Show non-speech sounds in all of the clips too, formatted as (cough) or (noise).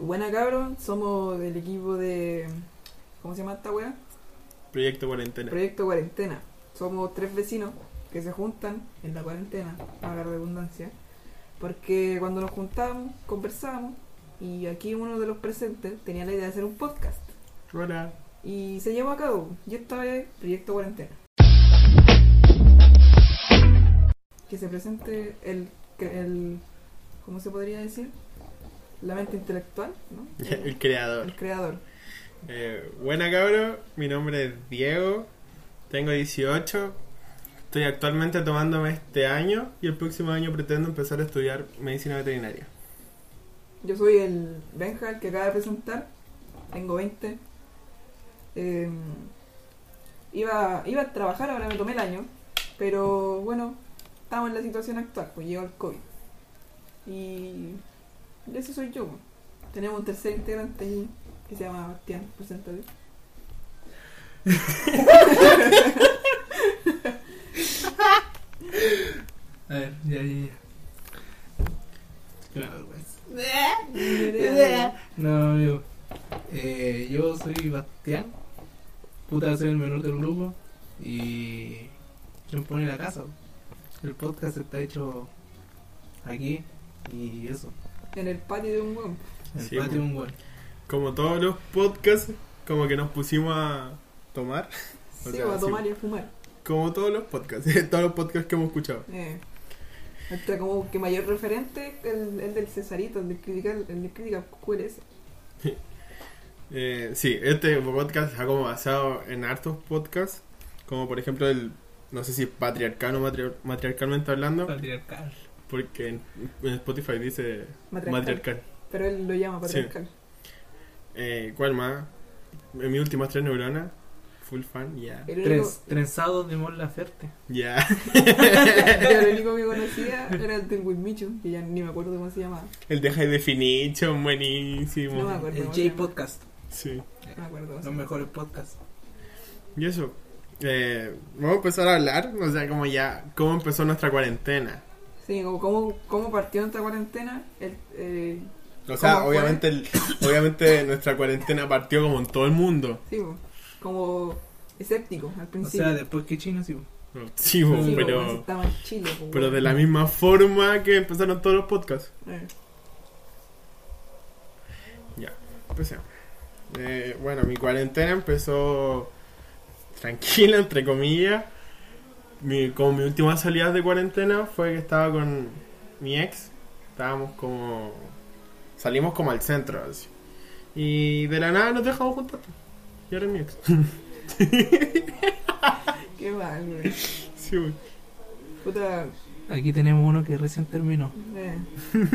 buena cabrón, somos del equipo de... ¿Cómo se llama esta weá? Proyecto Cuarentena. Proyecto Cuarentena. Somos tres vecinos que se juntan en la cuarentena, para la redundancia, porque cuando nos juntamos, conversamos, y aquí uno de los presentes tenía la idea de hacer un podcast. Hola. Y se llevó a cabo, y esta vez Proyecto Cuarentena. Que se presente el, el ¿cómo se podría decir? La mente intelectual, ¿no? (laughs) El creador. El creador. Eh, buena cabro, mi nombre es Diego, tengo 18, estoy actualmente tomándome este año y el próximo año pretendo empezar a estudiar medicina veterinaria. Yo soy el Benja, el que acaba de presentar. Tengo 20. Eh, iba, iba a trabajar, ahora me tomé el año. Pero bueno, estamos en la situación actual, pues llegó el COVID. Y ese soy yo. pues. Tenemos un tercer integrante ahí que se llama Bastián, preséntate. A ver, ya, ya, ya. Claro, pues. No, amigo. Eh, yo soy Bastián. Puta, soy el menor del grupo. Y. ¿Quién pone la casa? El podcast está hecho aquí. Y eso. En el patio de un hueón. pues. El Sí, patio bueno. un buen. Como todos los podcasts, como que nos pusimos a tomar, O Se sea, va a sí. tomar y a fumar. como todos los podcasts, (laughs) todos los podcasts que hemos escuchado. Eh. Nuestra como que mayor referente el, el del Cesarito, el del Critical, el del Critical QLS. Eh, sí, este podcast está como basado en hartos podcasts, como por ejemplo el, no sé si patriarcal o matriar- matriarcalmente hablando, Patriarcal. porque en, en Spotify dice Matriarcal. matriarcal. Pero él lo llama Sí. patriarcal. Eh, ¿Cuál más? En mis últimas tres neuronas, full fan, ya. El, único, Tres, trenzados de Mon Laferte. Ya. (laughs) (laughs) el único que conocía era el del Wismichu, que ya ni me acuerdo cómo se llamaba. El de High Definition, buenísimo. No me acuerdo. El cómo se llama. J-Podcast. Sí. No me acuerdo. cómo se Los llama. mejores podcasts. Y eso. eh, vamos a empezar a hablar, o sea, como ya, cómo empezó nuestra cuarentena. Sí, como, como, como partió nuestra cuarentena. El, eh, O sea, ¿Cómo fue? obviamente, el- obviamente nuestra cuarentena partió como en todo el mundo. sí, po, como escéptico al O principio. sea, después que chino, sí. Sí, bo, Sí, po, cuando pero, estaba en Chile. po, pero weón. de la misma forma que empezaron todos los podcasts. Eh, Empecemos. Eh, bueno, mi cuarentena empezó tranquila, entre comillas. Mi, como mi última salida de cuarentena fue que estaba con mi ex. Estábamos como... Salimos como al centro. así. Y de la nada nos dejamos juntar. Y ahora es mi ex. (laughs) Qué mal, güey. Sí, güey. Puta. Aquí tenemos uno que recién (laughs) terminó. eh.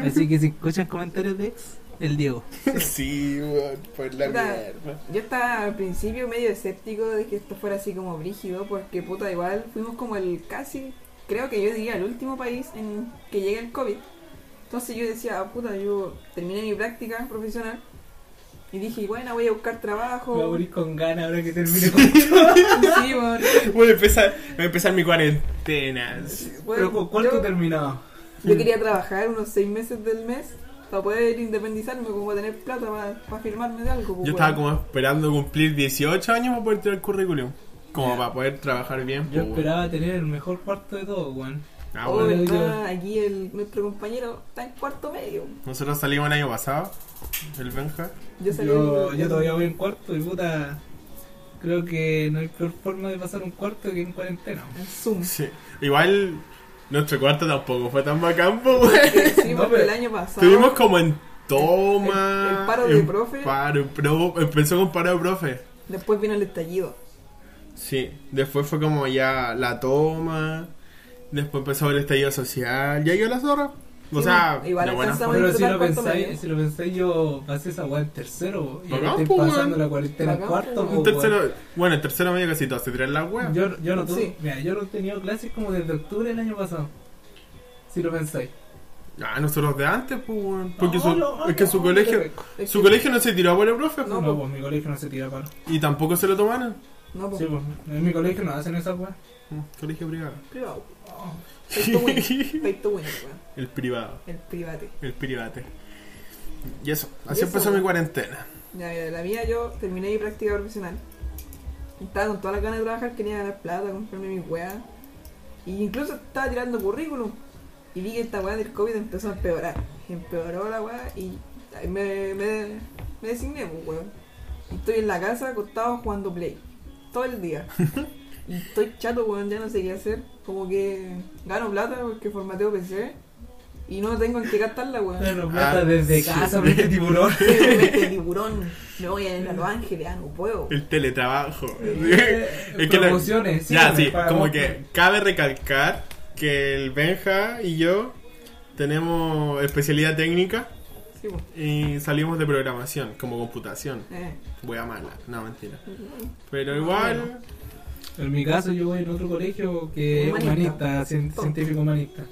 Así que si escuchan comentarios de ex, el Diego. (laughs) Sí, weón, por la Puta. mierda. Yo estaba al principio medio escéptico de que esto fuera así como brígido, porque puta, igual fuimos como el casi, creo que yo diría, el último país en que llega el COVID. Entonces yo decía, ah, puta, yo terminé mi práctica profesional y dije, bueno, voy a buscar trabajo. Voy a morir con ganas ahora que termine con... (laughs) Sí, bueno, (laughs) Voy a empezar, voy a empezar mi cuarentena. así. Pero bueno, ¿cu- ¿cuánto yo- terminaba? Yo quería trabajar unos seis meses del mes para poder independizarme, como para tener plata para, firmarme de algo. pues, Yo estaba weón. como esperando cumplir 18 años para poder tirar el currículum. Como para poder trabajar bien. Yo pues, weón. esperaba tener el mejor cuarto de todo, weón. Ah, Oh, bueno. bueno. verdad, aquí el, nuestro compañero está en cuarto medio. Nosotros salimos el año pasado, el Benja. Yo salí Yo, en- yo todavía voy en cuarto y puta. Creo que no hay peor forma de pasar un cuarto que en cuarentena. en Zoom. Sí. Igual nuestro cuarto tampoco fue tan bacán, po, (laughs) güey. Sí, porque No, pero el año pasado. Estuvimos como en toma. El- el paro de en profe. Paro, en pro- empezó con paro de profe. Después vino el estallido. Sí, después fue como ya la toma. Después empezó el estallido social. Ya yo la zorra. O Sí, sea, bueno, igual de buena alcanzamos- Pero si disfrutar lo cuarto pensáis, medio. si lo pensáis, yo pasé esa weá en tercero y Bacán, ahora estoy po, weón. pasando la cuarentena en Bacán, cuarto. po, po, Un weón. tercero, bueno, el tercero medio casi todo se tiran las weas. Yo, yo no tuve, Sí. mira, yo no he tenido clases como desde octubre del año pasado. Si lo pensáis. Ah, nosotros de antes, pues, weón. Porque No, su- no, es que no, su no, colegio, no, Es su que- colegio no se tiró por el profe, po. No, No, po. pues mi colegio no se tira paro. Y tampoco se lo tomaron. No, pues, Sí, pues, en mi colegio no hacen esa weá. Mm, Colegio privado. privado. Peito bueno, peito bueno, weón. el privado. El private. El private. Y eso, Y así eso, empezó weón. mi cuarentena. Ya, mira, la mía yo terminé mi práctica profesional. Estaba con todas las ganas de trabajar, quería ganar plata, comprarme mis weas. Y incluso estaba tirando currículum. Y vi que esta weá del COVID empezó a empeorar. Empeoró la weá y ahí me, me, me designé, pues, weón. Y estoy en la casa acostado jugando play. Todo el día. y estoy chato, weón, ya no sé qué hacer. Como que gano plata porque formateo PC. Y no tengo en qué gastarla, weón. Bueno, Ah, plata desde sí. casa, este (laughs) tiburón. Este tiburón, me voy a ir a Los Ángeles, ah, no puedo. El teletrabajo. (laughs) Eh, Es que la- promociones, ya, síganme sí, para- como que cabe recalcar que el Benja y yo tenemos especialidad técnica Sí, pues. y salimos de programación, como computación. Eh, Voy a mala, no mentira. Pero igual, En mi caso, yo voy en otro colegio que es Humanista. humanista, cien- Tonto. científico humanista.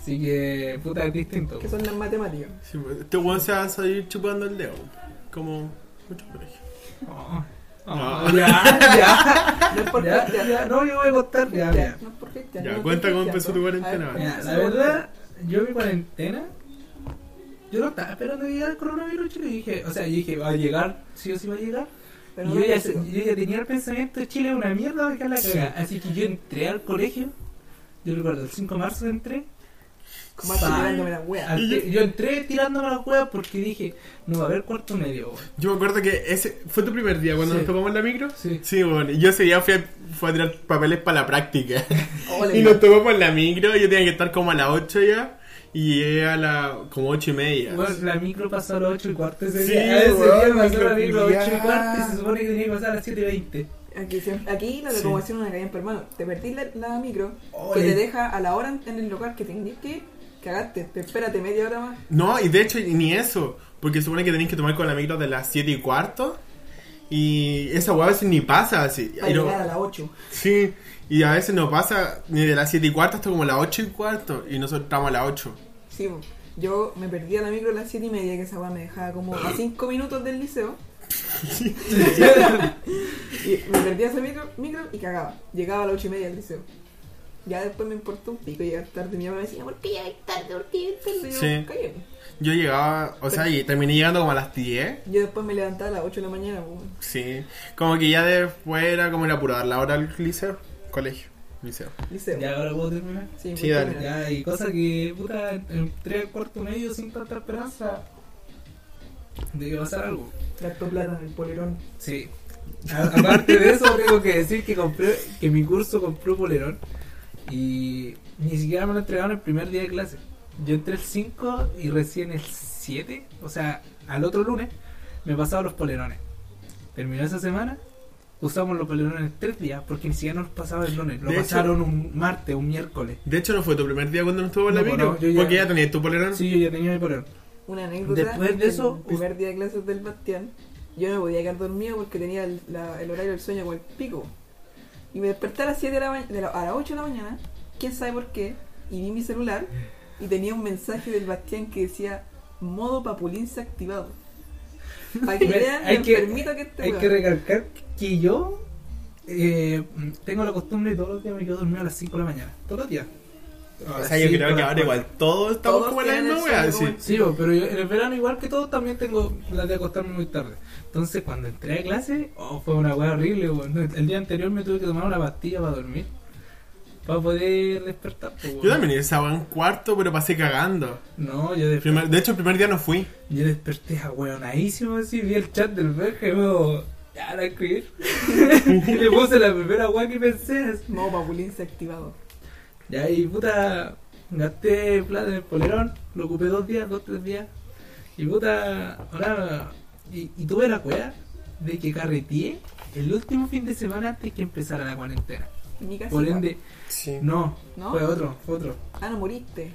Así que, puta, es distinto. que son las matemáticas. sí, este weón se va a salir chupando el dedo. Como muchos colegios. Oh, oh, No. Ya, ya, No es (laughs) por ya, cristiano, ya, no, yo voy a contar. Ya, ya. No es por cristiano, Ya, no es cuenta por cristiano. cómo empezó tu cuarentena, A ver, Mira, ¿cómo la empezó tu verdad, yo mi cuarentena, yo no estaba esperando que llegara el coronavirus, chico, y dije, o sea, yo dije, va a llegar, sí o sí va a llegar. Pero y no yo, ya, empezó. yo ya tenía el pensamiento, Chile es una mierda, va a quedar la cagada. Así que yo entré al colegio, yo recuerdo, el 5 de marzo entré, Como hasta Pa. tirándome la wea. al- yo entré tirándome la hueá porque dije, no va a haber cuarto medio, weón. Yo me acuerdo que ese fue tu primer día cuando Sí. nos topamos en la micro. Sí. Sí, bueno, y yo ese día fui a, fui a tirar papeles para la (laughs) práctica. Ole, Y nos tomamos la micro, yo tenía que estar como a las 8 ya, y llegué a las como 8 y media. Bueno, la micro pasó a las 8 y cuarto ese Sí, día. Ese weón, día pasó la micro micro a las 8 y culiá. cuarto y se supone que tenía que pasar a las 7 y 20. Aquí, se- aquí la Sí. locomoción es una caída en permano. Te perdí la, la micro que Ole. te deja a la hora en, en el local que tenías que ir. Cagaste, te espérate media hora más. No, y de hecho ni eso, porque supone que tenéis que tomar con la micro de las 7 y cuarto, y esa hueá a veces ni pasa así. Para Y no- llegar a las 8. sí, y a veces no pasa ni de las 7 y cuarto hasta como las 8 y cuarto, y nosotros estamos a las 8. Sí, po. yo me perdí a la micro a las 7 y media, que esa weá me dejaba como a 5 minutos del liceo. (laughs) Y me perdía ese micro, micro y cagaba. Llegaba a las ocho y media al liceo. Ya después me importó un pico llegar tarde. Mi mamá me decía, ¿por qué llegas tarde? ¿Por qué llegas tarde? Y yo, Sí. "Cállate". Yo llegaba, o sea, y terminé llegando como a las 10. Yo después me levantaba a las 8 de la mañana. pues. Sí, como que ya después era como el apurar la hora del liceo, colegio, liceo. Liceo. Ya ahora puedo terminar. Sí, Sí, pues, dale. mira, Ya, y cosa que, puta, entré al cuarto medio sin tanta esperanza de que pasara algo. Gastó plata en el polerón. Sí. A- aparte de eso, tengo que decir que compré, que mi curso compró polerón y ni siquiera me lo entregaron el primer día de clase. Yo entré el 5 y recién el 7, o sea, al otro lunes, me pasaban los polerones. Terminó esa semana, usamos los polerones tres días porque ni siquiera nos pasaba el lunes, lo De hecho- pasaron un martes, un miércoles. De hecho, no fue tu primer día cuando nos estuvo en la No, micro, no, yo ya- porque ya tenías tu polerón. Sí, yo ya tenía mi polerón. Una anécdota. Después de eso, El primer día de clases del Bastián, yo no me podía quedar dormido porque tenía el, la- el horario del sueño con el pico. Y me desperté a las 7 de la ma- de la- a las 8 de la mañana, quién sabe por qué, y vi mi celular y tenía un mensaje del Bastián que decía: modo papulinza activado. Para (laughs) que vean, Hay les que- permito que este Hay weón- que recalcar que yo eh, tengo la costumbre de todos los días me quedo dormido a las 5 de la mañana. Todos los días. O sea, yo creo que ahora igual todos estamos Todos como en la tienen misma el wea, sueño sí. como Sí, bo, pero yo en el verano igual que todos también tengo la de acostarme muy tarde. Entonces cuando entré a clase, oh, fue una weá horrible. bo. El día anterior me tuve que tomar una pastilla para dormir. Para poder despertar. pues, bo. Yo también estaba en cuarto, pero pasé cagando. No, yo El desperté. primer- de hecho, el primer día no fui. Yo desperté ahueonadísimo así, vi el chat del verga y me dijo, ya la escribir. (laughs) y le puse la primera agua que pensé así. Modo papulinza activado. Y ahí, puta, gasté plata en el polerón, lo ocupé dos días, dos, tres días. Y puta, ahora, y, y tuve la cueva de que carreteé el último fin de semana antes que empezara la cuarentena. En mi casa. Por igual. ende, Sí. no, ¿No? fue otro, fue otro. Ah, no moriste.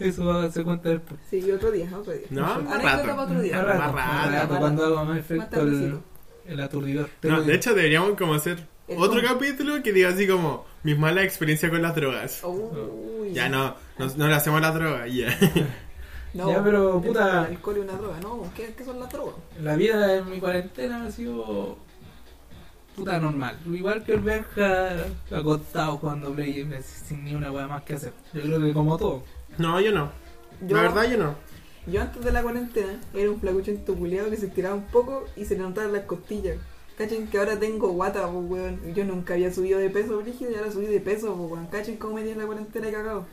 Eso va a hacer cuenta después. Sí, otro día, otro día. No, más Anécdota rato. para otro día. Más rato, Más rato. más rato, cuando hago más efecto el, tardecito. el aturdidor. No, Tengo que- de hecho, deberíamos como hacer El otro cómo. capítulo que diga así como mis malas experiencias con las Oh, drogas. Uy. Ya no, no, no le hacemos las drogas, ya. (laughs) Ya, pero, puta. El alcohol es una droga, ¿no? pues, ¿Qué, qué son las drogas? la vida en mi cuarentena ha sido puta normal. Igual que el Benja acostado jugando Play sin ni una weá más que hacer. Yo creo que como todo. No, yo no. Yo, La verdad yo no. yo antes de la cuarentena era un flacuchento culiado que se estiraba un poco y se le notaban las costillas. Cachen que ahora tengo guata, po, weón. Yo nunca había subido de peso, brígido, y ahora subí de peso, po, weón. Cachen cómo me tiene la cuarentena cagado.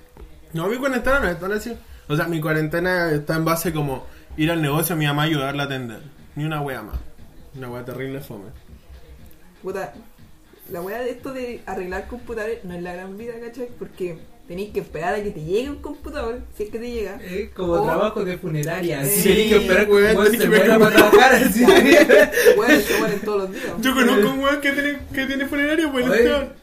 No, mi cuarentena no es tan así. O sea, mi cuarentena está en base como ir al negocio a mi mamá y ayudarla a atender. Ni una wea más. Una wea terrible fome. Puta, la weá de esto de arreglar computadores no es la gran vida, ¿cachai? Porque tenéis que esperar a que te llegue un computador, si es que te (laughs) llega. Es como Oh. trabajo de funeraria. Sí, Sí, que esperar que weón, un weón tenés se que muera para ver trabajar. así. (laughs) Weón, se mueren todos los días. Yo conozco un weón que tiene, que tiene funerario, pues Oye, weón.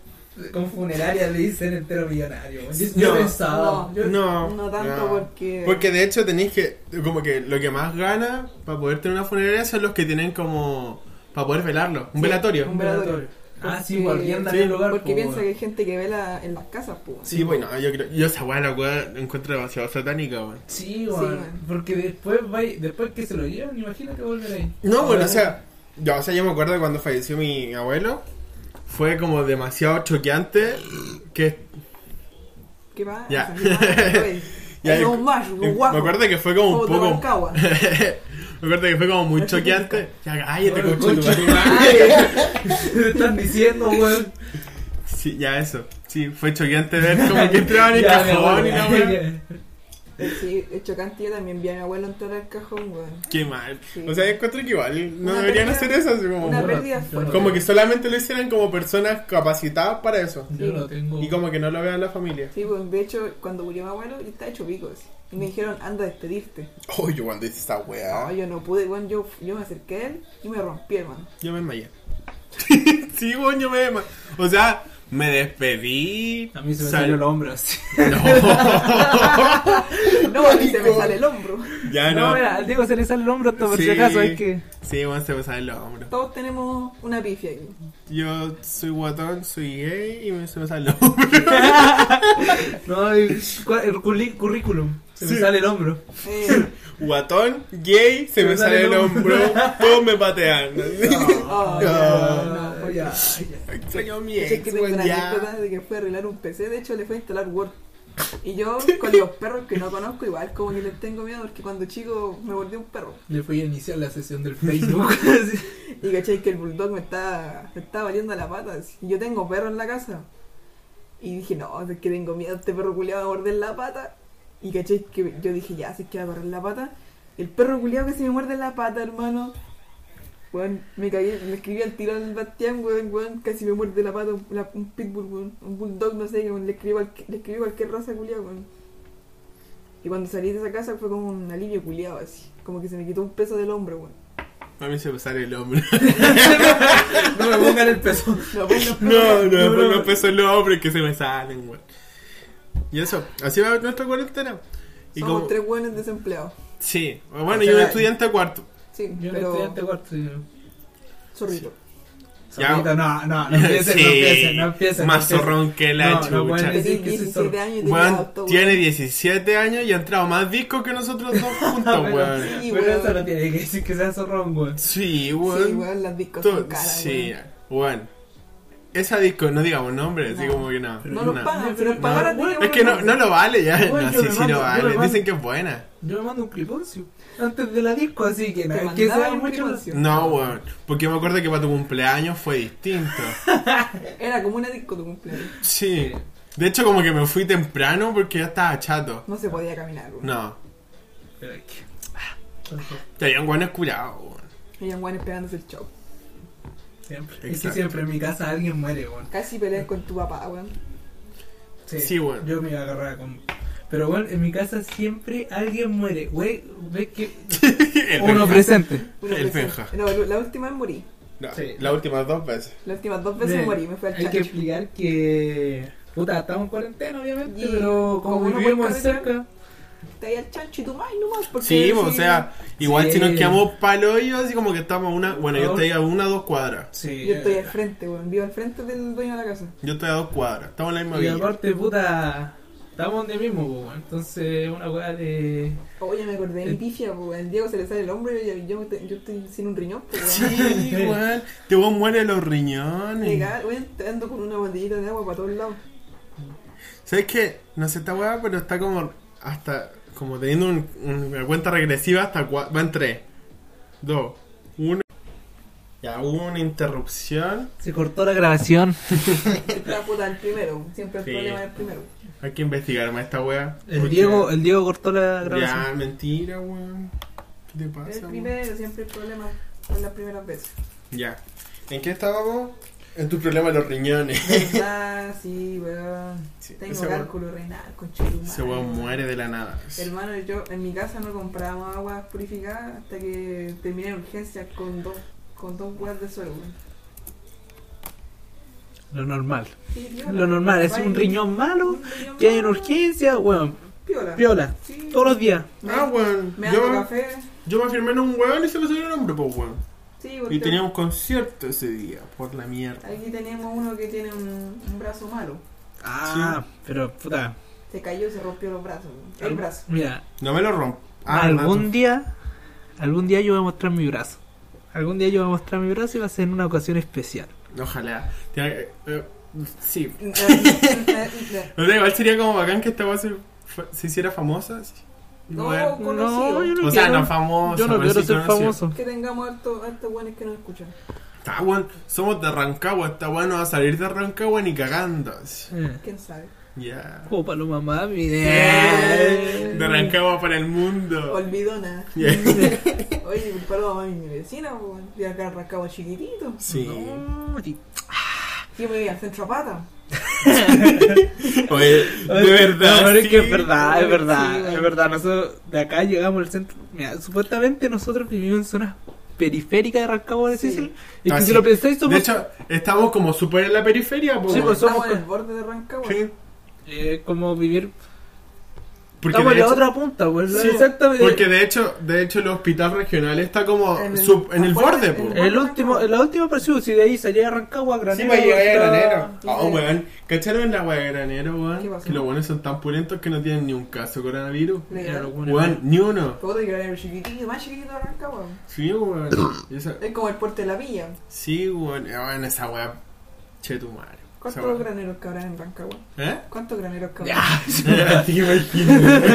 Con funeraria le dicen entero millonario. weón. Yo, No. yo pensaba. No. yo- No, No tanto no. porque. Porque de hecho tenéis que, como que lo que más gana para poder tener una funeraria son los que tienen como, para poder velarlo, Sí, un velatorio. un velatorio. Ah, sí, Porque- guardián Sí, del lugar. Porque po, piensa que weón. hay gente que vela en las casas, pues. Sí, bueno, yo creo, yo esa weá la weá la encuentro demasiado satánica, weón. Sí, weón. weón. porque después, va y- después que se lo llevan, imagínate volver ahí. Ah, No, bueno, Ahora- o sea, yo, o sea, yo me acuerdo cuando falleció mi abuelo, fue como demasiado choqueante que ¿Qué pasa? Ya. ¿Qué pasa, güey? Ya, Es un macho, me un guapo. acuerdo que fue como un Como poco Tabarcagua. (laughs) me acuerdo que fue como muy No se choqueante. Ya cállate, Bueno, concha concha tu tu madre. (laughs) Te están diciendo, weón. Sí, ya eso. Sí, fue choqueante ver (laughs) como que entraban en el Ya, me cajón voy, y la ya, weá. (laughs) ya. Sí, es chocante. Yo también vi a mi abuelo entrar al cajón, weón. Qué mal. Sí. O sea, yo encuentro que igual no Una deberían pérdida- hacer eso. así como, Una Bueno, pérdida yo fuerte. no- como que solamente lo hicieran como personas capacitadas para eso. Yo lo tengo. Y como que no lo vean la familia. Sí, weón. De hecho, cuando murió mi abuelo, yo estaba hecho pico. así. Y me dijeron, anda a despedirte. Oh, yo cuando hice esa No, weá. yo no pude, weón. Yo, yo me acerqué a él y me rompí, hermano. Yo me enmayé. (laughs) sí, weón, yo me desmayé. O sea, me despedí. A mí se me sal- salió el hombro (laughs) así. (laughs) No, a mí se me sale el hombro. (laughs) Ya no. mira, al Diego se le sale el hombro, pero por Sí. si acaso hay que. Sí, bueno, se me sale el hombro. Todos tenemos una pifia aquí. Yo soy guatón, soy gay y me, se me sale el hombro. (laughs) No, el, cua- el curli- currículum. Se me Sí. sale el hombro. Eh, Guatón, gay, se me sale el hombro. (laughs) Todos me patean. (laughs) oh, ya, No. no, pues ya. Extraño a mi Yo sé que ex, tengo weón, una anécdota pues, ya. de que fue a arreglar un PC, de hecho le fue a instalar Word. Y yo con los perros que no conozco igual como que les tengo miedo porque cuando chico me volví un perro. Le fui a iniciar la sesión del (laughs) Facebook. así. Y caché que el bulldog me está, me está valiendo la pata. así. Yo tengo perro en la casa. Y dije, no, es que tengo miedo, este perro culiado va a morder la pata. Y caché que yo dije, ya, si es que va a morder la pata. El perro culiado que se me muerde la pata, hermano. Weón, me cagué, me escribí al tiro al Bastián, weón, weón, casi me muerde la pata un, la- un pitbull, weón, un bulldog, no sé, weón, le escribí, cualqui- le escribí cualquier raza culiado, weón. Y cuando salí de esa casa fue como un alivio culiado, así, como que se me quitó un peso del hombro, weón. A mí se me sale el hombro. (laughs) no me pongan el peso. No, pues, no, (laughs) No, no, No, no, no. no pues, peso el hombro que se me salen, weón. Y eso, así va nuestra cuarentena. Y Somos como, tres buenos desempleados. sí, bueno, O yo sea, un estudiante cuarto. Sí, Yo no pero estoy ante cuarto. yo- zorrito. Ya. Zorrito, No, no, (laughs) no empiecen, no empiecen, no empiecen. Más no empiecen. zorrón que la No, no chucha. pueden Tenés decir que soy 17 zorro. años y tenés Weón, auto, tiene weón. 17 años y ha entrado más discos que nosotros (laughs) dos juntos, Pero- weón. Sí, Pero eso weón. no tiene que decir que sea zorrón, weón. Sí, Sí, weón. weón, las discos To- son caras, sí, weón. weón. Esa disco, no digamos nombre, así No. como que no. No lo no. pagan, si Pero nos pagaran no, diríamos Es que no, no lo vale ya. Weón, no, yo sí, me sí mando- lo yo me vale. mando- Dicen que es buena. Yo me mando un cliponcio antes de la disco, así que nada, que mandaban sea un mucho más. cliponcio. No, weón. Porque me acuerdo que para tu cumpleaños fue (laughs) distinto. Era como una disco de cumpleaños. Sí. De hecho, como que me fui temprano porque ya estaba chato. No se podía caminar, weón. No. Pero es que- Te habían guanes curados, weón. Habían guanes pegándose el show. Siempre. Es que Exacto. siempre en mi casa alguien muere, weón. Casi peleas con tu papá, weón. Sí, weón. Yo me agarraba con. Pero bueno, en mi casa siempre alguien muere. Güey, ves que. El Uno Benja. presente. Una El presión. Benja. No, la última vez morí. No, Sí. Las últimas dos veces. Las últimas dos veces Bien. morí, me fue al Hay que chancho. explicar que. Puta, estamos en cuarentena, obviamente, Y pero como, como no vivimos puedes cerca. Te ahí al chancho y tú más nomás. Porque Sí, pues, o sea, igual Sí. Ah. si nos quedamos palo yo, así como que estamos a una. Bueno, yo Dos. estoy a una o dos cuadras. Sí. eh, Yo estoy eh, al frente, weón. Vivo al frente del dueño de la casa. Yo estoy a dos cuadras. Estamos en la misma Y villa. aparte, puta. Estamos donde mismo, pues, weón. Entonces, una weá de. Oye, me acordé de mi El- pifia, weón. El Diego se le sale el hombro y yo, yo, yo estoy sin un riñón, pues, weón. Sí, igual. Te voy a muere los riñones. Legal, weón, ando con una botellita de agua para todos lados. ¿Sabes qué? No sé esta weá, pero está como hasta. como teniendo un- una cuenta regresiva hasta cua- va en 3, 2, 1. Ya hubo una interrupción. Se cortó la grabación. La puta, el primero. Siempre el Sí. problema es el primero. Hay que investigar más esta wea. El porque- Diego, el Diego cortó la grabación. Ya, mentira, weón. ¿Qué te pasa? El weón? primero, siempre el problema con las primeras veces. Ya. ¿En qué estábamos? En tu problema de los (laughs) riñones. Ah, sí, weón. Sí, Tengo ese weón- cálculo renal, con ese weón muere de la nada. Hermano, yo en mi casa no comprábamos agua purificada hasta que terminé en urgencia con dos con dos weas de suelo. weón. Lo normal. Sí, piola. Lo normal, es un Vaya, riñón malo un riñón que hay en malo. urgencia, weón. Piola. Piola, Sí. todos los días. Me, Ah, weón. me hago Yo, café. yo me firmé en un weón y se me salió el nombre, pues weón. Sí, Y porque teníamos concierto ese día, por la mierda. aquí tenemos uno que tiene un, un brazo malo. Ah, pero puta. Se cayó y se rompió los brazos. weón. El al- (laughs) brazo. (laughs) Mira, No me lo Ah, rompo. algún día, algún día yo voy a mostrar mi brazo. Algún día yo voy a mostrar mi brazo y va a ser en una ocasión especial. Ojalá. Tiene que- eh, sí. no, O sea, igual sería como bacán que esta weá se, fu- se hiciera famosa. sí. Igual. conocido. No, yo no o sea, quiero, no famosa. yo no pero quiero Oh, sí ser conocida. famoso. Que tengamos hartos harto buenos que nos escuchan. Está weón. Somos de Rancagua. Esta weá no va a salir de Rancagua ni cagando. sí. Eh, ¿Quién sabe? Ya. Como paloma mami. Eh, eh. De Rancagua para el mundo. Olvidona. Ya. (laughs) Oye, mi paloma mami, mi vecina, weón. De acá arrancaba chiquitito. Sí. No, ti- Yo me iba al centro a pata. Oye, de verdad. No, es sí. que es verdad, es verdad, Sí, güey. es verdad. Nosotros de acá llegamos al centro. Mira, supuestamente nosotros vivimos en zonas periféricas de Rancagua de Sí. Sicil. Y Ah, que sí. si lo pensáis, somos. De hecho, estamos como súper en la periferia. po, Sí, weón. pues, somos Estamos en el con- borde de Rancagua. Sí. eh, como vivir. Porque estamos de en la hecho- otra punta, güey. Sí, Exactamente. Porque de hecho, de hecho el hospital regional está como En en el- el, en el afuera, borde, en po. el- El último, la última presión, si de ahí se pues, llega a Rancagua, Granero. Sí, va a llegar está- a granero. Oh, Sí. weón. ¿Cacharon la weá de granero, ¿Qué weón? pasó? Que los buenos son tan pulentos que no tienen ni un caso de coronavirus. Mira, lo Legal. bueno. Weón, ni uno. Puedo ir a chiquitito, más chiquitito de Rancagua. Sí, weón. Y esa- Es como el puerto de la villa. Sí, weón. Eh, weón, esa weá. Che tu madre. Esa ¿Cuántos weá. graneros cabrán en Rancagua? (laughs) ¿Eh? ¿Cuántos graneros cabrán? Ya. Te imaginas, (laughs) weón.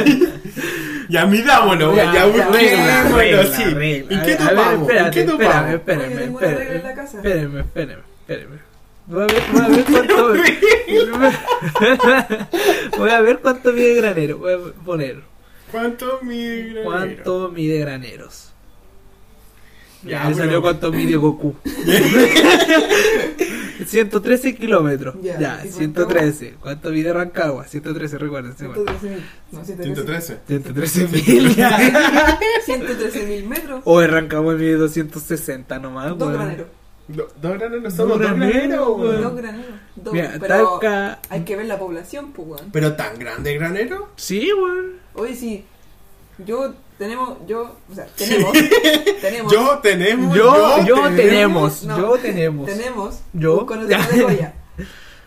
Ya midámoslo, weón. Ya Regla, busquémoslo, regla, sí. regla. ¿En qué A ver, topamos? ¿En espérate, qué espérame, topamos? Oye, espérame, tengo una regla en espérame. la casa. Espérame, espérame, espérame. Voy a ver, voy a (laughs) ver cuánto. (laughs) voy a ver cuánto mide granero. Voy a poner ¿Cuánto mide granero? cuánto mide graneros. Ya, Ya, me bueno. salió cuánto mide (laughs) Goku. 113 kilómetros. Ya, Ya, ¿y cuánto? 113. ¿Cuánto mide Rancagua? 113, recuerden. sí, bueno. 113.000. No, 113.000. 113. 113 mil. 113.000 metros. O arrancamos el video 260 nomás, Dos weón. graneros. Do- Dos graneros, Dos somos dos graneros, graneros, weón. weón. Dos graneros. Dos. Mira, Pero Talca. hay que ver la población, pues, weón. Pero tan grande granero. Sí, weón. Oye, sí. Yo tenemos, yo, o sea, tenemos, tenemos, Yo tenemos. Yo, yo tenemos. tenemos, No. yo tenemos. tenemos, Yo. un conocido (laughs) de Coya.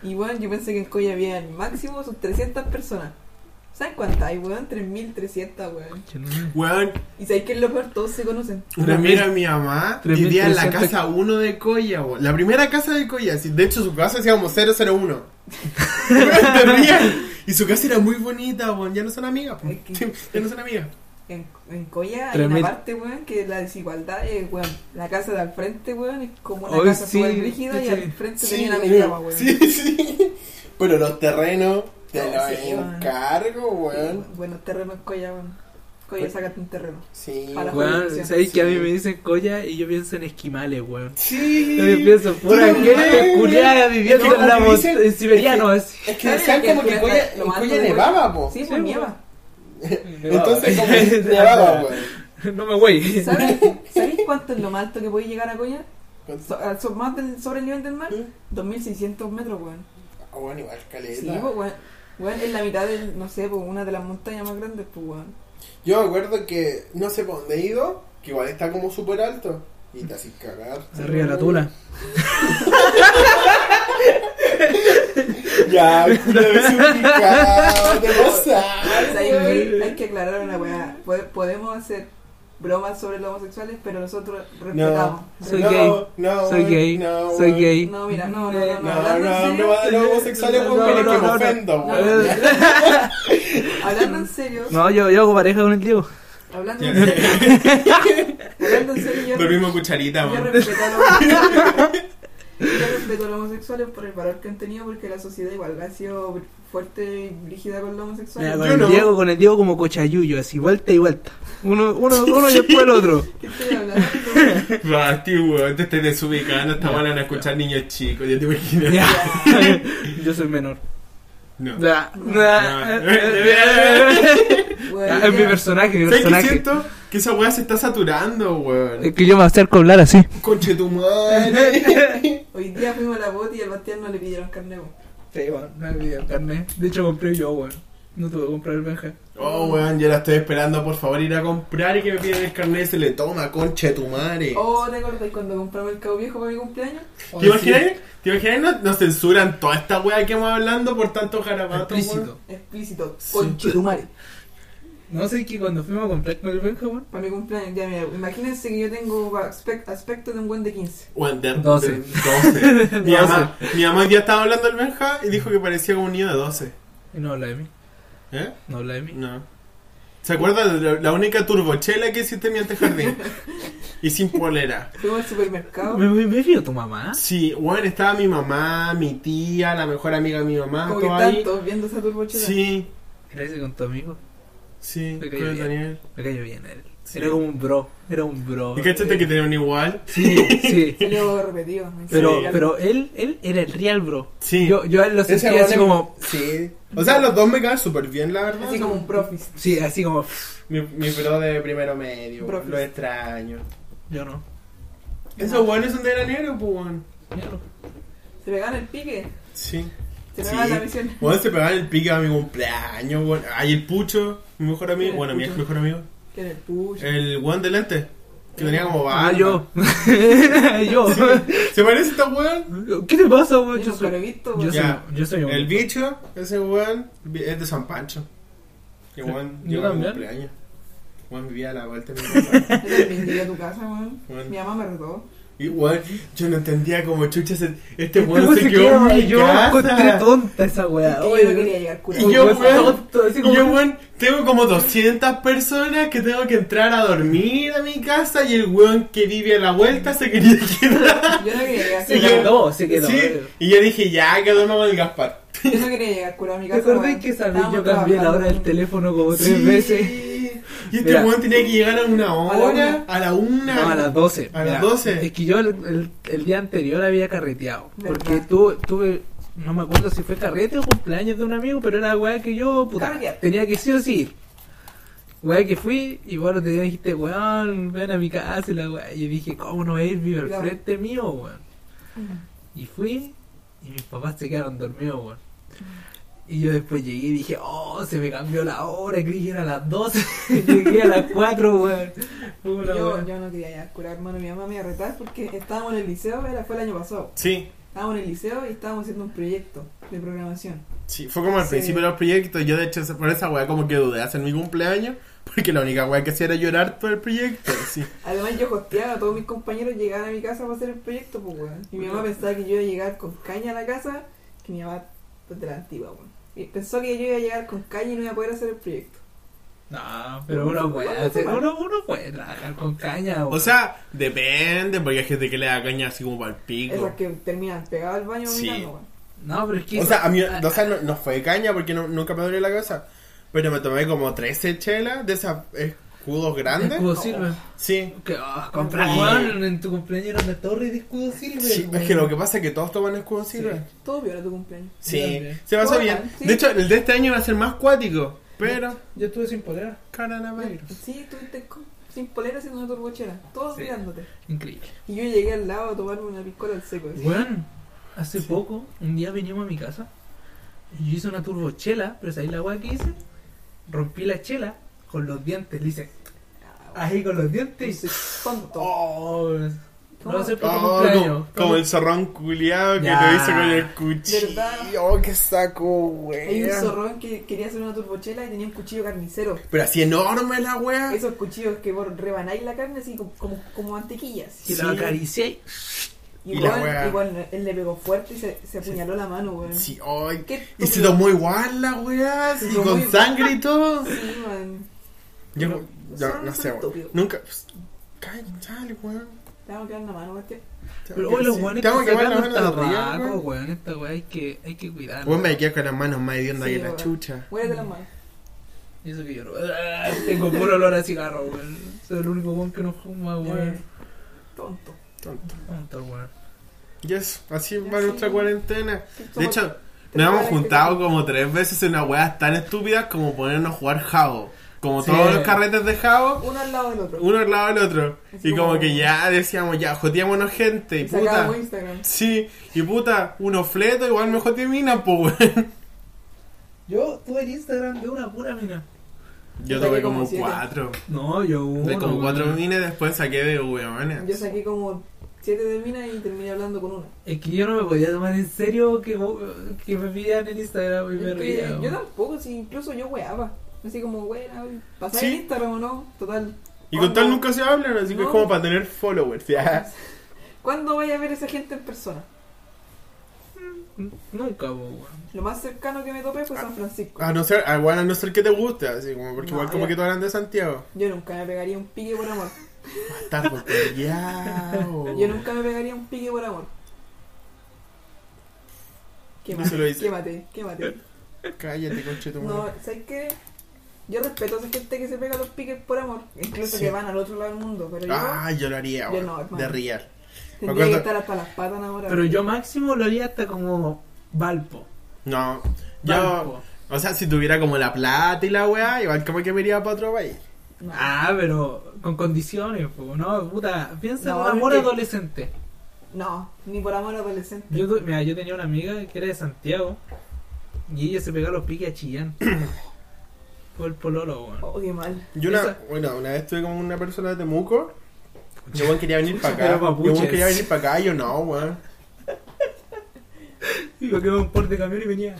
Y bueno, yo pensé que en Coya había máximo sus 300 personas. ¿Saben cuántas hay, weón? 3.300, weón. Weón, Y sabéis que es lo peor, todos se conocen. una Tres amiga de mi mamá tres mil vivía en la trescientos- casa 1 de Coya, weón. La primera casa de Coya. sí, De hecho, su casa se como (laughs) (laughs) 001. Weón, te rías. Y su casa era muy bonita, weón. Ya no son amigas, po. Ay, qué- Ya no son amigas. En, en Coya hay Tres una mil. parte, weón, que la desigualdad es, weón, la casa de al frente, weón, es como una Hoy casa sí, súper rígida y sí. eh, al frente Sí, tenía una medida, weón. weón. sí, sí. Pero los terrenos te No, los sí, weón. encargo, weón. Bueno, terreno en Coya, weón. Pues, Coya, sácate un terreno. Sí. Para weón. Weón, sabéis que a mí me dicen colla y yo pienso en esquimales, weón. Sí. Yo pienso, pura Tú no gente mames. culiada viviendo Es que en la como mos- dicen- en siberiano. así. Es ¿Saben decían que en Coya- lo en más Coya alto de po. Sí, pues oh, weón. (laughs) nieva. (laughs) Entonces, como que Sí, nevaba, o weón. sea, No me voy. ¿Sabes sabéis cuánto es lo más alto que puede llegar a Coya? So- a- so- más del- sobre el nivel del mar, 2600 metros, weón. Ah, bueno, igual caleta. Sí, pues, weón. Weón, es la mitad del, no sé, pues una de las montañas más grandes, pues, weón. Yo me acuerdo que no sé por dónde he ido, que igual está como súper alto. Y te haces cagar. Arriba Mm. la tula. (laughs) Ya, (laughs) culo desubicado, te ¿Sabes qué? pasas. hay, que aclarar una weá. Po- Podemos hacer bromas sobre los homosexuales, pero nosotros respetamos. Soy no, gay. No, Soy gay. no, Soy weón. gay. No, mira, no, no, no, No, hablando en no, serio, no va a dar homosexuales No, porque no, que me no, (laughs) no. ofendo, weón. Eh, Hablando en serio. No, yo, yo hago pareja con el Diego. Hablando Ya, en serio. ya, Hablando en serio. ya. (laughs) yo- Dormimos cucharita, Yo weón. respeto, a los, yo respeto a los homosexuales por el valor que han tenido porque la sociedad igual ha sido fuerte y brígida con los homosexuales. Mira, con Yo el no. Diego, con el Diego como cochayuyo, así, vuelta y vuelta. Uno, uno, uno (laughs) y después el otro. ¿Qué estoy hablando? (laughs) Basti, weón, te estás desubicando. Esta buena a escuchar niños chicos. Ya te imaginas. Ya. (laughs) Yo soy menor. No. Ya. Bueno, Ah, Es mi ya, personaje, mi ¿Sabes qué personaje. Eh. siento? Que esa weá se está saturando, weón. Es que yo me acerco a hablar así. Conche tu madre. hoy día fuimos a la bot y al Bastián no le pidieron carne. po. Sí, bueno, no me pidió carne. De hecho, compré yo, bueno. No tuve que comprar el Benja. Oh, weón, yo la estoy esperando. Por favor, ir a comprar y que me piden el carnet. y Se le toma, conche tu madre. Oh, ¿te acordáis cuando compramos el cabo viejo para mi cumpleaños? ¿Te imaginas? ¿Te imaginas? Nos, nos censuran toda esta weá que hemos hablando por tanto garabato, weón. Explícito. Explícito. Sí. Conchetumare. No sé que cuando fuimos a comprar con el Benja, weón. Para mi cumpleaños, ya mira, imagínense que yo tengo aspec- aspecto de un buen de 15. Weón, de- de- 12. (laughs) 12. (laughs) Mi mamá, mi mamá hoy día estaba hablando del Benja y dijo que parecía como un niño de 12. Y no habla de mí. ¿Eh? No habla de mí. No. ¿Se acuerdan de la, la única turbochela que hiciste en (laughs) mi antejardín? y sin polera. Fuimos al supermercado. ¿Me, me, me vio tu mamá? Sí, bueno, estaba mi mamá, mi tía, la mejor amiga de mi mamá, Como que todo ahí. están todos viendo esa turbochela. Sí, Era ese con tu amigo. sí, con Me cayó el bien. Daniel. Me cayó bien él. Sí. Era como un bro. Era un bro. ¿Y cachate que tenían igual? Sí, (laughs) sí. Salió repetido. me Pero, encanta. pero él, él era el real bro. Sí. Yo, yo a él lo Ese sentía weón así es- como. Sí. O sea, los dos me caen súper bien, la verdad. Así como un profis. Sí, así como. Mi, mi pro de primero medio, Profes. lo extraño. Yo no. Esos buenos son de granero, pues, weón. Yo no. Se pegaban el pique. Sí. Se Sí. pegaban la misión. Bueno, se pegaban el pique a mi cumpleaños, weón. Ay, el pucho, mi mejor amigo. El Bueno, mi ex Pucho. mejor amigo. Que era el push. El weón de lente. Que tenía como barba. Ah, yo. (laughs) yo. ¿Se parece a este weón? ¿Qué te pasa, weón? Yo Yo nunca lo he soy. visto. Yo weón. soy, Ya. yo soy un. El bicho, ese weón, vi- es de San Pancho. Y weón, Yo llegó a mi también. cumpleaños. Weón vivía a la vuelta de (laughs) mi papá. Yo también llegué a tu casa, weón. Bueno. Mi mamá me retó. Y weón, yo no entendía cómo chucha se, este Este weón weón se quedó en mi yo casa. encontré tonta esa weá. Es que yo no quería llegar curado. Y yo, Weón, weón, tonto, así como- Y yo, weón, tengo como 200 personas que tengo que entrar a dormir a mi casa y el weón que vive a la vuelta se quería (laughs) quedar. Yo no quería llegar Se Sí, curado. quedó, se quedó. Sí, y yo dije, ya, que duerma con el Gaspar. Yo no quería llegar curado a mi ¿Te casa. acordás weón. que esa vez Estábamos yo cambié la trabajando, hora del weón. teléfono como tres Sí. veces? Y este Mira. weón tenía que llegar a una hora, a la una. No, a las 12. A las 12. Es que yo el, el- el día anterior había carreteado. ¿Verdad? Porque tu- tuve, no me acuerdo si fue carrete o cumpleaños de un amigo, pero era weá que yo, puta, Carretear. tenía que sí o sí ir. Weá que fui, y bueno, te dijiste, weón, ven a mi casa, y la weá. Y yo dije, ¿cómo no es? Vive al Claro. frente mío, weón. Mm. Y fui, y mis papás se quedaron dormidos, weón. Y yo después llegué y dije, oh, se me cambió la hora, creí que era a las 12, (laughs) llegué a las 4, weón. Puta, Yo, weón. yo no quería llegar curado, hermano. Mi mamá me iba a retar porque estábamos en el liceo. Era, fue el año pasado. Sí, Estábamos en el liceo y estábamos haciendo un proyecto de programación. sí, fue como al Sí. principio de los proyectos. Yo, de hecho, esa- por esa weá, como que dudé hacer mi cumpleaños. Porque la única weá que hacía era llorar por el proyecto. Sí. Además yo hosteaba, todos mis compañeros llegaban a mi casa para hacer el proyecto, pues weón. Y mi mamá pensaba que yo iba a llegar con caña a la casa, que mi mamá pues, de la antigua, weón. Y pensó que yo iba a llegar con caña y no iba a poder hacer el proyecto. No, pero uno puede, hacer- uno, uno puede trabajar con caña. O sea, depende, porque hay gente que le da caña así como para el Esas pico. que terminan pegadas al baño Sí. vomitando, weón. no, pero es que. O sea, a mí, o sea, no, no fue caña porque no- nunca me dolió la cabeza. Pero me tomé como 13 chelas de esas escudos de grandes. escudo silver. Sí. Que, ah, comprar Sí. weón, en tu cumpleaños una torre de escudo silver. Sí, es que lo que pasa es que todos toman escudo silver. Todo peor a tu cumpleaños. Sí, Bien, se pasó Hola, bien. sí. De hecho, el de este año va a ser más cuático, pero Yo estuve sin polera. coronavirus. Sí, estuviste con- sin polera haciendo una turbochera, todos Sí. mirándote. Increíble. Y yo llegué al lado a tomarme una piscola al seco. así. Weón, hace poco, un día venimos a mi casa. Y yo hice una turbochela, pero ¿sabéis la weá que hice? Rompí la chela con los dientes, le hice. Ah, weón, Ahí con los dientes. soy tonto. Oh, no va a ser por tu Oh, cumpleaños. como, como el zorrón culiado que Ya. te hizo con el cuchillo. ¿Verdad? Oh, qué saco, Hay un wea. zorrón que quería hacer una turbochela y tenía un cuchillo carnicero. Pero así enorme la wea. Esos cuchillos que vos rebanáis la carne así como, como, como mantequillas. Y Sí. la acaricié. y- Y, Y la weón, wea. y weón, él le pegó fuerte y se, se apuñaló la mano, weón. Sí, ay, Qué Y se estúpido. tomó igual la weá, Se y tomó con igual. sangre y todo. (laughs) Sí, weón. Yo, Pero, yo son- no son sé, weón. estúpidos. Nunca. pues, cállate, chale, weón. Te vamos a quedar en la mano, porque Pero hoy los buenos weones que que quemar la sacan mano de arriba, tabaco, weón. weón. Esta weá hay que, hay que cuidarla. Weón, me quedo con las manos más hediondas Sí, que la weón. chucha. Muérete las manos. Y Eso que yo no... ¡Ah! Tengo puro olor a cigarro, weón. Soy el único weón que no fuma, Eh, weón. Tonto. Tonto. Tonto, weón. Y eso, así Y va así. nuestra cuarentena. De Somos hecho, tres nos hemos weones que- juntado como tres veces en unas weas tan estúpidas como ponernos a jugar jabo. Como Sí. todos los carretes de jabo, Uno al lado del otro. uno al lado del otro. Así Y como como- que ya decíamos, ya, joteémonos gente, y Y sacábamos puta. Instagram. Sí, y puta, uno fleto, igual me joteé mina, pues weón. Yo tuve en Instagram de una pura mina. Yo Saqué tuve como como siete. cuatro. No, yo uno, De como cuatro weón. minas después saqué de weones. Yo saqué como siete de mina y terminé hablando con una. Es que yo no me podía tomar en serio que, que me pidieran en Instagram y me Es que reía. yo weón. tampoco, si incluso yo weaba. Así como, weá, pasar Sí. el Instagram o no, total. Y con tal nunca se hablan, así que es No. como para tener (laughs) followers. ya. ¿Cuándo vaya a ver a esa gente en persona? Nunca, po, weón. Lo más cercano que me topé fue San Francisco. A no ser, a, igual a no ser que te guste, así como, porque No, igual como ya. que te hablan de Santiago. Yo nunca me pegaría un pique por amor. Bastardo, peleao. Yo nunca me pegaría un pique por amor. (laughs) se lo Quémate, hice. quémate, (laughs) quémate. Cállate, conche tu No, ¿sabes qué? Yo respeto a esa gente que se pega los piques por amor. Incluso Sí. que van al otro lado del mundo. Pero yo Ah, yo lo haría, Yo weón, no, hermano. de real. tendría acuerdo- que estar hasta las patas ahora. Pero yo máximo lo haría hasta como Valpo. No, yo, Valpo. o sea, si tuviera como la plata y la weá, igual como que me iría para otro país. No. Ah, pero con condiciones, po. No, puta. Piensa No, en un amor es que- adolescente. No, ni por amor adolescente. Yo, tu- mira, yo tenía una amiga que era de Santiago y ella se pegaba los piques a Chillán. (clears throat) Por el pololo, weón. Oh, qué mal. Yo una, Esa- bueno, una vez estuve con una persona de Temuco, yo weón quería venir para acá, Pero yo mapuches. weón quería venir para acá, yo no, weón. Digo que iba un por de camión y venía.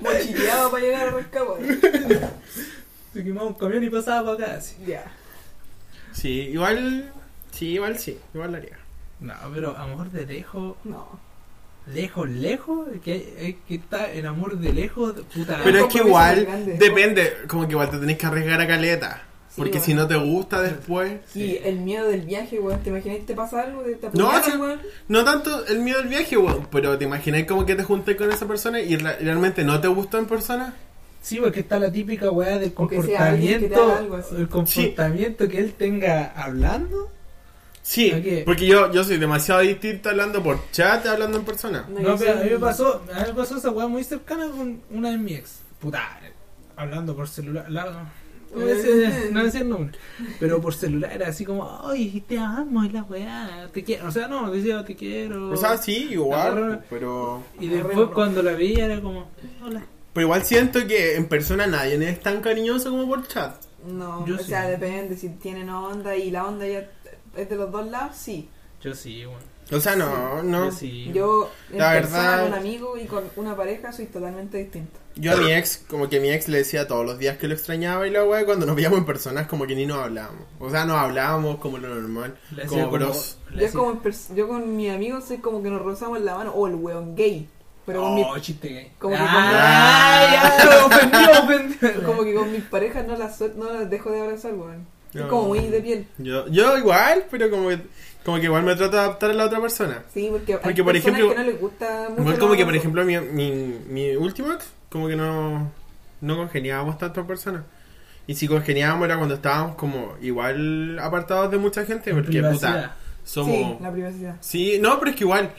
Mochileaba para llegar a Rancagua. Se quemaba un camión y pasaba para acá. Así. Ya. Sí, igual, sí, igual sí, igual lo haría. No, pero amor de lejos, No. lejos, lejos. Que, es que está el amor de lejos, puta. Pero es que compromiso muy igual, grande. depende, como que igual te tenés que arriesgar a caleta, Sí, porque weón. si no te gusta después... Y el miedo del viaje, weón. ¿Te imaginas te pasa algo? ¿Te, te No, apuñalan, sí. weón? No tanto el miedo al viaje, weón, pero te imaginas como que te junté con esa persona y re- realmente no te gustó en persona. Sí, porque está la típica weá del O que sea alguien que te haga algo comportamiento. así. El comportamiento que él tenga hablando. Sí, Ok. porque yo, yo soy demasiado distinto hablando por chat, hablando en persona. No, No, yo pero a soy- mí me pasó, a mí me pasó esa weá muy cercana con una de mis ex. Puta, hablando por celular, largo. No voy a Eh. decir- no voy a decir nombre. Pero por celular era así como, ay, te amo, es la weá, te quiero. O sea, no, decía, te quiero. O sea, sí, igual, Ahora- pero... Y después Arreglo. cuando la veía era como, hola. Pero igual siento que en persona nadie es tan cariñoso como por chat. No, Yo o sí. sea, depende. Si tienen onda y la onda ya es de los dos lados, sí. Yo sí, weón. O sea, no, no. Yo sí. Yo, en La persona, verdad- con un amigo y con una pareja, soy totalmente distinta. Yo a mi ex, como que mi ex le decía todos los días que lo extrañaba y la weá, y cuando nos veíamos en persona es como que ni nos hablábamos. O sea, nos hablábamos como lo normal, Le hacía como como- bros. le Yo, hacía- como en pers- yo con mi amigo soy como que nos rozamos la mano. O el weón gay. Pero con mi Oh, chiste gay. como que con- Ay, Ah. ay, ofendió, ofendió. Como que con mis parejas no las, suel- no las dejo de abrazar, weón. No. Es como muy de piel. Yo, yo igual, pero como que, como que igual me trato de adaptar a la otra persona. Sí, porque hay Porque, por personas ejemplo, que no les gusta mucho. Igual como los que, por abrazos. ejemplo, mi, mi, mi último ex, como que no, no congeniábamos tanto personas. Y si congeniábamos era cuando estábamos como igual apartados de mucha gente, porque Privacidad. puta, somos... Sí, la privacidad. Sí, no, pero es que igual,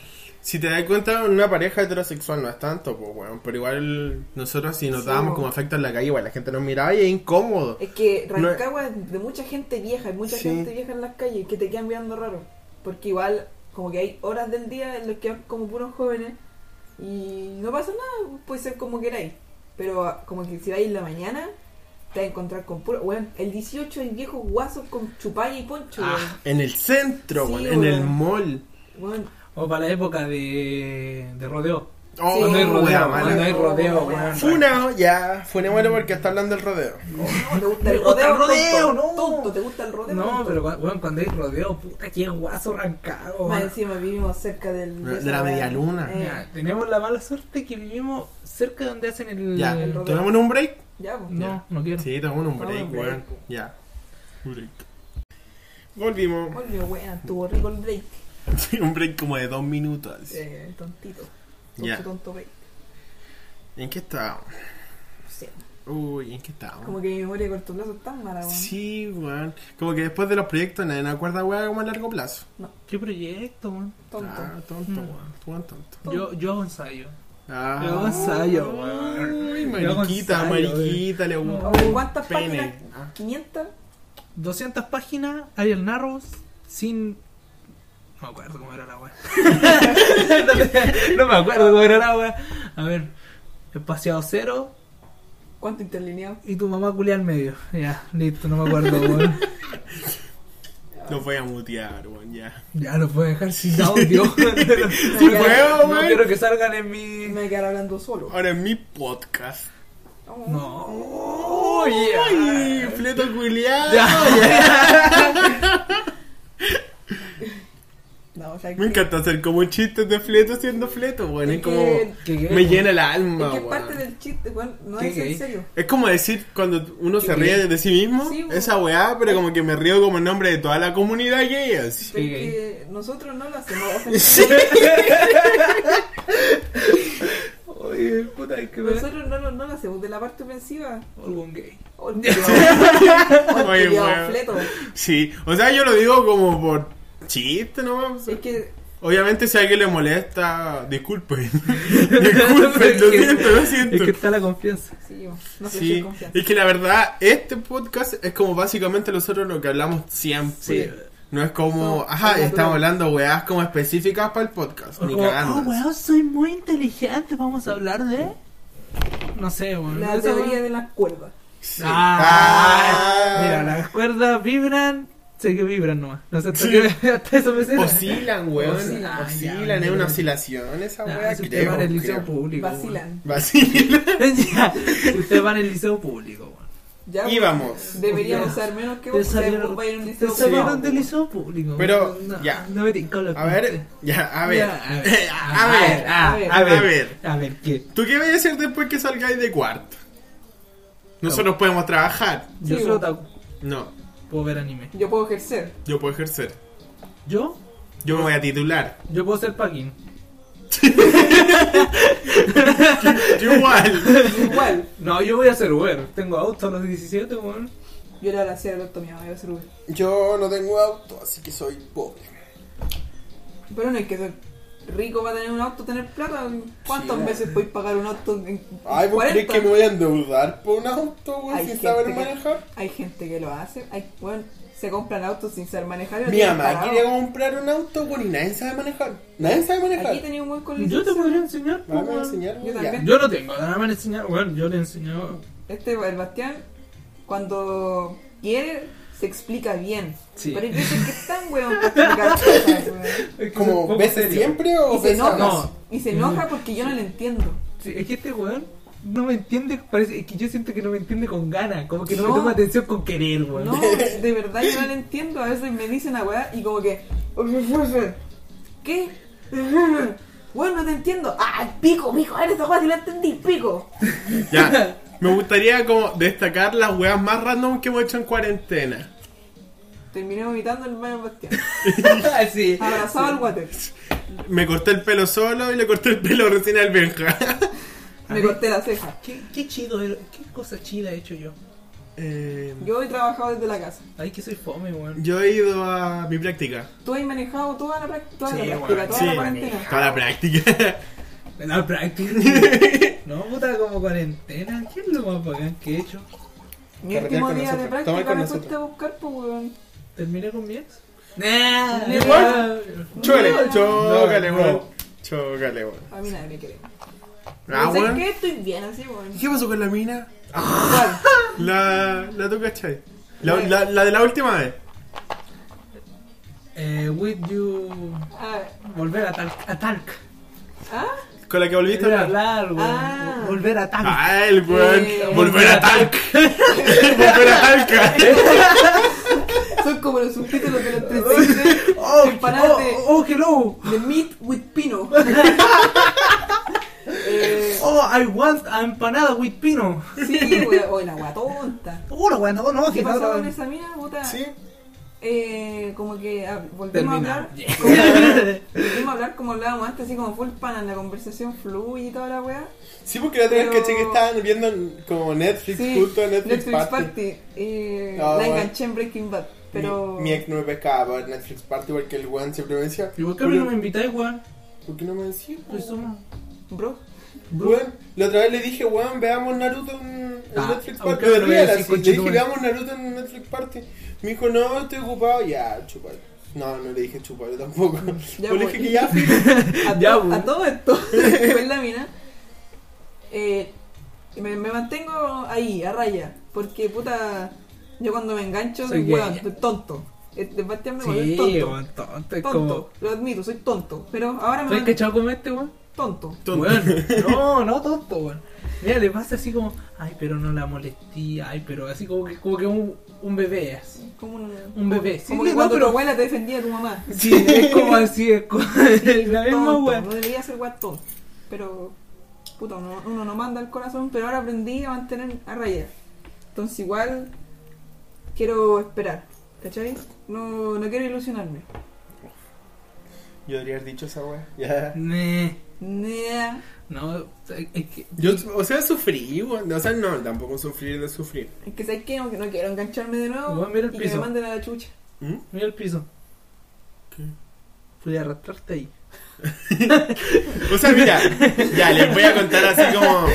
si te das cuenta, una pareja heterosexual no es tanto, pues, bueno, pero igual nosotros si nos Sí, dábamos po. como afecto en la calle, igual la gente nos miraba y es incómodo. Es que No es- Rancagua es de mucha gente vieja, hay mucha Sí. gente vieja en las calles que te quedan mirando raro. Porque igual, como que hay horas del día en las que van como puros jóvenes y no pasa nada, puede ser como queráis. Pero ah, como que si vais en la mañana, te vas a encontrar con puro. Bueno, el 18 hay viejos guasos con chupalla y poncho, Ah. En el centro, Sí, bueno, en el weón. mall. weón. Weón, O para la época de, de rodeo. Oh, Cuando hay wea rodeo, mala. cuando hay rodeo, weón. Funa, ya, funémoslo porque está hablando del rodeo. No, te gusta Me el gusta rodeo, el rodeo, tonto, no. tonto, te gusta el rodeo. No, tonto? pero cua- weón, cuando hay rodeo, puta, qué guaso arrancado. Más weón. encima vivimos cerca del... De esa la weá. medialuna. Eh, Ya, tenemos la mala suerte que vivimos cerca donde hacen el. Ya, Mm. el rodeo. ¿tenemos un break? Ya, pues. No, no quiero. Sí, tomamos un break, Tomamos un weón. break. Ya. Break. Volvimos. Oye, weón, tuvo rico el break. (laughs) Sí, un break como de dos minutos. Eh, tontito. Tonto, Ya. tonto break. ¿En qué estábamos? No sé. Uy, ¿en qué Como estábamos? que mi memoria de corto plazo es tan mala, weón. Oh. Sí, weón. Como que después de los proyectos nadie me acuerda, weón, como a largo plazo. ¿Qué proyecto, weón? Tonto. Ah, tonto, Mm. weón. Tú weón tonto. Yo, yo hago ensayo. Ah, Yo hago ensayo, weón. Ay, Yo hago mariquita, ensayo, mariquita, le No. gusta. Como, ¿Cuántas Pene. páginas? Ah. 500. 200 páginas, hay el narros, sin. No me acuerdo cómo era la weá. (laughs) no me acuerdo cómo era la weá. A ver, espaciado cero ¿Cuánto interlineado? y tu mamá culea al medio. Ya, listo, no me acuerdo, weón. Los voy a mutear, weón, ya. Ya lo puedo dejar sin audio. (laughs) Me Sí, voy a quedar- weón, no weón. quiero que salgan en mi. me voy a quedar hablando solo. Ahora en mi podcast. Oh. No, Ay, ya. fleto culiado. No, o sea, Me encanta hacer como chistes de fleto siendo fleto, weón. Es Es como. que- ¿Qué, qué? Me llena el alma, Es que es weón. parte del chiste, weón. No ¿Qué es en gay? serio. Es como decir cuando uno se ¿Qué? ríe de sí mismo, Sí, weón. esa weá, pero como que me río como en nombre de toda la comunidad gay, así. Pero gay. es que nosotros no lo hacemos. (laughs) Oye, puta, hay que ver. Nosotros no, lo- no lo hacemos de la parte ofensiva. Algún (laughs) gay. Oh, (laughs) (laughs) culiao. Oh, Oye, culiao, weón. fleto. Sí, o sea, yo lo digo como por chiste, ¿no? Es que Obviamente si a alguien le molesta, (laughs) disculpen. (laughs) disculpen, lo siento, lo siento. Es que está la confianza. Sí, no sé si Sí, confianza. es que la verdad, este podcast es como básicamente nosotros lo que hablamos siempre. Sí. No es como, No, ajá, es natural. estamos hablando weas como específicas para el podcast, Oh, ni cagando. soy muy inteligente, vamos a hablar de... No sé, weón. La Esa teoría weón. de las cuerdas. Sí. Ah, Ah. Mira, las cuerdas vibran... Sé que vibran nomás. No sé, hasta, que- (laughs) hasta eso me sé. Oscilan, weón. Oscilan, Oscilan, Ah, ya, ya, es una ya. oscilación esa Ah, wea, si usted creo, va en el liceo creo. público. weón. Vacilan. (laughs) Vacilan. Ya, si usted va en el liceo público, weón. Ya, weón, Íbamos. Deberíamos Ya. usar menos que Te vos. porque vos salieron- vais a ir a un Te liceo salieron privado, del weón. liceo público. Pero, weón. no, ya. No me tincan los A ver, pintes. ya, a ver. Ya, a (laughs) A ver, ver, a ver, a A ver. ver. A ver, ¿qué? ¿Tú qué vais a hacer después que salgáis de cuarto? Nosotros Oh. podemos trabajar. Yo Sí, solo weón. otaku. No, puedo ver anime. Yo puedo ejercer. yo puedo ejercer. ¿Yo? Yo me voy a (laughs) titular. Yo puedo (laughs) ser Paquín. Yo igual. Igual. No, yo voy a ser Uber. Tengo auto a los 17, weón. Yo le abracé al otro mío, voy a hacer Uber. Yo no tengo auto, así que soy pobre. Pero no hay que ser rico para tener un auto, tener plata. ¿Cuántas Sí. veces podéis pagar un auto en en Ay, ¿vos 40? crees que me voy a endeudar por un auto, weón, Hay sin gente saber que- manejar? Hay gente que lo hace. Hay, bueno, se compran autos sin saber manejar. y lo Mi tienen mamá parado. quería comprar un auto, weón, y nadie sabe manejar. Nadie sabe Aquí manejar. tenía un buen con Yo te licencia. podría enseñar, po, Vamos a weón. enseñar, Yo weón, también. Yo no tengo nada más enseñar, weón. Yo le enseño. Este, el Bastián, cuando quiere, se explica bien. Sí. Pero hay veces que es tan weón para explicar cosas, weón. Es que soy un ¿Como poco ves serio. siempre o Y se ves enoja. (laughs) No. Mm. Y se enoja porque yo no le entiendo. Sí, es que este weón no me entiende. Parece, es que yo siento que no me entiende con ganas. Como que no, No. me toma atención con querer, weón. (laughs) No, de verdad yo no le entiendo. A veces me dicen a weá y como que. ¿Qué? (laughs) Bueno, no te entiendo. ¡Ah, pico, mijo! Eres esa weá si la entendí, pico. (laughs) Ya. Me gustaría como destacar las weas más random que hemos hecho en cuarentena. Terminé vomitando el mayor Bastián. sí. Abrazado al water. Me corté el pelo solo y le corté el pelo recién al Benja. (laughs) Me corté la ceja. ¿Qué, qué chido, era- qué cosa chida he hecho yo. Eh, Yo he trabajado desde la casa. Ay, que soy fome, weón. yo he ido a mi práctica. Tú has manejado toda la práctica, toda Sí, la práctica, bueno, toda sí, la cuarentena. Para la práctica. (laughs) En la práctica. (laughs) no, puta, como cuarentena. ¿Qué es lo más bacán que he hecho? Mi Carretear último con día de nosotros. Toma práctica con me nosotros. fuiste a buscar, pues, weón. ¿Terminé con mi ex? Igual. Chócale, No, no. chócale, No, weón. no. Chócale, weón. A mí nadie me quiere. Ah, Pero ¿sabes weón. qué? Estoy bien así, weón. ¿Qué pasó con la mina? Igual. La, la tú cachai. La, la, la de la última vez. Eh, with you. Ah, Volver a Talk. A Talk. ¿Ah? con la que volviste a Volver a hablar. hablar, weón. Ah. Volver a tanque. Ah, el weón. Eh, Volver a Talca. (laughs) Volver a Talca. Son como los subtítulos de los 36 Oh, Disparate. oh, oh, hello. de The Meat with (laughs) Pino. eh, Oh, I want a empanada with pino. sí, wea- o el agua tonta. Hola, weón. No, no, ¿Qué que pasó no. con esa mina, puta? Sí. Eh, como que ah, volvimos a (laughs) Termina. hablar. como- volvimos a hablar como hablábamos antes, así como full pan, la conversación fluye y toda la weá. Sí, porque la otra vez Pero- caché que estaban viendo como Netflix, Sí, justo Netflix, Party. Eh, Ah, la bueno. enganché en Breaking Bad, pero... Mi, mi ex no me pescaba para ver Netflix Party, igual que el weón siempre me decía. ¿Y por qué a mí no me invitáis, weón? ¿Por qué no me decís? Pues somos. Bro, Weón, la otra vez le dije, weón, veamos Naruto en, en Ah, Netflix aunque Party. De no le real, decís, así. Le dije, conchetumare. veamos Naruto en Netflix Party. Me dijo, no, estoy ocupado. Ya, chupalo. No, no le dije chupalo tampoco. Ya, Yo le pues. dije que ya, (laughs) (laughs) a, Ya, to- pues. a todo esto, (laughs) fue la mina. Eh, me, me mantengo ahí, a raya, porque puta, yo cuando me engancho soy Soy un gay. weón, soy tonto. Eh, Sebastián me Sí, volvió tonto. weón, tonto. Es como. Tonto, lo admito, soy tonto, pero ahora me ¿Sabes mantengo qué chavo con este, weón? tonto. (laughs) Weón, no, no tonto, weón. Mira, le pasa así como, ay, pero no la molesté, ay, pero así como que, como que un, un bebé, (laughs) así. Como un, Un bebé. Sí, como que no, cuando pero- tu abuela te defendía a tu mamá. Sí, es como así, es como (laughs) la misma Tonto, weón. No debería ser guatón. Pero, puta, uno, uno no manda el corazón, pero ahora aprendí a mantener a raya. Entonces, igual quiero esperar. ¿Cachai? No, no quiero ilusionarme. (laughs) Yo debería haber dicho esa weá. Ya. Nah, Nea. No, es que. (laughs) Yo, o sea, sufrí, weón. O sea, no, tampoco sufrir de sufrir. Es que sabes que no, no quiero engancharme de nuevo Weón, mira el y que piso. me manden a la chucha. ¿Mm? Mira el piso. ¿Qué? Fui a arrastrarte ahí. O sea, mira, ya les voy a contar así como.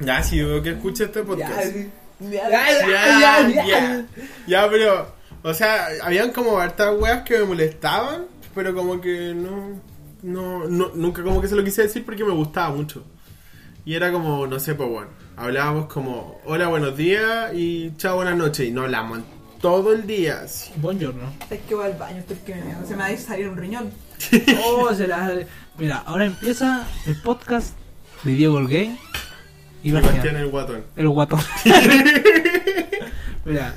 Ya, si veo que escucha este podcast. Ya, ya, ya. Ya, pero. O sea, habían como hartas weas que me molestaban, pero como que no. No, no, nunca como que se lo quise decir porque me gustaba mucho. Y era como, no sé, pues bueno, hablábamos como, hola, buenos días y chao, buenas noches. Y no hablamos en todo el día. así. Buongiorno. Sabes que voy al baño, estoy que me meo, se me va a salir un riñón. Oh, se la. Mira, ahora empieza el podcast de Diego el Gay y Y Bastián Bastián. el guatón. El guatón. (laughs) Mira,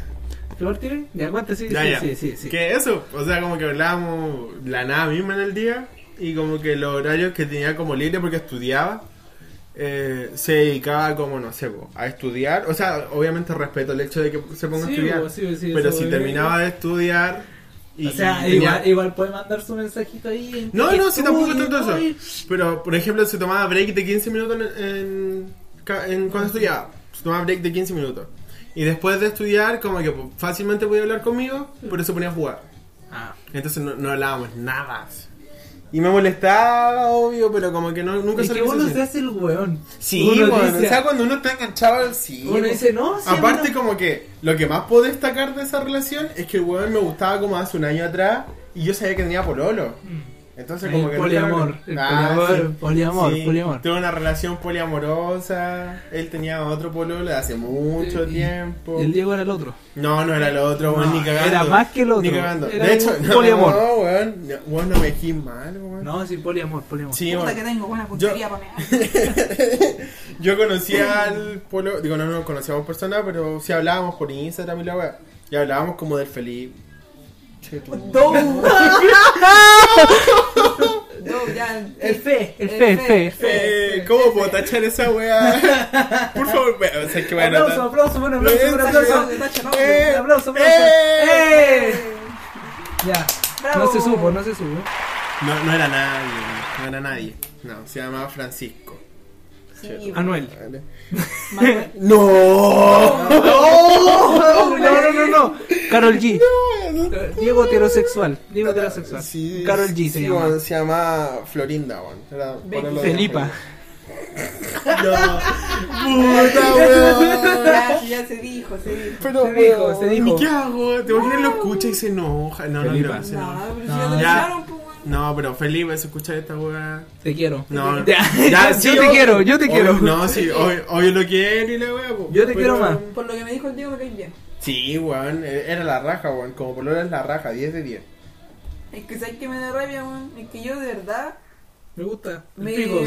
¿te partiré? Ya, aguanta, sí, Ya, sí, ya. sí, sí, sí. Que eso, o sea, como que hablábamos la nada misma en el día y como que los horarios que tenía como libre porque estudiaba, eh, se dedicaba como, no sé, po, a estudiar. O sea, obviamente respeto el hecho de que se ponga a Sí, estudiar, bo, sí, sí, pero eso, si eh, terminaba de estudiar y O sea, tenía- igual, igual puede mandar su mensajito ahí. en No, que no, sí, tampoco estudie, tanto eso. oye. Pero, por ejemplo, se tomaba break de 15 minutos en, en, ca- en cuando estudiaba. Se tomaba break de 15 minutos. Y después de estudiar, como que pues, fácilmente podía hablar conmigo, pero se ponía a jugar. Ah, Entonces no, no hablábamos nada. Y me molestaba, obvio, pero como que no, nunca es se que lo uno quise se decir. hace el weón. Sí, uno bueno, dice- o sea, cuando uno está enganchado, sí. uno bueno. dice, no, sí, Aparte, hermano. como que lo que más puedo destacar de esa relación es que el weón me gustaba como hace un año atrás y yo sabía que tenía pololo. Entonces, como El que. Mm. Ah, poliamor, el poliamor, poliamor, poliamor. Tuve una relación poliamorosa. Él tenía otro pololo de hace mucho Y- y- tiempo. El Diego era el otro. No, no era el otro, weón, No, ni cagando. era más que el otro. Ni cagando. Era de hecho, un no, poliamor. no, weón, no, weón, no me dijiste mal, weón. No, sí, poliamor, poliamor. Sí, Puta weón. que tengo buena puntería para (laughs) mear. Yo conocí al polo, digo, no nos conocíamos persona, pero sí hablábamos por Instagram y la weá. Y hablábamos como del Felipe. Dou. (laughs) Dou, ya. El fe, El el fe, el fe. fe. el fe. Eh, ¿Cómo puedo tachar esa weá? Por favor, weá, o sea, que bueno. Aplauso, aplauso, bueno, aplauso, bueno, aplauso. Tacho, tacho, no, Eh, aplauso, aplauso. eh. ¡Eh! Ya. Bravo. No se supo, no se supo. No, no era nadie, no era nadie. No, se llamaba Francisco. Sí, Anuel. Vale. Manuel. ¡No! No, no, no, no. Carol G. Oh, Eh, no. Diego heterosexual. Diego heterosexual. Sí, Carol G se sí, llama. weón, se llama Florinda, weón. Era ponerlo de- Felipa. No. (laughs) Puta, weón. Ya, ya se dijo, se dijo. Pero, Se dijo, weón, se dijo. ¿y ¿Qué hago? ¿Te imaginas lo escucha y se enoja? No, no, Felipa. creo que se enoja. No, pero si No, ya lo ya. echaron, pues, weón. No, pero Felipe, se escucha esta weá. Te quiero. No, (laughs) Ya, yo sí, te obvio- quiero, yo te obvio- quiero. No, sí, obvio, obvio lo quiero y la weá. po. Yo te quiero más. Por lo que me dijo el Diego me caí bien. Sí, weón, eh, era la raja, weón. Como por lo menos la raja, 10 de 10. Es que sabes que me da rabia, weón. Es que yo de verdad Me gusta. el Me... pico.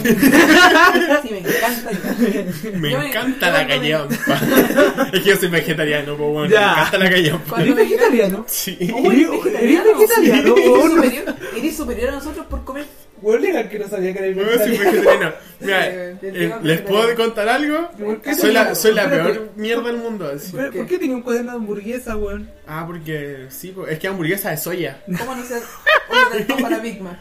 sí, me encanta. Me Yo me- encanta yo cuando la me- gallampa. (laughs) es que yo soy vegetariano, pues bueno, Ya. me encanta la gallampa. Cuando ¿Eres me digan, (laughs) vegetariano? (laughs) Sí. (laughs) "Oh, eres ¿Eres- vegetariano, eres vegetariano, sí, weón? eres superior- Eres superior a nosotros por comer. Huevo legal que no sabía que era No, yo soy vegetariano. vegetariano. Mira, Eh, eh, ¿les puedo contar algo? ¿Por qué Soy la, tenía- soy la espérate, peor mierda del mundo. así. espérate, ¿Por qué tenía un cuaderno de hamburguesa, weón? Ah, porque sí, pues, es que hamburguesa de soya. ¿Cómo no seas una del top para Big Mac?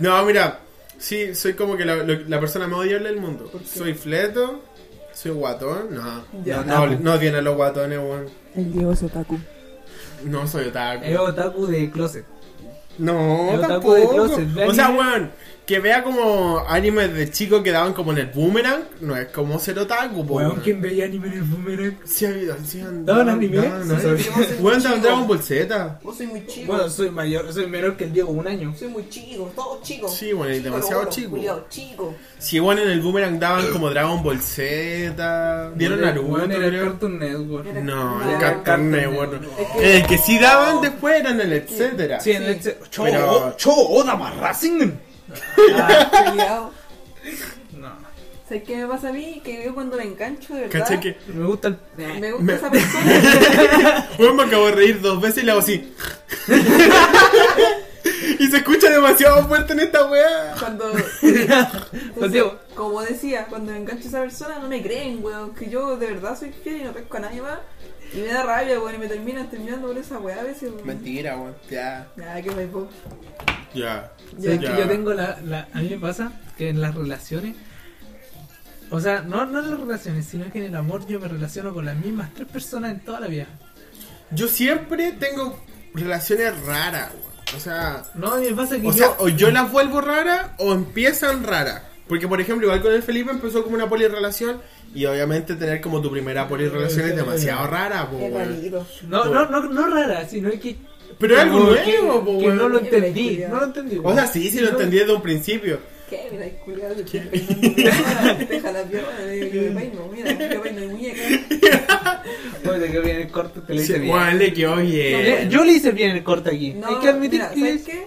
No, mira, sí, soy como que la, lo- la persona más odiable del mundo. ¿Por qué? Soy fleto, soy guatón. No, Ya. no, no, no tiene los guatones, weón. El Diego es otaku. No soy otaku. Es Eh, otaku de closet. No, Pero tampoco. tampoco de closet, ve o sea, anime. weón, que vea como animes de chicos que daban como en el boomerang, no es como ser otaku, po, Weón, weón. ¿quién veía anime en el boomerang? Sí, había- sí, han- ¿Daban anime? daban, Sí, ¿no? sabía. Weón, daban Chico. Dragon Ball Z. Vos soy muy chico. Bueno, soy mayor, soy menor que el Diego, un año. Soy muy chico, todo chico. Sí, bueno, y Chico, demasiado lo chico. culiao, chico. Sí, weón, en el boomerang daban como Dragon Ball Z. Dieron Naruto, Weón, era el creo. Cartoon Network. Era- No, no, el era Cartoon Cartoon Network. Network. Es que- El que sí daban después eran el etcétera. Sí, en Sí. el... ¡Cho! Pero- ¡Cho! ¡Oda más Racing! Ah, culiao. No. ¿Sabes qué me pasa a mí? Que yo cuando me engancho, de verdad, ¿Cachai que? Me gusta el... me gusta Me- esa persona. Weón, me acabo de reír dos veces y le hago así. (laughs) y se escucha demasiado fuerte en esta weá. cuando, Pues, Diego, como decía, cuando me engancho a esa persona, no me creen, weón. Que yo de verdad soy fiel y no pesco a nadie más. Y me da rabia, weón. Y me terminan terminando por esa weá a veces, weón. Mentira, weón. Ya. Nada, que me puedo. Ya. ¿sabes que yo tengo la, la... A mí me pasa que en las relaciones... O sea, no, no en las relaciones, sino que en el amor yo me relaciono con las mismas tres personas en toda la vida. Yo siempre tengo relaciones raras, weón. O sea, No, a mí me pasa que o yo... sea, o yo las vuelvo raras o empiezan raras. Porque, por ejemplo, igual con el Felipe empezó como una polirrelación y obviamente tener como tu primera polirrelación es demasiado rara, po, Qué weón. rarito. No, no, no, no rara, sino que... Pero es algo como que- nuevo, po, que no lo weón. entendí, no lo entendí. O sea, sí, sí lo No- entendí desde un principio. ¿Qué? Mira, el culiao se está peinando. Mira, Deja la pierna, de que me peino. Mira, que peino el muñeca. Oye, que bien el corte te lo hice Sí, bien. Weón, le quedó bien. Eh, Yo le hice bien el corte aquí. No, Hay que admitir mira, que ¿sabes qué?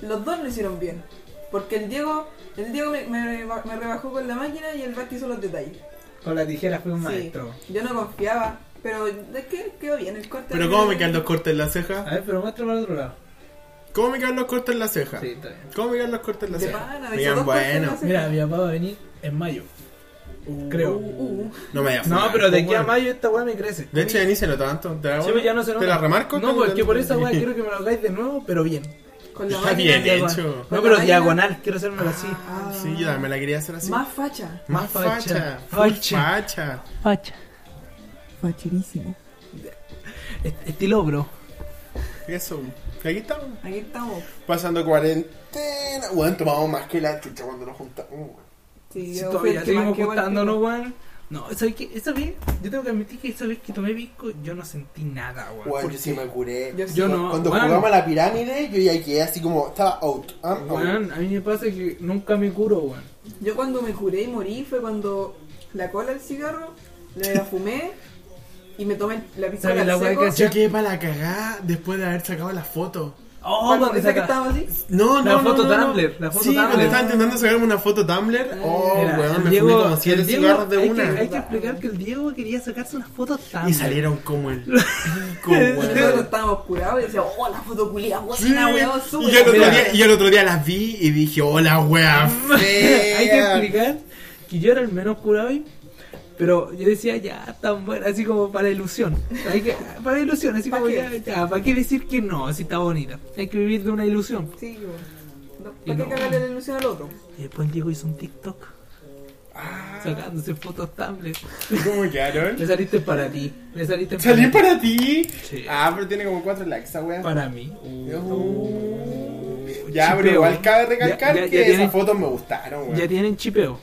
Los dos lo hicieron bien. Porque el Diego, el Diego me, me- me rebajó con la máquina y el Basti hizo los detalles. con la tijera fue un Sí, maestro. yo no confiaba, pero es que quedó bien el corte. Pero ¿cómo me quedan los cortes en la ceja? A ver, pero muestra para el otro lado. ¿Cómo me quedan los cortes en la ceja? Sí, está bien. ¿Cómo me quedan los cortes en la De ceja? pana, Me hizo quedan dos cortes en la buenos. ceja. Mira, mi papá va a venir en mayo. Creo. Uh, uh. No me digas. No, pero de aquí a Bueno. mayo esta weá me crece. De hecho, ya ni se nota tanto. ¿Te la, Sí, pues ya no se nota. ¿Te la remarco? No, porque por (laughs) esa weá quiero que me lo hagáis de nuevo, pero bien. Con la Está máquina. bien ya, hecho. Con No, la pero vaina. diagonal, quiero hacérmelo así. Ah, Sí, yo también me la quería hacer así. Más facha. Más Más facha. facha. Full Facha. facha. Facha. Facherísimo. Est- Estilo bro. Eso. Y aquí estamos. Aquí estamos. Pasando cuarentena. Bueno, tomamos más que la chucha cuando nos juntamos. weón. Sí, Si yo fui el todavía que más seguimos que juntándonos, partió. weón. No, ¿sabes qué? Esa vez, yo tengo que admitir que esa vez que tomé pisco, yo no sentí nada, weón. Weón, Porque- yo sí me curé. Yo sí. Yo no, Cuando weón. jugamos a la pirámide, yo ya quedé así como. Estaba out. I'm out. Weón, a mí me pasa que nunca me curo, weón. Yo cuando me curé y morí fue cuando la cola del cigarro, le la fumé y me tomé la pistola ¿Sabes la al weá seco. que hacía? Yo quedé para la cagada después de haber sacado la foto. Oh, Cuando pensé que estaba así. No, no, La no, foto no, no. Tumblr, la foto sí, cuando Tumblr. Eh, estaba intentando sacarme una foto Tumblr. Oh, Mira, weón, me Diego- fumé como siete el Diego- cigarros de hay una. Que, hay que explicar que el Diego quería sacarse unas fotos tan. Y salieron como (laughs) el pico, weón. Nosotros estábamos curados y decíamos, oh, la foto culia, Sí. buena, weón, Y yo el súper. otro Mira. día- y yo el otro día las vi y dije, hola, wea (laughs) fea. hay que explicar que yo era el menos curado ahí. Pero yo decía, ya, tan bueno, así como para ilusión. Hay que, para ilusión, así ¿Pa como qué? ya, ya, ¿para qué decir que no? Si está bonita. Hay que vivir de una ilusión. Sí, weón. No, Y ¿Para qué no. cagarle la ilusión al otro? Y después el Diego hizo un TikTok sacándose fotos Tumblr. ¿Cómo quedaron? Le saliste para ti. Le saliste Salí para para ti. Sí. Ah, pero tiene como 4 likes esa wea. Para mí. Uh. Ya, pero Chipeo. igual cabe recalcar Ya- ya- ya que tiene- esas fotos me gustaron, Ya weón. tienen chipeo.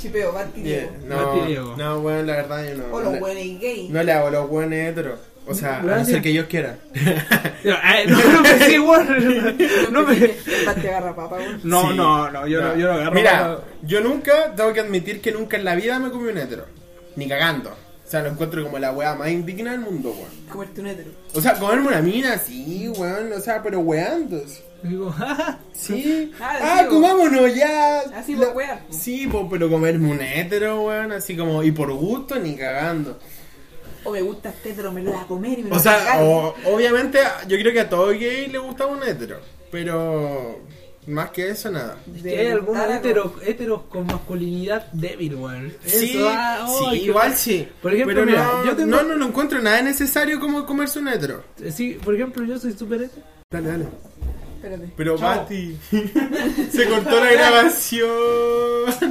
Chipeo, Bati, Yeah, Diego. Mati No, Diego. no, weón, la verdad yo no. O Le- los weones gay. No le hago los buenos hetero. O sea, a no Gracias. ser que ellos quieran. (laughs) No, eh, no, no me sí, weón. No me. El Basti agarra papa, weón. No, Sí. no, no, yo no, yo no agarro. Mira, yo nunca, tengo que admitir que nunca en la vida me comí un hetero. Ni cagando. O sea, lo encuentro como la weá más indigna del mundo, weón. Comerte un hétero. O sea, comerme una mina, sí, weón. O sea, pero weando. Y digo, (laughs) "Ja, ja". Sí. Ah, Ah, sí, po. comámonos ya. Así, La- pues, weá. Sí, po, pero comerme un hétero, weón. Así como, y por gusto ni cagando. O me gusta este hétero, me lo voy a comer y me lo voy O a sea, cagar. o- obviamente yo creo que a todo gay le gusta un hétero, pero más que eso nada. De Es que este, hay algunos gustar a- héteros, héteros con masculinidad débil, weón. Sí, Eso, ah, oh, sí, qué igual sí. Por ejemplo, pero mira, no, yo tengo- no, no, no encuentro nada necesario como comerse un hétero. guay. Sí, por ejemplo, yo soy súper hétero. Dale, dale. Espérate. Pero Chao. Bati, (laughs) se cortó la (laughs) grabación.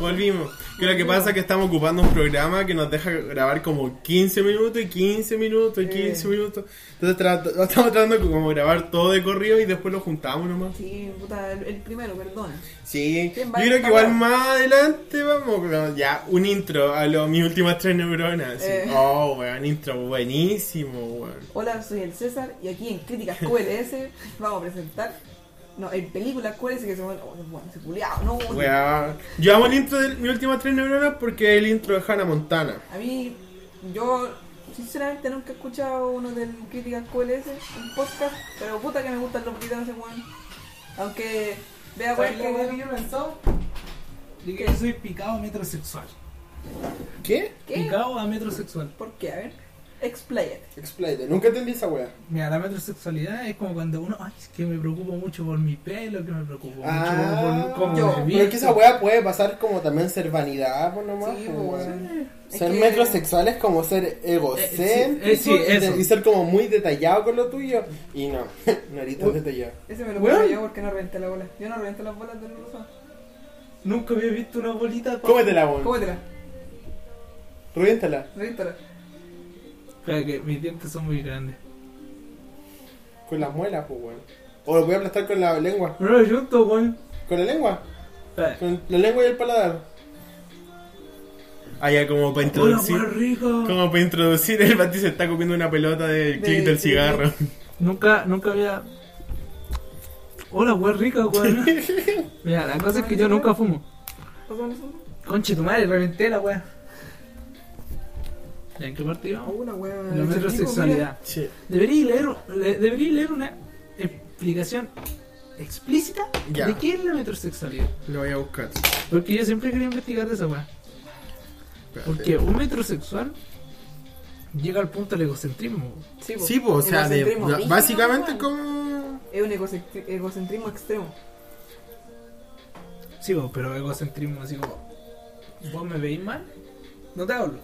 Volvimos. Que lo que pasa es que estamos ocupando un programa que nos deja grabar como 15 minutos y 15 minutos y 15 Eh. minutos. Entonces trato- estamos tratando como grabar todo de corrido y después lo juntamos nomás. Sí, puta, el, el primero, perdona. Sí, yo ¿Quién va a creo que esta igual weá? más adelante vamos con ya un intro a lo, mis últimas tres neuronas. así. Eh. Oh, weón, intro buenísimo, weón. Hola, soy el César y aquí en Críticas QLS vamos a presentar. No, en películas QLS que se van. Oh, bueno, se culiao, no. sí. Weón. Yo amo el intro de mis últimas tres neuronas porque es el intro de Hannah Montana. A mí, yo sinceramente nunca he escuchado uno del Críticas QLS, un podcast, pero puta que me gustan los videos de ese weón. Aunque vea weón ¿Sabes que qué, weón, que weón. yo pensaba? De que Ah, ¿Qué? yo soy picado metrosexual. ¿Qué? ¿Qué? Picado a metrosexual. ¿Por qué? A ver, expláyate. Explícate, nunca entendí esa weá. Mira, la metrosexualidad es como cuando uno, ay, es que me preocupo mucho por mi pelo, que me preocupo Ah, mucho por cómo yo. me Pero visto. weá puede pasar como también ser vanidad, por nomás. Sí, po, pues, weón. Es Ser que- metrosexual es como ser egocéntrico Eh, sí, eh, sí, y de- eso. y ser como muy detallado con lo tuyo. Y no, (laughs) no ahorita es Uy. detallado. Ese me lo Weón. pongo yo porque no reventé la bola. Yo no reventé las bolas del ruso. Nunca había visto una bolita. pa- Cómetela, weón. Cómetela, Reviéntala. revíntala. Espera, que mis dientes son muy grandes. Con las muelas, pues, weón. O lo voy a aplastar con la lengua. No lo junto, weón. ¿Con la lengua? Espera. Con la lengua y el paladar. Ah, ya, como para Hola, introducir. weón, rico. Como para introducir, el Bati se está comiendo una pelota del De- clic del sí. cigarro. Nunca, nunca había. Hola, weón rica, weón. Mira, la cosa es que yo nunca fumo. Pásame eso. Conche tu madre, reventé la weá. ¿Ya en qué parte íbamos? Ah, Una weá. pues, La metrosexualidad. Sí. Debería leer, le- debería leer una explicación explícita Ya. de qué es la metrosexualidad. Lo voy a buscar. Porque yo siempre quería investigar de esa weá. Porque un metrosexual llega al punto del egocentrismo. Sí, Sí, pues, o sea, de- Egocentrismo ba- brígido, básicamente weón. como... Es un egocentri- egocentrismo extremo. Sí, bo, pero egocentrismo así como. ¿Vos me veis mal? No te hablo.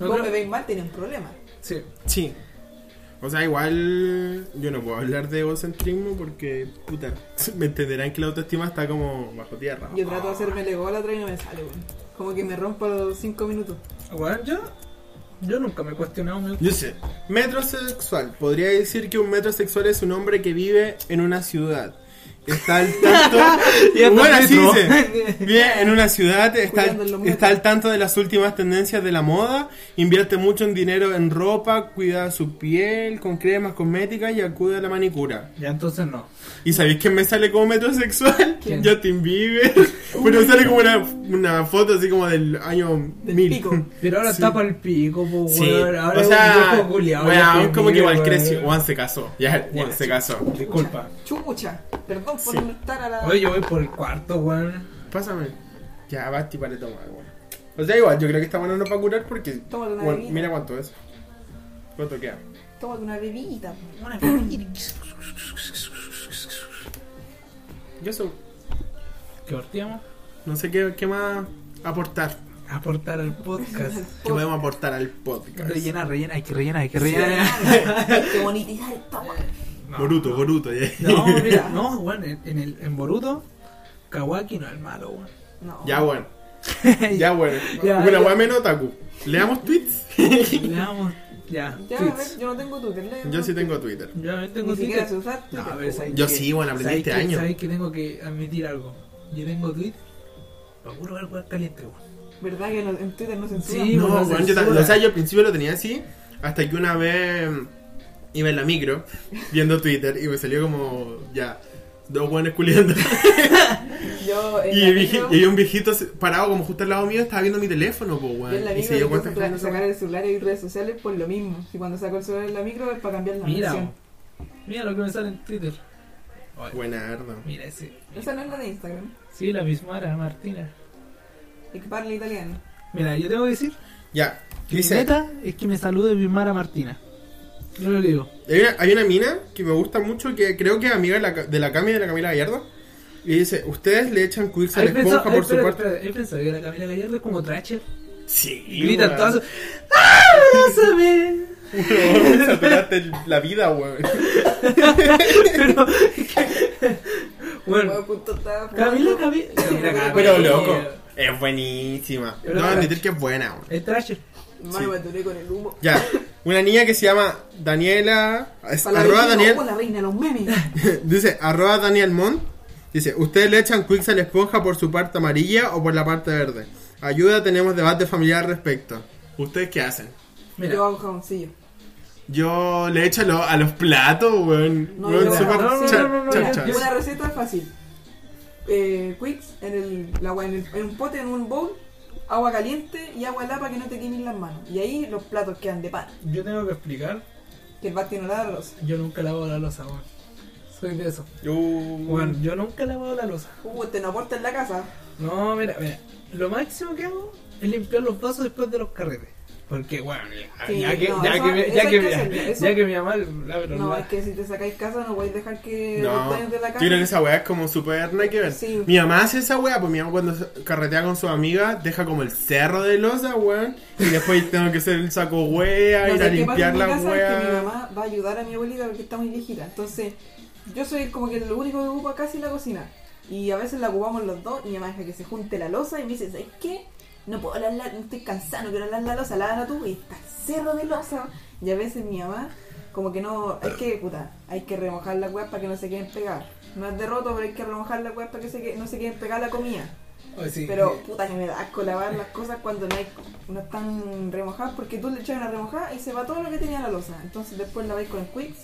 No Vos creo- me veis mal, tenés un problema. Sí. Sí. O sea, igual yo no puedo hablar de egocentrismo porque, puta, (laughs) me entenderán que la autoestima está como bajo tierra. Yo trato de hacerme el ególatra y no me sale, weón. Como que me rompo a los 5 minutos. Bueno, yo. Yo nunca me he cuestionado mi. Yo sé. Metrosexual. Podría decir que un metrosexual es un hombre que vive en una ciudad. Está al (laughs) tanto. bueno, así dice. Bien, en una ciudad está, Cuidando en lo muerto. está al tanto de las últimas tendencias de la moda, invierte mucho en dinero en ropa, cuida su piel con cremas cosméticas y acude a la manicura. Ya entonces no. ¿Y sabéis quién me sale como metrosexual? ¿Quién? (laughs) Justin Bieber. Pero sale como una, una foto así como del año Del 1000. (laughs) pico. Pero ahora Sí. está para el pico, po, weón. Sí, Ahora o es un sea, viejo culiao, ya weón, como que igual weón. creció. este Juan se casó, ya, Juan Ya, se casó. Disculpa. Chucha. Perdón por Sí. inventar a la. Oye, yo voy por el cuarto, weón. Pásame. Ya, Basti para tomar, weón. O sea, igual, yo creo que está bueno no para curar porque. Tómate una weón, bebida. mira cuánto es. ¿Cuánto queda? Tómate una bebida. Una- Yo eso, ¿Qué partíamos? no sé qué, qué más aportar. Aportar al podcast. ¿Qué podemos aportar al podcast? Rellena, rellena, hay que rellenar, hay que rellenar. Qué bonitizar esta weá. Boruto, Boruto, ya. (laughs) No, mira, no, weón, en, en el, en Boruto, Kawaki no es el malo, weón. No. Ya, (laughs) bueno. Ya, bueno. Ya, Una ya. weá menos otaku. ¿Leamos (laughs) tweets? Veamos, ya. Ya, a ver, yo no tengo Twitter. léelo. Yo sí tengo Twitter. Yo también tengo Ni siquiera sé Twitter. usar No, Twitter. a ver, weón. ¿sabes Yo qué? sí, bueno, aprendí ¿Sabes este qué? año. ¿Sabes que tengo que admitir algo? Yo tengo Twitter para puro ver weón caliente, weón. ¿Verdad que no- en Twitter no se Sí, No, bueno, weón, yo, ta- censura. o sea, yo al principio lo tenía así, hasta que una vez mm, iba en la micro viendo Twitter y me salió como ya Dos buenos culiando. Yo (laughs) en Y, la el vieji- micro- y había un viejito se- parado como justo al lado mío, estaba viendo mi teléfono, po, yo en la weón. Y micro se dio empiezo a cuenta que estaba pla- en esa sacar el celular y redes sociales por lo mismo. Si cuando saco el celular en la micro es para cambiar la Mira, versión. bo. mira lo que me sale en Twitter. weá. Buena arda. Mira ese. Esa no es la de Instagram. Sí, la Bismara Martina. Y que parla italiano. Mira, yo tengo que decir Ya, que mi dice, meta es que me salude Bismara Martina. Yo lo digo. hay una, hay una mina que me gusta mucho, que creo que es amiga de la, Ca- de la Cami y de la Camila Gallardo. Y dice, ustedes le echan quirks a la Ahí pensaba- esponja ahí, por su espérate, parte. espérate, ahí pensaba que la Camila Gallardo es como Tracher. Sí, Y gritan weón. (laughs) todas. su- ¡Abrázame! (laughs) Weón, saturaste el- la vida, weón. Pero. (laughs) bueno, Bueno, justo estaba fumando. Camila, Camila. Camila, Camila. eh, Pero loco, es buenísima. Pero No, loca. admitir que es buena, weón. Es Tracher. Mano, me aturé con el humo. Ya, una niña que se llama Daniela. es- Para la arroba vecina, Daniel. como la reina de los memes. (laughs) dice, arroba Daniel Mon. Dice, ustedes le echan quicks a la esponja por su parte amarilla o por la parte verde. Ayuda, tenemos debate familiar al respecto. ¿Ustedes qué hacen? Mira. Yo hago jaboncillo. Yo le echo a, lo- a los platos, weón. No, Weón, yo- súper no, no, cha- no, no, no, cha- ya, cha- yo- Una receta fácil. Eh, Quicks en, el, la agua- en, el- en un pote, en un bowl, agua caliente y agua helada para que no te quemen las manos. Y ahí los platos quedan de pan. Yo tengo que explicar. Que el bar tiene la rosa. Yo nunca lavo la losa, weón. Soy de eso. Uh, Bueno, yo nunca he lavado la losa. Uh, te no aporta en la casa. No, mira, mira. Lo máximo que hago es limpiar los vasos después de los carretes. Porque, bueno, ya, Sí, ya que, no, ya eso- que, me- eso ya hay que, que me- hacerlo, eso- ya que mi mamá lava los No, la- es que si te sacáis casa no podéis dejar que los No, dueños de la yo casa. creo que esa weá es como súper nada que ver. Sí. Mi mamá hace esa weá, pues mi mamá cuando se- carretea con su amiga, deja como el cerro de losa, weón. Y después (laughs) tengo que hacer el saco wea, No, ir sé a qué pasa limpiar en mi la casa es que mi wea. mamá va a ayudar a mi abuelita porque está muy viejita. Entonces, yo soy como que lo único que ocupa casi la cocina. Y a veces la ocupamos los dos y mi mamá deja que se junte la losa y me dice, ¿sabes qué? No puedo hablar, la- estoy cansada, no quiero hablar la losa, lávala tú y está cerro de losa. Y a veces mi mamá, como que no, hay que, puta, hay que remojar las weas para que no se queden pegadas. No es de roto, pero hay que remojar las weas para que se que- no se queden pegadas la comida. Oye, sí, Pero puta que me da asco lavar las cosas cuando no, hay, no están remojadas porque tú le echas una remojada y se va todo lo que tenía la losa. Entonces después la vais con el Quicks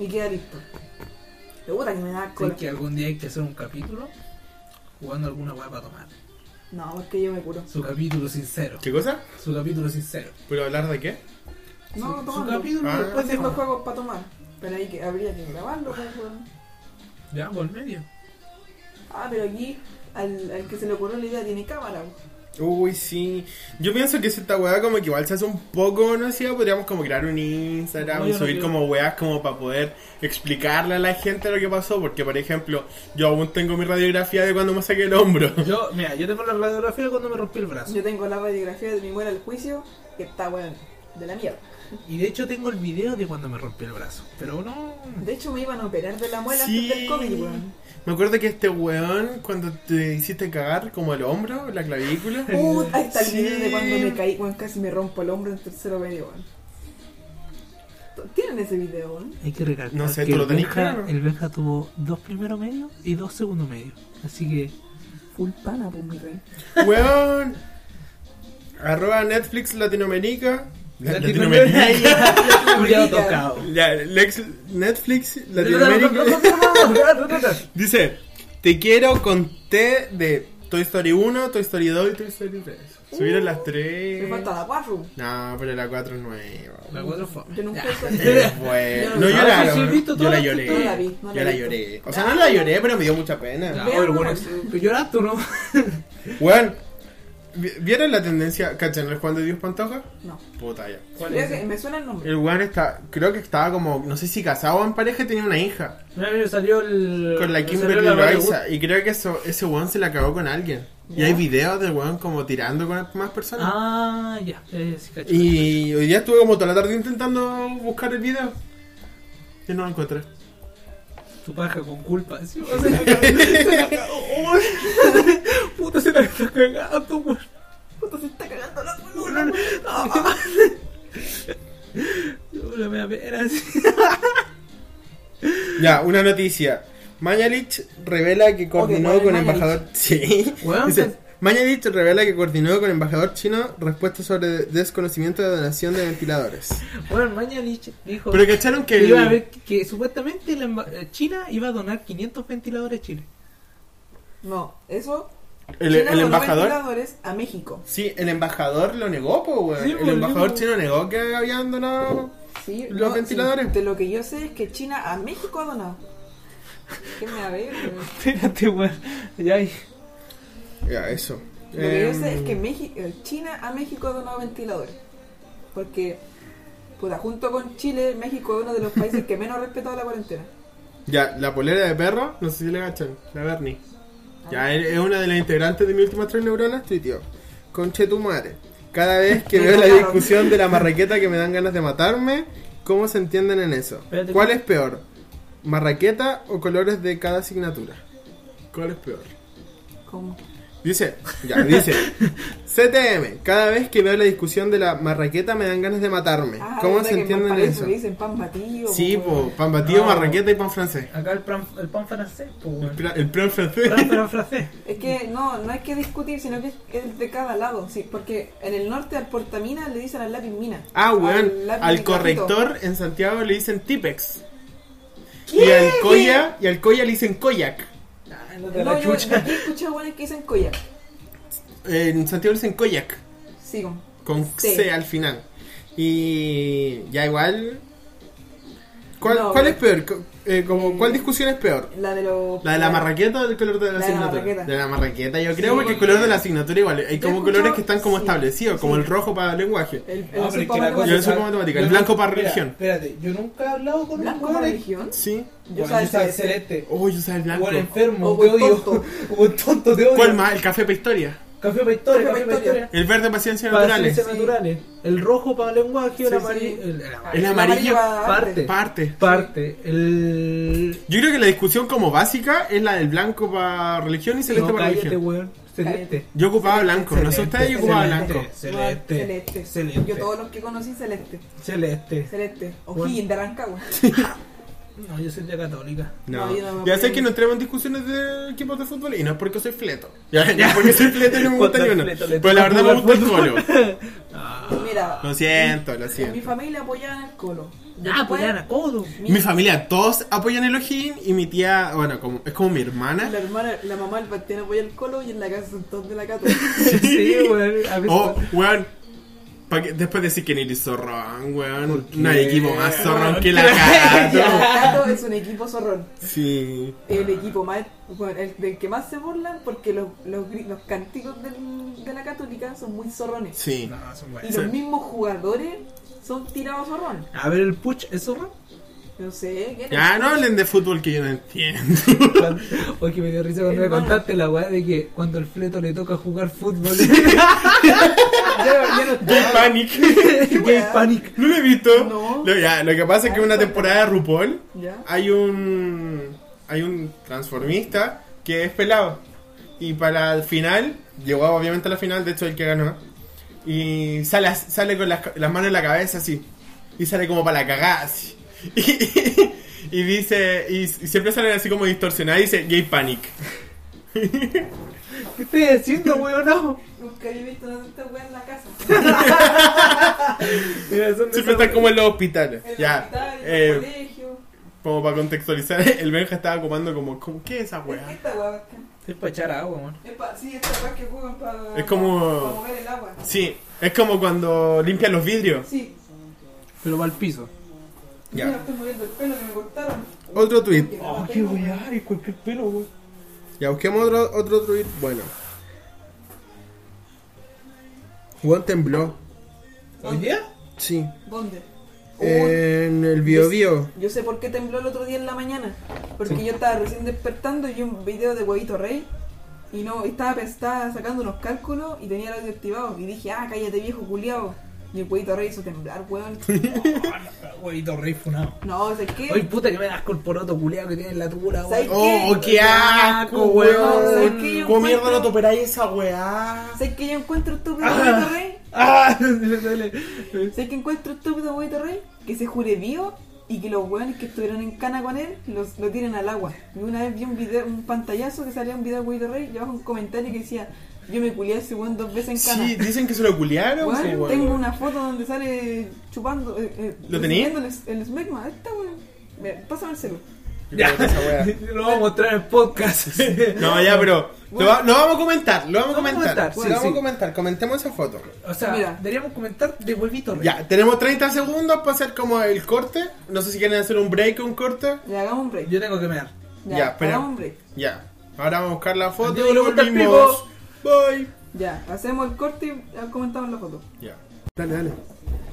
y queda listo. Pero puta que me da asco. Creo que algún día hay que hacer un capítulo jugando alguna weá para tomar. No, porque yo me curo. Su capítulo sincero. ¿Qué cosa? Su capítulo sincero. ¿Pero hablar de qué? No, su, su tomando. capítulo Ah. después de Haciendo tomar. juegos para tomar. Pero ahí que habría que grabarlo, pues, weón. Ya, por medio. Ah, pero aquí al, al que se le ocurrió la idea tiene cámara. weón. Uy, sí. Yo pienso que si esta weá como que igual se hace un poco conocida, podríamos como crear un Instagram, No, yo no subir creo. como weas como para poder explicarle a la gente lo que pasó. Porque, por ejemplo, yo aún tengo mi radiografía de cuando me saqué el hombro. Yo, mira, yo tengo la radiografía cuando me rompí el brazo. Yo tengo la radiografía de mi muela al juicio que está, weón, de la mierda. Y de hecho tengo el video de cuando me rompí el brazo. Pero no. De hecho me iban a operar de la muela Sí. antes del COVID, weón. Me acuerdo que este weón, cuando te hiciste cagar como el hombro, la (laughs) clavícula. Uh, ahí está el Sí. video de cuando me caí, weón, casi me rompo el hombro en tercero medio, weón. ¿Tienen ese video, weón? Hay que recalcar No sé, que ¿tú lo el tenés Benja, claro? el Benja tuvo dos primeros medios y dos segundos medios. Así que Full pana, pues, mi rey. Weón. Arroba Netflix Latinoamérica. (laughs) Culiao tocado. Ya, Lex- Netflix (laughs) Latinoamérica. Dice, te quiero con T de Toy Story 1, Toy Story 2 y Toy Story 3. Subieron las Uh. Me 3. falta la cuatro. No, pero la 4 es nueva. La cuatro fue. Yo nunca Ya. (laughs) hice Bueno, No, sí, Eh, no sí, he lloraron. visto Yo la todas las- lloré. todas las vi, no la Yo he la visto. lloré. O sea, no la lloré, pero me dio mucha pena. Ya, Vean, oye, bueno, bueno. pero lloras tú, ¿no? Weón, vi- ¿vieron la tendencia? ¿Cachan el Juan de Dios Pantoja? No. Puta ya. ¿Cuál Creo es? que me suena el nombre. El weón está, creo que estaba como, no sé si casado o en pareja, y tenía una hija. Mira, mira, salió el. Con la salió Kimberly la Mary Loaiza. Y creo que eso, ese weón se la cagó con alguien. Y Ya. hay videos del weón como tirando con más Wood. personas. Ah, ya. eh, sí, cacho. Y hoy día estuve como toda la tarde intentando buscar el video. Y no (laughs) lo encontré. Tu paja con culpa. Sí, o sea, (laughs) se la cagó. Uy. Puta, se la está cagando, weón. Puta, se está cagando la No, culo. (laughs) no, no. Ah. Yo la me da pena, sí. Ya, una noticia. Mañalich revela que coordinó weón, con Mañalich. embajador. Sí. Weón, Dice, pues, Mañalich revela que coordinó con embajador chino respuesta sobre desconocimiento de donación de ventiladores. Bueno, Mañalich dijo Pero cacharon que. que iba a ver que supuestamente la emba- eh, China iba a donar 500 ventiladores a Chile. No, eso. el, China el donó embajador. ventiladores a México. Sí, el embajador lo negó, po, weón. Sí, el pues, embajador dijo- chino negó que habían donado. Sí, Los no, ventiladores. sí, de lo que yo sé es que China a México ha donado. ¿Qué me a ver? weón? Espérate, weón. Ya hay. Ya, eso. Lo que yo Em, sé es que México, China a México ha donado ventiladores. Porque, puta, junto con Chile, México es uno de los países que menos ha respetado la cuarentena. Ya, la polera de perro, no sé si le cachan, la Bernie. Ya es es una de las integrantes de mi últimas tres neuronas, tuiteo. Conche tu madre. Cada vez que Me veo la tocaron. discusión de la marraqueta que me dan ganas de matarme, ¿cómo se entienden en eso? Espérate, ¿Cuál ¿cómo? es peor? ¿Marraqueta o colores de cada asignatura? ¿Cuál es peor? ¿Cómo? Eh, Dice, ya, dice. CTM, cada vez que veo la discusión de la marraqueta me dan ganas de matarme. Ah, ¿Cómo verdad que se en entienden en Valparaíso eso? le dicen pan batido. Sí, po, po, pan batido, No. marraqueta y pan francés. Acá el, pan- el pan francés, pues, El, weón. pra- el plan francés. (laughs) Pan (laughs) para francés. Es que no, no hay que discutir, sino que es- es de cada lado. Sí, porque en el norte al portamina le dicen al lápiz mina. Ah, weón. Al Al, lápiz picafito. corrector en Santiago le dicen Tipex. Y al Coya, y al Coya le dicen Koyak. Ah, no te No, la yo chucha. aquí he escuchado weones que dicen collar. En Santiago le dicen Koyak. Sigo. Con Sí. C al final. Y ya igual. ¿Cuál, No, cuál es weón. peor? Co- eh, como, Eh, ¿Cuál discusión es peor? La de los. ¿La de la marraqueta o el color de la, La de la asignatura? marraqueta. de la marraqueta, yo Sí, creo, porque el porque- color de la asignatura igual. Hay he como escuchado- colores que están como sí, establecidos, como sí. el rojo para lenguaje. El, el azul Ah, pero es para que la cosa matemáticas. Yo soy matemática, el Yo- blanco para espera, religión. Espérate, yo nunca he hablado con un ¿Blanco weón para en- religión? Sí. Yo Bueno, sabía yo sabía ese. celeste. Oh, yo sabes el blanco. Buen enfermo, O te buen odio. (laughs) tonto. Buen tonto, te odio. ¿Cuál más? El café para historia. Café para Café historia, café para para historia. historia. El verde para ciencias Para naturales. ciencias naturales. El rojo para lenguaje, el Sí, amarillo. sí. El, el amarillo. El amarillo va parte. antes. Parte. Parte. El. Yo creo que la discusión como básica es la del blanco para religión y celeste no, para cállate, religión. weón. Celeste. Yo ocupaba blanco, no sé Celeste, ustedes, yo ocupaba celeste. blanco. Celeste. Celeste. Celeste. Yo todos los que conocí, celeste. Celeste. Celeste. Bueno. O'Higgins de Rancagua. No, yo soy de católica. No, yo no No. me Ya acuerdo. sé que no entremos en discusiones de equipos de fútbol y no es porque soy fleto. Ya, ya porque soy fleto y no me gusta ni uno. Fleto, le Pero la verdad toca me gusta jugar el colo. Mira, Lo siento, lo en mi siento. familia apoyaban al colo. Ah, pues ya, codo. mi, Mi familia, todos apoyan el ojín y mi tía, bueno, como, es como mi hermana. la hermana, la mamá del Bastián apoya al colo y en la casa son todos de la cata. Sí, weón. A veces. Oh, weón. Pa' que- después decir que ni eres zorrón, weón. No hay equipo más zorrón que la Y el cara. Cato es un equipo zorrón. Sí. El equipo más, bueno, el del que más se burlan porque los, los, gri- los cánticos del- de la católica son muy zorrones. Sí. No, son Y buenos. los Sí. mismos jugadores son tirados zorrón. A ver, el push, ¿eso, weón? No sé, ¿quién es? Ya no hablen de fútbol que yo no (laughs) entiendo. Cuando- Oye, que me dio risa cuando me Hermano. contaste la weá de que cuando el fleto le toca jugar (laughs) fútbol. Ya- ya no- Gay Panic. Gay weá. panic. ¿No lo he visto? No. Lo, ya, lo que pasa es que en una temporada de RuPaul ¿Ya? hay un. Hay un transformista que es pelado. Y para el final, llegó obviamente a la final, de hecho el que ganó. Y sale, as- sale con las, ca- las manos en la cabeza así. Y sale como para la cagada así. (laughs) Y, y dice. Y, y siempre sale así como distorsionada y dice Gay Panic. ¿Qué estoy haciendo, weón? No. Nunca había visto tanta wea en la casa. Mira, son de Siempre esas- está como en los hospitales. En el (laughs) ya. hospital, en eh, el colegio. Como para contextualizar, (laughs) el Benja estaba comando como, como, ¿qué es esa Es que weá? esta wea acá. Es para echar agua, weón. Es pa- sí, esta wea que juegan para. Es como- Para mover el agua. Sí, es como cuando limpian los vidrios. Sí. Pero va al piso. Ya. Mira, estoy moviendo el pelo que me cortaron. Otro tweet. Que la Oh, maté qué con- weá, y cualquier pelo, weón. Ya, busquemos otro, otro tweet. Bueno. Juan tembló. ¿Hoy día? Sí. ¿Dónde? Oh, En el Eh, Bio Bio. Yo sé por qué tembló el otro día en la mañana. Porque yo estaba recién despertando y vi un video de Huevito Rey. Y no, estaba, pe- estaba sacando unos cálculos y tenía el audio activado. Y dije, ah, cállate viejo culiao. Y el Huevito Rey hizo temblar, (laughs) weón. Huevito rey funado. No, ¿sabes qué? Oye, puta, que me das con poroto culiado que tiene en la tula, ¿Sabes weón. ¡Oh, qué? qué asco, ¿Sabes weón! qué? Yo ¿Cómo mierda encuentro- no toperáis esa weá? ¿Sabes que yo encuentro estúpido a Ah. Huevito Rey? ¡Ah! (laughs) Me duele. ¿Sabes que encuentro estúpido a Huevito Rey? Que se jure vivo y que los weones que estuvieron en cana con él los, lo tiren al agua. Y una vez vi un video, un pantallazo que salía un video de Huevito Rey y abajo un comentario que decía, Yo me culié a ese weón dos veces en cana. Sí, dicen que se lo culiaron. Weón, sí, weón. tengo una foto donde sale chupando. eh, eh, ¿Lo tenía? enseñando El, el smegma. Ahí está, weón. Mira, Pásame el celu. Yo creo que esa wea- (laughs) (laughs) Lo vamos a mostrar en el podcast. No, ya, pero. Lo, va- lo vamos a comentar, lo vamos a comentar. comentar, Sí, sí, lo vamos a sí. comentar. Comentemos esa foto. (laughs) O sea, Mira. deberíamos comentar de huevito. Rey. Ya, tenemos 30 segundos para hacer como el corte. No sé si quieren hacer un break o un corte. Ya, hagamos un break. Yo tengo que mear. Ya, ya, espera. hagamos un break. Ya. Ahora vamos a buscar la foto Adiós, y le gusta el volvimos. Bye. Ya, hacemos el corte y ya comentamos la foto. Ya. Dale, dale.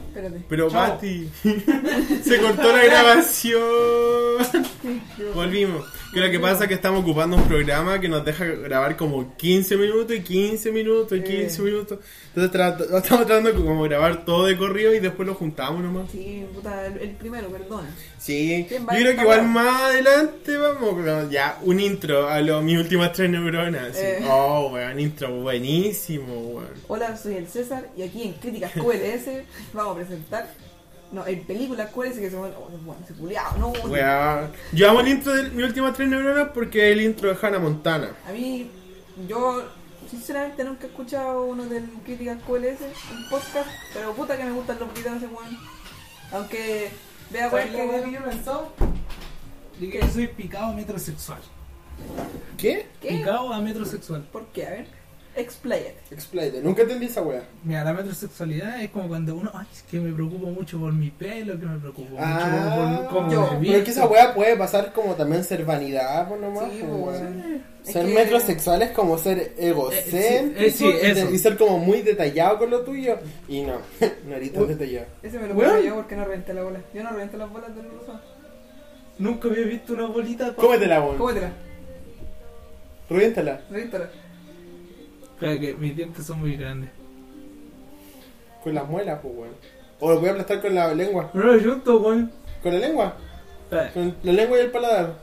Espérate. Pero Mati, (laughs) se cortó la grabación. Volvimos. Que lo que pasa es que estamos ocupando un programa que nos deja grabar como 15 minutos y 15 minutos y 15 Eh. minutos. Entonces tra- estamos tratando de como grabar todo de corrido y después lo juntamos nomás. Sí, puta, el, el primero, perdón. Sí. Yo ¿Quién va a creo que estar igual ahora? más adelante vamos con ya un intro a lo, mis últimas tres neuronas. sí. Eh. Oh, weón, intro buenísimo, weón. Hola, soy el César y aquí en Críticas QLS vamos a presentar. No, en películas QLS que se llama. Oh, bueno, se culiao, no. Weón. Yo amo el intro de mis últimas tres neuronas porque es el intro de Hannah Montana. A mí, yo sinceramente nunca he escuchado uno del Críticas QLS, un podcast, pero puta que me gustan los videos de ese weón. Aunque vea weón ¿Sabes que la hueá que yo he pensado? De que yo soy picado metrosexual. ¿Qué? ¿Qué? Picado a metrosexual. ¿Por qué? A ver, explay Explícate, nunca entendí esa weá. Mira, la metrosexualidad es como cuando uno, ay, es que me preocupo mucho por mi pelo, que me preocupo mucho por cómo yo, me Ah, pero es que visto. esa weá puede pasar como también ser vanidad, por nomás. Sí, pues, pues, weón. Es Ser que- Eh, metrosexual es como ser egocéntrico Eh, sí, eh, sí, y de- eso. y ser como muy detallado con lo tuyo. Y no, (laughs) no eres tan Weón. detallado. Ese me lo Weón. puse yo porque no reventé la bola. Yo no reventé las bolas del rosado. Nunca había visto una bolita. con- Cómetela, weón. Cómetela, Reviéntala revíntala. Claro que mis dientes son muy grandes. con las muelas, pues weón. O lo voy a aplastar con la lengua. No lo junto, güey. ¿Con la lengua? Espera. Con la lengua y el paladar.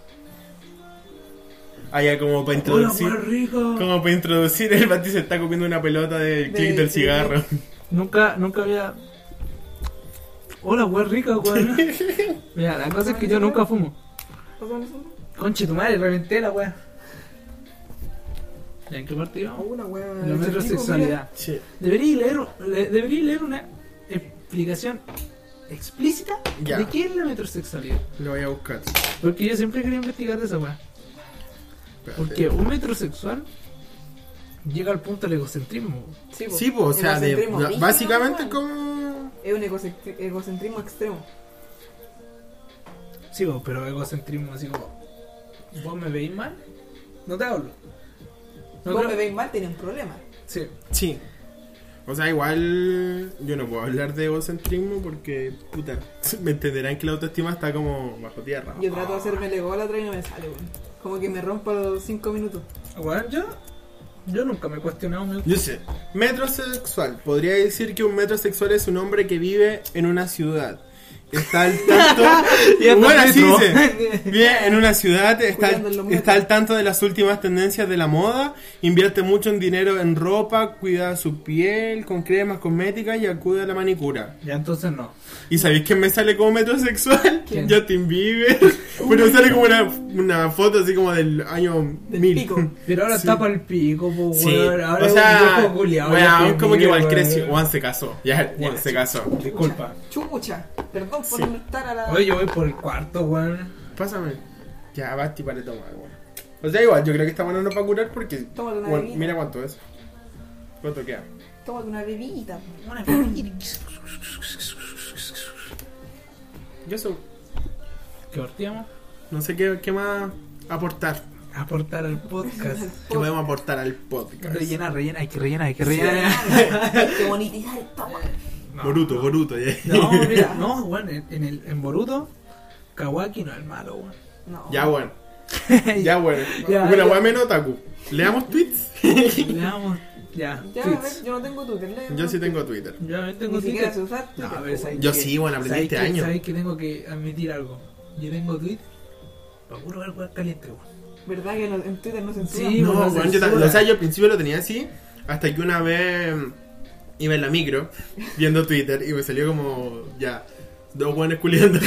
Ah, ya, como para Hola, más rico. Como para introducir, el Bati se está comiendo una pelota De- del clic del sí. cigarro. Nunca, nunca había. Hola, weón rica, weón. Mira, la cosa es que yo nunca fumo. Pásame eso. Conche tu madre, reventé la weá. ¿Ya en qué parte íbamos? Ah, Una wea. La metrosexualidad. Sí. Debería leer, le- debería leer una explicación explícita Ya. de qué es la metrosexualidad. Lo voy a buscar. Porque yo siempre quería investigar de esa weá. Porque un metrosexual llega al punto del egocentrismo. Sí, po. Sí, pues, o sea, de- Egocentrismo. de- básicamente como... Es un egocentri- egocentrismo extremo. Sí, vos, pero egocentrismo así como. ¿Vos me veis mal? No te hablo. No Vos creo- me veis mal, tenés un problema. Sí. Sí. O sea, igual yo no puedo hablar de egocentrismo porque, puta, (laughs) me entenderán que la autoestima está como bajo tierra. Yo trato de hacerme el ególatra y no me sale, weón. Como que me rompo los 5 minutos. Bueno, yo. Yo nunca me he cuestionado mi. Yo sé. Metrosexual. Podría decir que un metrosexual es un hombre que vive en una ciudad. Está al (laughs) tanto. bueno, así dice. Vive en una (laughs) ciudad, está, Cuidando los metros. está al tanto de las últimas tendencias de la moda, invierte mucho en dinero en ropa, cuida su piel con cremas cosméticas y acude a la manicura. Ya entonces no. ¿Y sabéis quién me sale como metrosexual? ¿Quién? Justin (laughs) Bieber. Pero sale como una, una foto así como del año Del 1000. pico. (laughs) Pero ahora Sí. está para el pico, po, weón. Sí, Ahora o es sea, un viejo culiao, weón, ya tiene como que igual weón. creció. Juan se casó, ya, Juan Ya, se casó. Disculpa. Chucha. Perdón por Sí. inventar a la. Oye, yo voy por el cuarto, weón. Pásame. Ya, Basti para tomar, weón. O sea, igual, yo creo que está bueno no para curar porque. Tómate una weón, bebida. mira cuánto es. ¿Cuánto queda? Tómate una bebida. Una Yo eso, ¿Qué partíamos? no sé qué, qué más aportar. Aportar al podcast. ¿Qué podemos aportar al podcast? Rellena, rellena, hay que rellenar, hay que rellenar. Qué bonita esta, weón. No. Boruto, Boruto, ya. (laughs) No, mira, no, weón, en, en el, en Boruto, Kawaki no es el (laughs) malo, weón. No. Ya, bueno. (laughs) Ya, bueno. Ya, Una ya. weá menos otaku. ¿Leamos tweets? Veamos, ya, Ya, a ver, tweets. yo no tengo Twitter. léelo. Yo sí tengo Twitter. Yo también tengo Ni siquiera Twitter. se usar No, Twitter. a ver, ¿sabes Yo qué? sí, bueno, aprendí ¿Sabes este qué? año. ¿Sabes que tengo que admitir algo? Yo tengo Twitter para puro ver weón caliente, weón. ¿Verdad que no- en Twitter no se Sí, No, bueno, weón, yo, censura. ta- o sea, yo al principio lo tenía así, hasta que una vez mm, iba en la micro viendo Twitter y me salió como ya dos buenos culiando.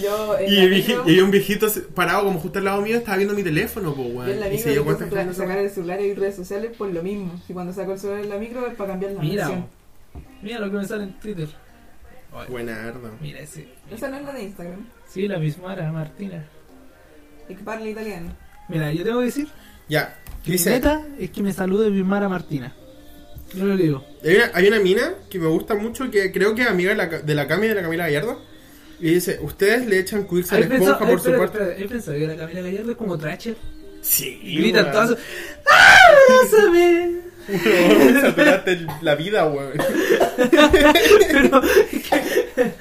Yo (laughs) en Y, la el vieji- micro- y un viejito se- parado como justo al lado mío estaba viendo mi teléfono, po, yo en la weón. Y micro se dio empiezo cuenta a que estaba pla- sacar haciendo el celular y redes sociales por lo mismo. Y cuando saco el celular en la micro es para cambiar la Mira, versión. bo. mira lo que me sale en Twitter. eso. Buena arda. Mira ese. Esa no es la de Instagram. Sí, la Bismara, Martina. Y que parla italiano. Mira, yo tengo que decir Ya. que mi Dice, meta es que me salude Bismara Martina. Yo lo digo. Hay una, hay una mina que me gusta mucho, que creo que es amiga de la, de la Cami y de la Camila Gallardo. Y dice, ustedes le echan quirks a la Él esponja pensaba por su parte. él pensaba que la Camila Gallardo es como Tratcher. Sí, Y grita weón. todas sus- ¡Ah, (laughs) bésame! (laughs) Weón, saturaste el- la vida, weón. Pero, que-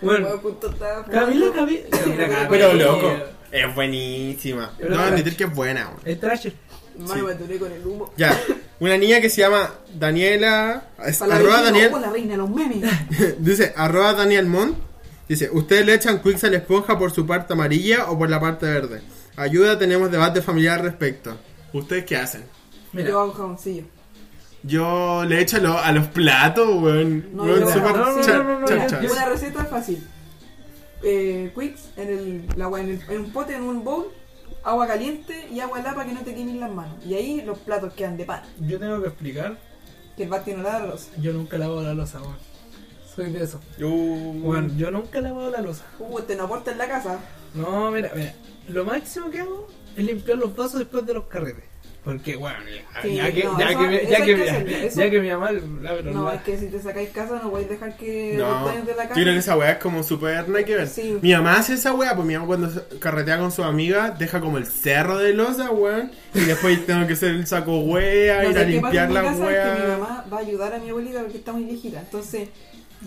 bueno, Huevo puto, estaba Camila, fumando. Camila. Camila, eh, Camila. Pero loco, es buenísima. Pero no, loca. admitir que es buena, weón. El Tratcher. Mano, Sí. me aturé con el humo. Ya, una niña que se llama Daniela. es- Para la arroba vecina, Daniel. como (laughs) la reina de los memes. dice, arroba Daniel Mon. Dice, ustedes le echan quicks a la esponja por su parte amarilla o por la parte verde. Ayuda, tenemos debate familiar al respecto. ¿Ustedes qué hacen? Mira. Yo hago jaboncillo. Yo le echo a, lo- a los platos, weón. No, Weón, yo- súper no, no, cha- no, no, no, cha- yo- cha- yo- Una receta fácil. Eh, quicks en, el, la agua- en, el- en un pote, en un bowl, agua caliente y agua helada para que no te quemen las manos. Y ahí los platos quedan de pan. Yo tengo que explicar, Que el bar tiene olor a rosa. yo nunca lavo la losa, weón. Soy de eso. Yo- Bueno, yo nunca lavo la losa. Uh, te no aporta en la casa. No, mira, mira. Lo máximo que hago es limpiar los vasos después de los carretes. Porque, bueno, ya, Sí, ya que, no, ya eso- que, me- eso ya hay que, que me- (laughs) hacerlo, eso- ya que mi mamá la No, pero es que si te sacáis casa no podéis dejar que los No, dueños de la yo casa. creo que esa weá es como súper nada que ver. Sí. Mi mamá hace esa weá, pues mi mamá cuando se- carretea con sus amigas deja como el cerro de losa, weón. Y después (laughs) tengo que hacer el saco wea, No, ir sé a qué pasa limpiar en mi la casa es que mi wea. mamá va a ayudar a mi abuelita porque está muy viejita. Entonces,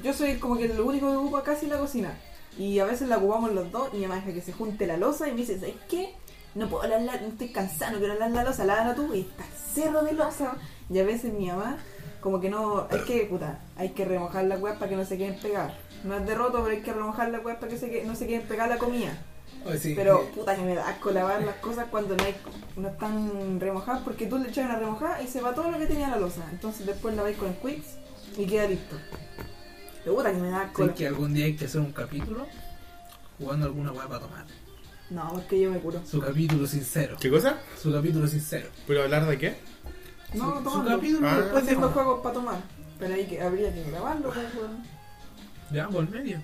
yo soy como que lo único que ocupa casi en la cocina. Y a veces la ocupamos los dos y mi mamá deja que se junte la losa y me dice, ¿sabes qué? No puedo hablar, la- no estoy cansada, no quiero hablar la losa, lávala tú y está cerro de losa. Y a veces mi mamá, como que no, hay que, puta, hay que remojar la weas para que no se queden pegadas. No es de roto, pero hay que remojar la weas para que se que- no se queden pegadas la comida. Pero puta que me da asco lavar las cosas cuando no, hay- no están remojadas porque tú le echas una remojada y se va todo lo que tenía la losa. Entonces después la vais con el Quicks y queda listo. Pero puta que me da asco. Creo que algún día hay que hacer un capítulo jugando alguna weá para tomar. No, porque yo me curo. Su capítulo sincero. ¿Qué cosa? Su capítulo sincero. ¿Pero hablar de qué? No, su, su tomando. capítulo Ah. después de Tengo jugar. juegos para tomar. Pero ahí que habría que grabarlo, pues, weón. Ya, por medio.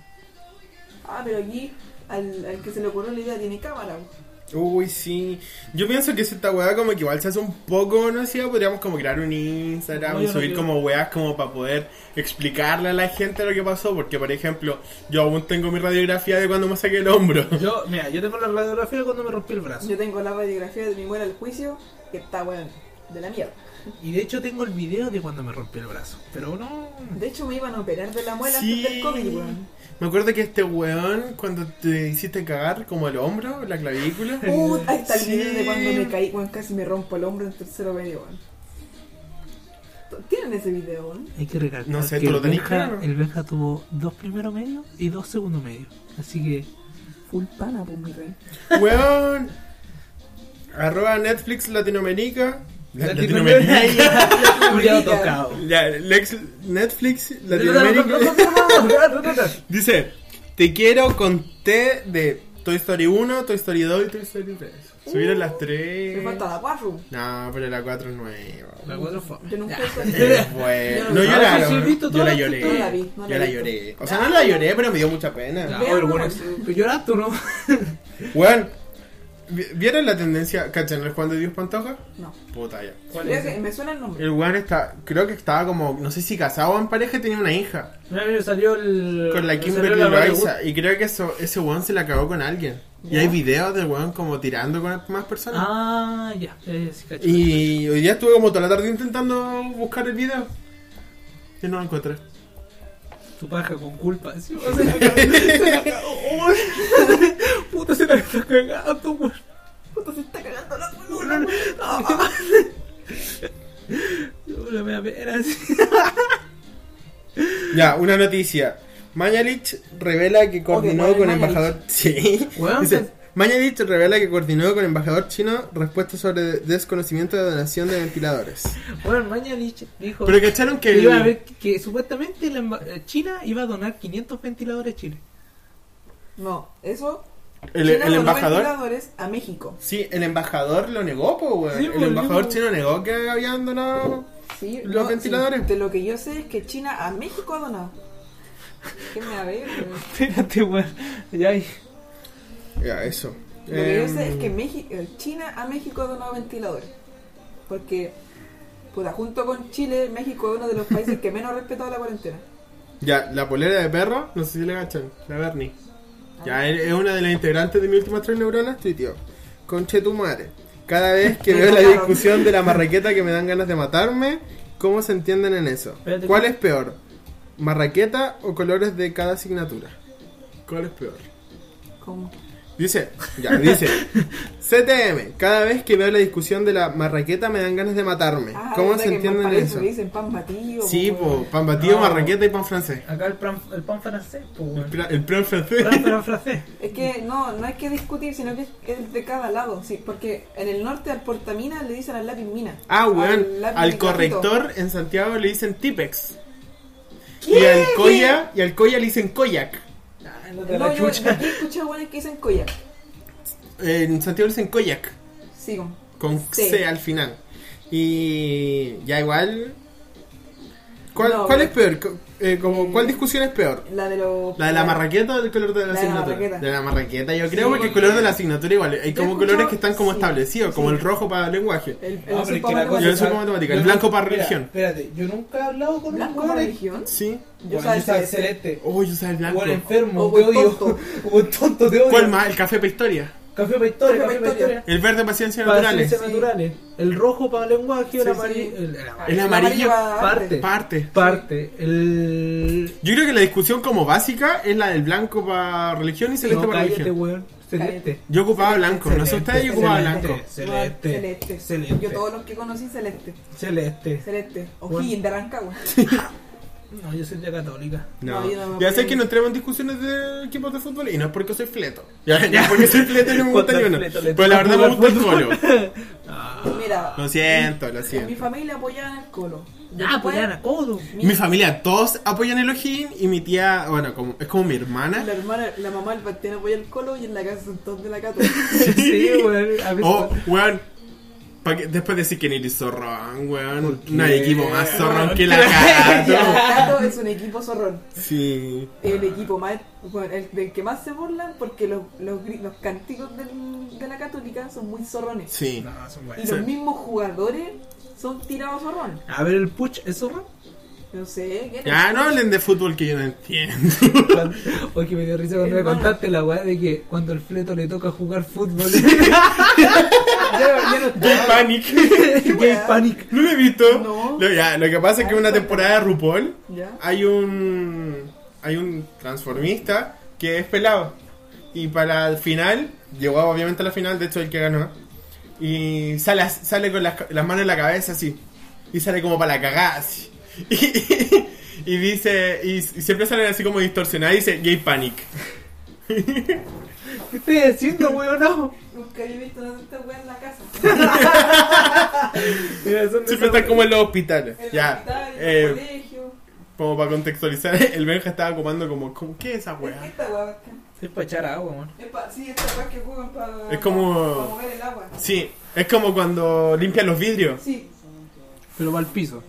Ah, pero aquí al, al que se le ocurrió la idea tiene cámara. weón. Uy, sí. Yo pienso que si esta weá como que igual se hace un poco conocida, podríamos como crear un Instagram No, y yo no subir creo. como weas como para poder explicarle a la gente lo que pasó. Porque, por ejemplo, yo aún tengo mi radiografía de cuando me saqué el hombro. (laughs) Yo, mira, yo tengo la radiografía cuando me rompí el brazo. Yo tengo la radiografía de mi muela al juicio que está, weón, de la mierda. Y de hecho tengo el video de cuando me rompí el brazo. Pero no. De hecho me iban a operar de la muela Sí. antes del COVID, weón. Me acuerdo que este weón, cuando te hiciste cagar como el hombro, la clavícula. (laughs) Uh, ahí está el Sí. video de cuando me caí, weón, casi me rompo el hombro en tercero medio, weón. ¿Tienen ese video, weón? Hay que recalcar No sé, que ¿tú lo el tenés Benja- claro? el Benja tuvo dos primeros medios y dos segundos medios. Así que Full pana, pues, mi rey. Weón. Arroba Netflix Latinoamérica. La- (laughs) (laughs) Culiao tocado. La- Lex- Netflix Latinoamérica. (laughs) Dice, te quiero con T de Toy Story 1, Toy Story 2 y Toy Story 3. Uh. Subieron las Me 3. falta la cuatro. No, pero la 4 es nueva. La cuatro fue. Yo nunca he (laughs) visto Eh, (laughs) fue- No No, lloraron. sí he visto Yo la todas, lloré. todas la vi, no la Yo he la visto. Ah. lloré. O sea, no la lloré, pero me dio mucha pena. Ya, Vean, oye, bueno, weón. tú lloras tú, ¿no? Weón, vi- ¿vieron la tendencia? ¿Cachan el Juan de Dios Pantoja? No. Puta ya. Creo que me suena el nombre. El weón está, creo que estaba como, no sé si casado o en pareja y tenía una hija. Mira, mira, salió el. Con la salió Kimberly Barbie Loaiza. Y creo que eso, ese weón se la cagó con alguien. Y Ya. hay videos del weón como tirando con más personas. Ah, ya. eh, sí, cacho. Y hoy día estuve como toda la tarde intentando buscar el video. Y no lo encontré. Tu paja (laughs) con culpa. Sí, o sea, se la cagó. se la cagó, weón. Puta, se la está cagando, weón. Puta, se está cagando la No, culo. no, ah. (laughs) Yo me da pena, sí. Ya, una noticia. Mañalich revela que coordinó bueno, con Mañalich. embajador. (laughs) Sí. Weón, Dice, pues- Mañalich revela que coordinó con embajador chino respuesta sobre desconocimiento de donación de ventiladores. Bueno, Mañalich dijo Pero cacharon que. que iba a ver que, que supuestamente la emba- eh, China iba a donar 500 ventiladores a Chile. No, eso. El, China donó el embajador. ventiladores a México. Sí, el embajador lo negó, po, weón. Sí, el pues, embajador dijo- chino negó que habían donado. Sí, Los no, ventiladores. sí, de lo que yo sé es que China a México ha donado. ¿Qué me a ver? weón? Espérate, weón. Ya, y- Ya, eso. Lo que yo Em, sé es que México, China a México ha donado ventiladores. Porque, puta, junto con Chile, México es uno de los países que menos ha respetado la cuarentena. Ya, la polera de perro, no sé si le cachan, la Bernie. Ya, es es una de las integrantes de mi última tres neuronas, tuiteo. Conche tu madre. Cada vez que Me veo la tocaron. discusión de la marraqueta que me dan ganas de matarme, ¿cómo se entienden en eso? Espérate, ¿Cuál ¿cómo? es peor? ¿Marraqueta o colores de cada asignatura? ¿Cuál es peor? Como, Eh, Dice, ya, dice, CTM, cada vez que veo la discusión de la marraqueta me dan ganas de matarme. ah, ¿Cómo verdad se que entienden en Valparaíso eso? le dicen pan batido. Sí, po, weón. po, pan batido, No. marraqueta y pan francés. acá el pan, el pan francés, pues, El, weón. pra- el plan (laughs) francés. Pan pan francés. Es que no, no hay que discutir, sino que es- es de cada lado, sí, porque en el norte al portamina le dicen al lápiz mina. Ah, weón, lápiz al gatito. corrector en Santiago le dicen Tipex. Y al Coya, y al Coya le dicen Koyak. Ah, no te No, la yo chucha. aquí he escuchado weones que dicen collar. En Santiago le dicen Koyak, Sí, como, con Sí. C al final. Y ya igual... ¿Cuál, No, cuál es weón. peor? Co- eh, como, ¿Cuál Eh, discusión es peor? la de los... ¿La de la marraqueta o el color de La la, de la asignatura? marraqueta. de la marraqueta, yo Sí, creo, porque el porque- color de la asignatura igual. Hay he como escuchado- colores que están como sí, establecidos, como sí. el rojo para lenguaje. El, el No, Ah, pero es azul que la para cosa matemáticas. Yo no soy es- como matemática, el yo blanco nunca- para mira, religión. Espérate, yo nunca he hablado con ¿Blanco un para weón. religión? Sí. Yo Bueno, sabes yo sabes celeste. celeste. Oh, yo sabía el blanco. Buen enfermo, O te buen odio. (laughs) tonto. Buen tonto, te odio. ¿Cuál más? El café para historia. Café para historia, Café café pa' para historia. historia. El verde para ciencias Para naturales. ciencias naturales. El rojo para lenguaje, el Sí, amarillo. sí. El, el amarillo. El amarillo va parte. antes. Parte. Parte. El. Yo creo que la discusión como básica es la del blanco para religión y celeste no, para cállate, religión. weón. Celeste. Yo ocupaba blanco, no sé ustedes, yo ocupaba Celeste. blanco. Celeste. Celeste. Celeste. Yo todos los que conocí, celeste. Celeste. Celeste. Bueno. O'Higgins de Rancagua. No, yo soy de católica. No, yo No, no me ya acuerdo. sé que no entremos en discusiones de equipos de fútbol y no es porque soy fleto. Ya, ya, porque soy fleto y no me gusta ni ¿Cuántos uno. fletos le Pero Pues la toca verdad me gusta jugar el colo. Mira, Lo siento, lo en mi siento. familia apoyaban al colo. Ah, Después, pues (laughs) ya era codo. (laughs) mi- Mi familia, todos apoyan el ojín y mi tía, bueno, como, es como mi hermana. La hermana, la mamá del Bastián apoya el colo y en la casa son todos de la cata. Sí, weón. A veces- Oh, weón. pa' que- después decir que Nili es zorrón, ¿Por weón. qué? No hay equipo más zorrón que la La gato. Cato es un equipo zorrón. Sí. El equipo más, bueno, el del que más se burlan porque los, los, gri- los cánticos del- de la católica son muy zorrones. Sí. No, son Y buenos. los Sí. mismos jugadores son tirados zorrón. A ver, el push, ¿eso, weón? No sé, ¿qué era? Ya no hablen de fútbol que yo no (laughs) entiendo. Cuando- (laughs) Oye, que me dio risa cuando me Hermano. contaste la weá de que cuando al fleto le toca jugar fútbol. (laughs) Ya- ya no Gay estaba. Panic. Gay weá. Panic. ¿No lo he visto? No. Lo, ya, lo que pasa es que en una temporada de RuPaul Ya. hay un. Hay un transformista que es pelado. Y para el final, llegó obviamente a la final, de hecho el que ganó. Y sale, as- sale con las, ca- las manos en la cabeza así. Y sale como para la cagada así. (laughs) Y, y dice. Y, y siempre sale así como distorsionada y dice Gay Panic. ¿Qué estoy haciendo, weón? No. Nunca había visto tanta wea en la casa. Mira, son de Siempre esas- está como en los hospitales. En el (laughs) ya. hospital, en eh, el colegio. como para contextualizar, (laughs) el Benja estaba comando como, como, ¿qué es esa Es que weá? esta wea Es para echar agua, weón. es pa- Sí, esta wea que juegan para. Es como- Para mover el agua. Sí, es como cuando limpian los vidrios. Sí. Pero va al piso.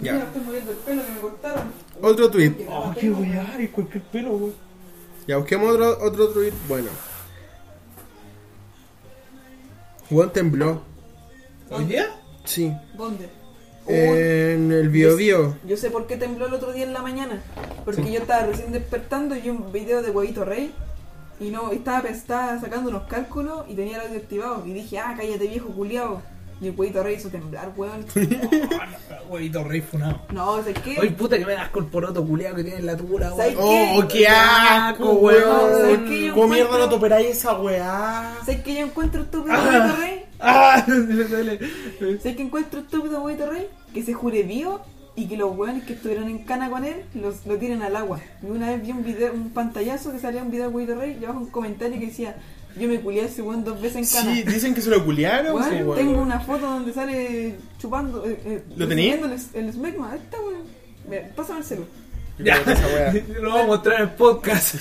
Ya. Mira, estoy moviendo el pelo que me cortaron. Otro tweet. Oh, qué weá, y cualquier pelo, weón. Ya busquemos otro, otro tweet. Bueno. Juan tembló. ¿Hoy día? Sí. ¿Dónde? Oh, En el Eh, Bio Bio. Yo sé por qué tembló el otro día en la mañana. Porque yo estaba recién despertando y vi un video de Huevito Rey. Y no, estaba, pe- estaba sacando unos cálculos y tenía el audio activado. Y dije, ah, cállate viejo culiao. Y el Huevito Rey hizo temblar, weón. (laughs) Huevito rey funado. No, sé qué. Oye, puta, que me das con el poroto culeado que tiene en la tula, ¿Sabes weón. ¡Oh, qué asco, ¿Sabes weón! qué? Yo ¿Cómo mierda encuentro- no te operáis esa weá? ¿Sabes que yo encuentro estúpido Ah. a Huevito Rey? ¡Ah! (laughs) Me duele. ¿Sabes que encuentro estúpido a Huevito Rey? Que se jure vivo y que los weones que estuvieron en cana con él los, lo tienen al agua. Y una vez vi un video, un pantallazo que salía un video de Huevito Rey y abajo un comentario que decía, yo me culié a ese weón dos veces en cana. Sí, dicen que se lo culiaron. Weón, sí, weón. tengo una foto donde sale chupando. eh, eh, ¿Lo tenía? recibiendo El, el smegma. Esta weón. Mira, Pásame el celular. Yo creo que esa (laughs) wea. (laughs) Lo voy a mostrar en el (laughs) podcast.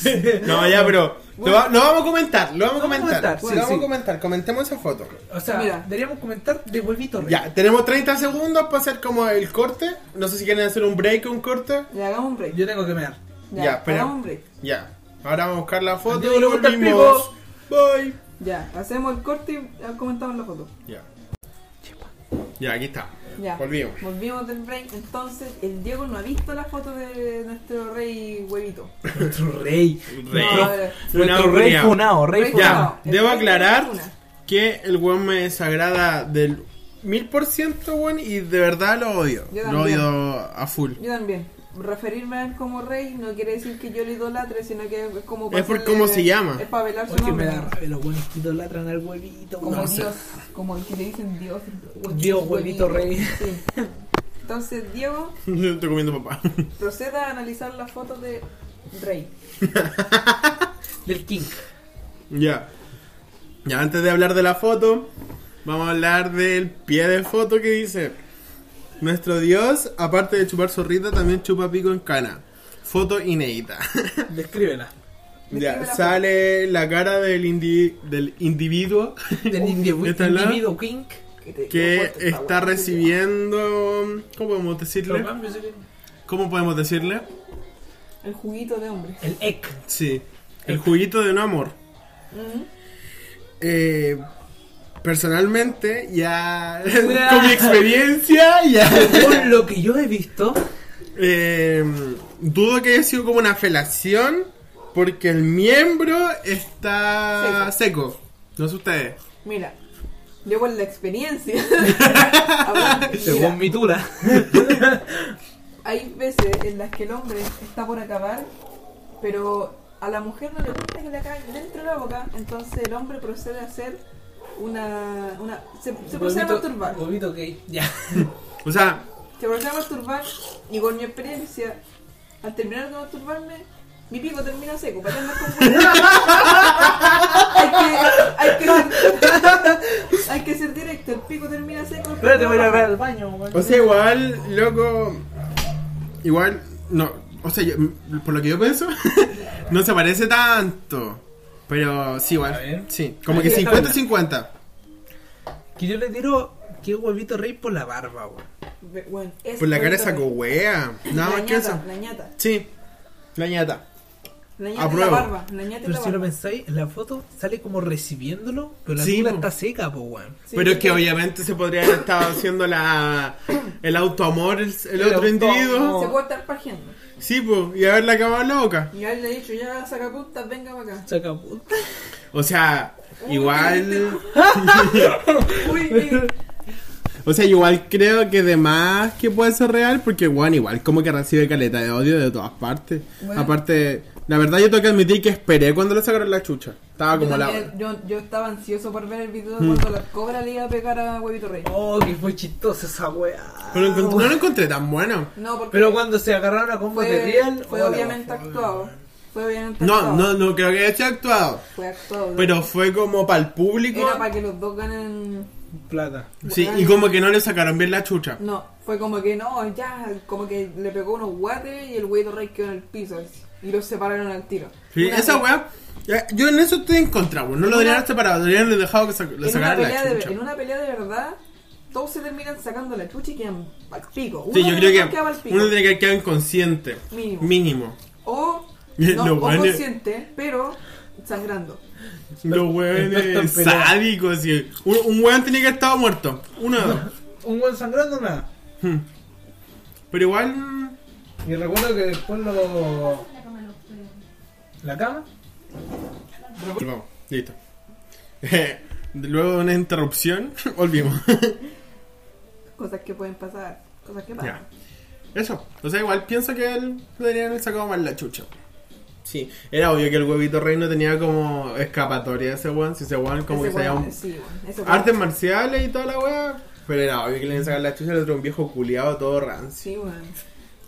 No, ya, pero. Lo, va- lo vamos a comentar, lo vamos a comentar. sí, lo vamos sí. a comentar, comentemos esa foto. O sea, Mira. deberíamos comentar de huevito Rey. Ya, tenemos 30 segundos para hacer como el corte. No sé si quieren hacer un break o un corte. Ya, hagamos un break. Yo tengo que mear. Ya, Ya, espera. hagamos un break. Ya. Ahora vamos a buscar la foto Diego y le gusta el volvimos. Bye. Ya, hacemos el corte y ya comentamos la foto. Ya. Ya, aquí está. Ya. Volvimos. Volvimos del break. Entonces, el Diego no ha visto la foto de nuestro rey huevito. Nuestro rey. Rey. No, a ver. Nuestro Una rey unidad. funado, rey Rey funado. Ya, funado. El debo rey aclarar de la luna. que el weón me desagrada del mil por ciento, weón, y de verdad lo odio. Yo Lo también. odio a full. (laughs) Yo también. Referirme a él como rey no quiere decir que yo lo idolatre, sino que es como. Es por pasarle- cómo se llama. Es para velar su Porque nombre. me da rabia los buenos que idolatran al huevito. Como weón. Dios, como el que le dicen Dios. Dios, huevito rey. Sí. Entonces, Diego, Estoy comiendo papá. proceda a analizar las fotos de Rey. Del King. (laughs) Ya. Ya antes de hablar de la foto, vamos a hablar del pie de foto que dice. Nuestro dios, aparte de chupar zorrita, también chupa pico en cana. Foto inédita. Descríbela. Describe ya, la sale la cara del, indi- del individuo (laughs) Del individu- ¿Está al lado? individuo King. Que, te- que Ojo, esta está weá. recibiendo... ¿Cómo podemos Lo decirle? cambio, sí. ¿Cómo podemos decirle? El juguito de hombre. El Ek. Sí. El juguito de un amor. Ujú. Eh, personalmente, ya Weá. con mi experiencia, ya Por lo que yo he visto, Eh, dudo que haya sido como una felación porque el miembro está seco. No sé ustedes. Mira, yo por la experiencia. (laughs) Hablando, (laughs) según mira, mi tula, hay veces en las que el hombre está por acabar, pero a la mujer no le gusta que le acaben dentro de la boca, entonces el hombre procede a hacer una. una se, se procede a Huevito- masturbar. Huevito gay. Ya. O sea, Se procede a masturbar y con mi experiencia, al terminar de masturbarme, mi pico termina seco. Para andar con hay, que, hay, que ser, hay que ser directo, el pico termina seco. el Espérate, pico voy a ir a no. ver al baño. weón. o sea, igual, loco. Igual, no. O sea, yo- por lo que yo pienso, (laughs) no se parece tanto. Pero sí, A ver. igual. Sí, como que Ahí está 50-50. Que yo le tiro que huevito rey por la barba, weón. Ve- bueno, es Por Pues la cara bonito. sacó wea. Nada la más que eso. ñata, la ñata. Sí, la ñata. La ñata y la Apruebo. barba. La ñata y Pero la si lo barba. pensáis, en la foto sale como recibiéndolo, pero la Sí, tula po. está seca, po, weón. Sí, Pero es que porque- obviamente se podría haber estado haciendo la, el autoamor el, el El otro individuo. autoamor. Se puede estar pajeando. Sí, pues, y haberla acabado en la boca. Y haberle dicho, ya saca puntas, venga para (laughs) acá. Saca puta. O sea, igual. Uy, uy. Ah, O sea, igual creo que de más que puede ser real, porque bueno, igual como que recibe caleta de odio de todas partes. Bueno. Aparte, la verdad yo tengo que admitir que esperé cuando le sacaron la chucha. Estaba Yo, como la. Mm. también- yo, yo estaba ansioso por ver el video de cuando la cobra le iba a pegar a Huevito Rey. Oh, que fue chistosa esa weá. Pero encont- no lo encontré tan bueno. No, porque Pero cuando se agarraron a combo de fue, real, fue obviamente actuado. Fue obviamente No, actuado. no, no creo que haya hecho actuado. Fue actuado. Pero fue como para el público. Era para que los dos ganen... Plata. Pues, Sí, y como que no le sacaron bien la chucha. No, fue como que no, ya, como que le pegó unos guates y el Huevito Rey quedó en el piso. así, Y los separaron al tiro. Sí, Una esa vez- weá. ya, Yo en eso estoy en contra, weón. No lo Una- deberían haber separado, deberían haber dejado que sa- le en una, sacaran pelea la de, chucha. en una pelea de verdad, todos se terminan sacando la chucha y quedan al pico. Uno Sí, yo creo que queda pa'l pico. uno tiene que quedar inconsciente. Mínimo. Mínimo. (laughs) O Los no, o weones- consciente, pero sangrando. Los Experto en weones pelea. sádicos. y- Un, un weón tenía que haber estado muerto. Uno de dos. Un buen sangrando, nada. Hmm. Pero igual. mm, Y recuerdo que después lo. La cama. Vamos, listo. (laughs) Eh, luego de una interrupción, (laughs) volvimos. Cosas que pueden pasar. Cosas que pasan. Ya. Eso. O sea, igual pienso que él debería haber sacado mal la chucha. Sí. Era obvio que el huevito rey no tenía como escapatoria de ese weón. Si ese weón como Ese que se weón- llama sí, weón, ese weón. artes marciales y toda la weá. Pero era obvio que le iban a sacar la chucha al otro un viejo culiado todo rancio. Sí, weón.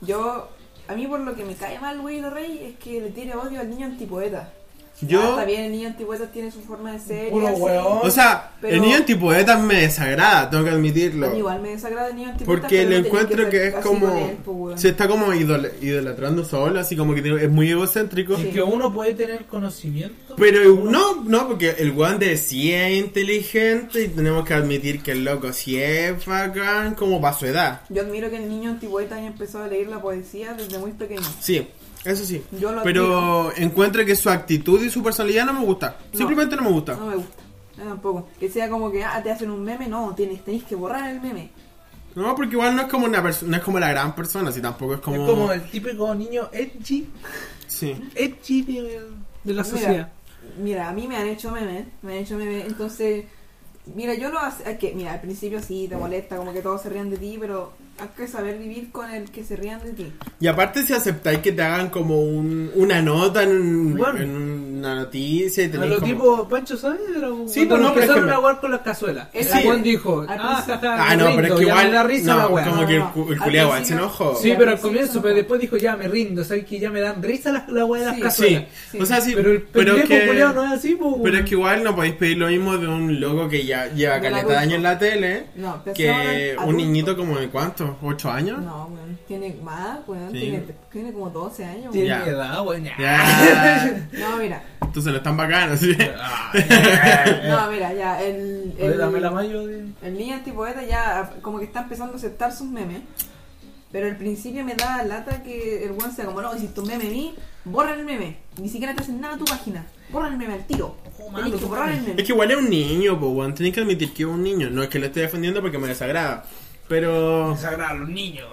Yo, a mí por lo que me cae mal Huevito Rey es que le tiene odio al niño antipoeta. Ah, Yo, está bien, el niño antigüedad tiene su forma de ser. y Puro así. hueón. o sea, Pero- el niño antipoeta me desagrada, tengo que A mí admitirlo. igual me desagrada el niño antigüedad. Porque pero le no tenía encuentro ser que es así como- con él, pues, weón. Se está como idol- idolatrando solo, así como que tiene- es muy egocéntrico. Sí. Que uno puede tener conocimiento. Pero no, no, porque el weón decía es inteligente y tenemos que admitir que el loco sí es bacán como para su edad. Yo admiro que el niño antigüedad haya empezado a leer la poesía desde muy pequeño. Sí, eso sí. Yo lo admiro. Pero encuentro que su actitud y su personalidad no me gusta. No. Simplemente no me gusta. No me gusta. No, tampoco. Que sea como que ah, te hacen un meme, no, tienes, tenés que borrar el meme. No, porque igual no es como una persona, no es como la gran persona, si tampoco es como. Es como el típico niño edgy, Sí. edgy de, de Mira. la sociedad. Mira, a mí me han hecho memes, me han hecho memes, entonces, mira, yo no hace, es que, mira, al principio sí te molesta, como que todos se rían de ti, pero hay que saber vivir con el que se rían de ti. Y aparte si aceptáis que te hagan como un, una nota en, un- Bueno. en una noticia y A tenéis lo como- tipo Pancho Saavedra. Sí, pues no, pero es empezaron que- a jugar con las cazuelas. Es El que- Juan dijo, al ah, principio- jaja, Ah, no, pero es que igual. la risa no, la weá. como que el, No, cu- el al culiao igual se principio- enojó. Sí, Al pero al principio comienzo, no. pero después dijo, ya me rindo, sabes que ya me dan risa la, la weá de las Sí. cazuelas. Sí, Sí. o sea, sí, pero el pero, pendejo que, culiao no es así, po, pero es que igual no podéis pedir lo mismo de un loco que ya lleva Del caleta de adulto. años en la tele No, pero si ahora que el un adulto- niñito como de cuánto, ¿8 años? No, weón, tiene más, weón, Sí. tiene, tiene como 12 años, Tiene weón. (laughs) Ya. edad, weón, ya. Ya. No, mira, (laughs) Entonces no están bacanos, ¿sí? (laughs) Ah, ya. no, mira, ya, el, Oye, dame la el, mayo de... el niño antipoeta ya como que está empezando a aceptar sus memes, pero al principio me da lata que el weón sea como, no, si tu meme a mí, borra el meme, ni siquiera te hacen nada a tu página, borra el meme al tiro, Oh, tenés malo, que borrar el meme. Es que igual es un niño, pues, weón. Tenéis que admitir que es un niño. No es que lo esté defendiendo porque me desagrada. Pero. Sagrado a los niños.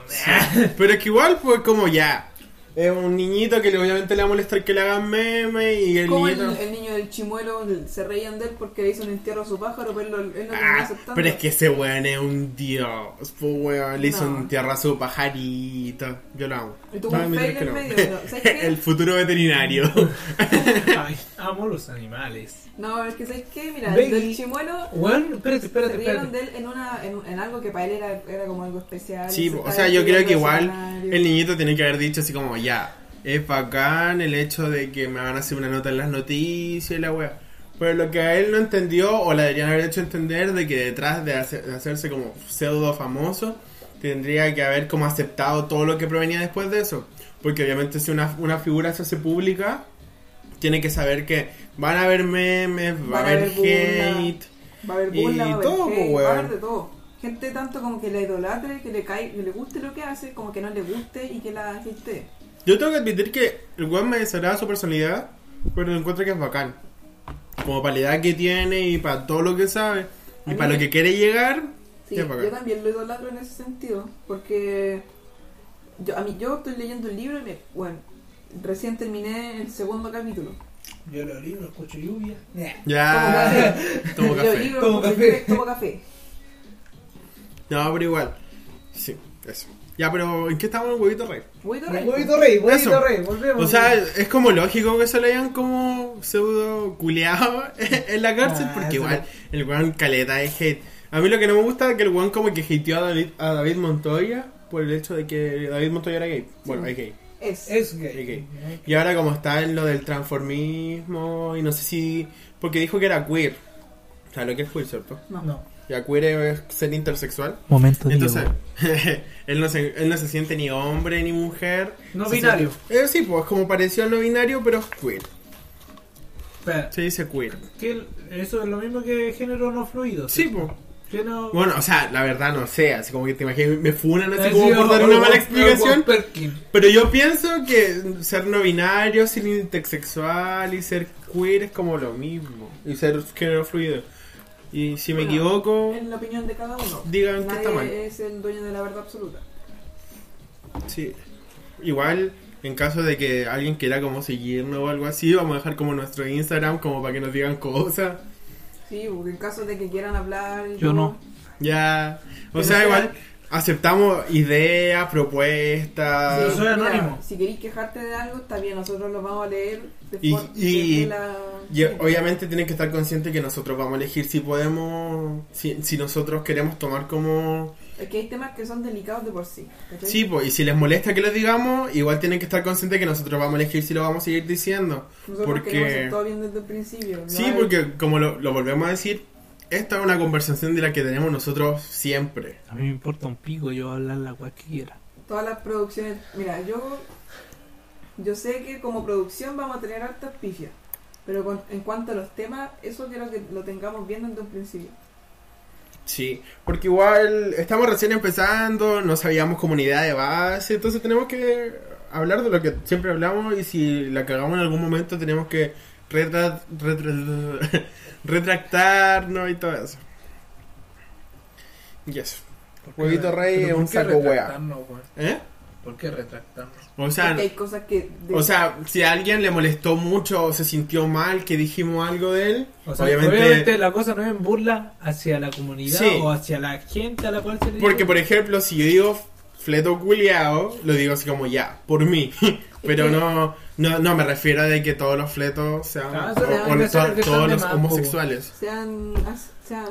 Pero es que igual fue como ya. Es un niñito que le- obviamente le va a molestar que le hagan meme y el Como el, niñito. el niño del chimuelo el- se reían de él porque le hizo un entierro a su pájaro, pero él lo, él lo terminó Ah, aceptando. pero es que ese weón es un dios, pues weón, le hizo No. un tierra a su pajarito. Yo lo amo. Y tuvo Voy a un fail admitir que en lo amo. medio, ¿no? (laughs) ¿Sabes qué? el futuro veterinario. (laughs) (laughs) (laughs) Ay, amo los animales. No, es que ¿sabes qué? Mira, Baby. el del chimuelo Weón, espérate, espérate, se rieron espérate. de él en, una, en, en algo que para él era, era como algo especial. sí, se o estaba sea, yo despidiendo creo que de su igual escenario. el niñito tiene que haber dicho así como ya. Es bacán el hecho de que me van a hacer una nota en las noticias y la wea. Pero lo que a él no entendió, o la deberían haber hecho entender, de que detrás de, hace- de hacerse como pseudo famoso, tendría que haber como aceptado todo lo que provenía después de eso. Porque obviamente si una, una figura se hace pública, tiene que saber que van a haber memes, va Van a a haber haber burla. hate. Va a haber burla, y va a haber todo, hate, pues, va a weón. haber de todo. Gente tanto como que la idolatre, que le cae, que le guste lo que hace, como que no le guste y que la gente. Yo tengo que admitir que el weón me desagrada su personalidad, pero encuentro que es bacán. Como para la edad que tiene y para todo lo que sabe y A mí para lo me- que quiere llegar, Sí, es yo bacán. también lo idolatro en ese sentido, porque yo, a mí, yo estoy leyendo un libro y me, bueno, recién terminé el segundo capítulo. Yo los libros, escucho lluvia. Ya, Ah, (laughs) Yo tomo café. libro, Tomo porque café. yo tomo café. No, pero igual. Sí, eso. Ya, pero ¿en qué estamos, huevito rey? Voy de rey. Huevito rey, Eso. huevito rey, volvemos. O sea, es como lógico que se lo hayan como pseudo culeado (laughs) en la cárcel, Ah, porque eso igual el weón caleta de hate. A mí lo que no me gusta es que el weón como que hateó a David, a David Montoya por el hecho de que David Montoya era gay. Bueno, es gay. Es. es gay. Es gay. Y ahora como está en lo del transformismo y no sé si... Porque dijo que era queer. O sea, lo que es queer, ¿cierto? No. No. Ya queer es ser intersexual. Momento Entonces, (laughs) él, no se, él no se siente ni hombre ni mujer. No Se binario. siente- eh, sí, pues como pareció al no binario, pero es queer. Espera, Se dice queer. ¿qué- eso es lo mismo que género no fluido. Sí, pues. Género... Bueno, o sea, la verdad no sé, así como que te imaginas, me funan así Así, como por dar o- una o- mala o- explicación. o- Perkin. Pero yo pienso que ser no binario, ser intersexual y ser queer es como lo mismo. Y ser género fluido. Y si me Bueno, equivoco, En la opinión de cada uno. digan que Nadie está mal. es el dueño de la verdad absoluta. Sí. Igual, en caso de que alguien quiera como seguirnos o algo así, vamos a dejar como nuestro Instagram como para que nos digan cosas. Sí, porque en caso de que quieran hablar. y Yo todo, no. Ya. O Pero sea, sea- igual, Aceptamos ideas, propuestas. Sí. soy mira, anónimo. si queréis quejarte de algo, está bien, nosotros lo vamos a leer de Y- for- y- desde la... Y obviamente tienen que estar conscientes que nosotros vamos a elegir si podemos, si, si nosotros queremos tomar como... Es que hay temas que son delicados de por sí. ¿cachai? Sí, pues, y si les molesta que lo digamos, igual tienen que estar conscientes que nosotros vamos a elegir si lo vamos a seguir diciendo. Nosotros porque- queremos hacer todo bien desde el principio. no Sí, hay- porque como lo, lo volvemos a decir, esta es una conversación de la que tenemos nosotros siempre. A mí me importa un pico, yo voy a hablar la cual que quiera. Todas las producciones... Mira, yo... Yo sé que como producción vamos a tener hartas pifias. Pero con- en cuanto a los temas, eso quiero que lo tengamos bien desde un principio. Sí, porque igual estamos recién empezando, no sabíamos comunidad de base, entonces tenemos que hablar de lo que siempre hablamos y si la cagamos en algún momento tenemos que retra- retra- (laughs) retractarnos y todo eso. Y eso. Huevito Rey Pero es un ¿por qué saco wea. retractarnos, weón? ¿Eh? ¿Por qué retractarnos? O sea, Porque hay cosas que... de- o sea, si a alguien le molestó mucho o se sintió mal que dijimos algo de él, O sea, obviamente... obviamente, la cosa no es en burla hacia la comunidad Sí. o hacia la gente a la cual se le Porque, por ejemplo, si yo digo fleto culiao, lo digo así como ya, por mí. (laughs) Pero no, no, no me refiero a de que todos los fletos sean Ah, o, eso le o van a to- hacer que todos están de los más, homosexuales. Sean... sean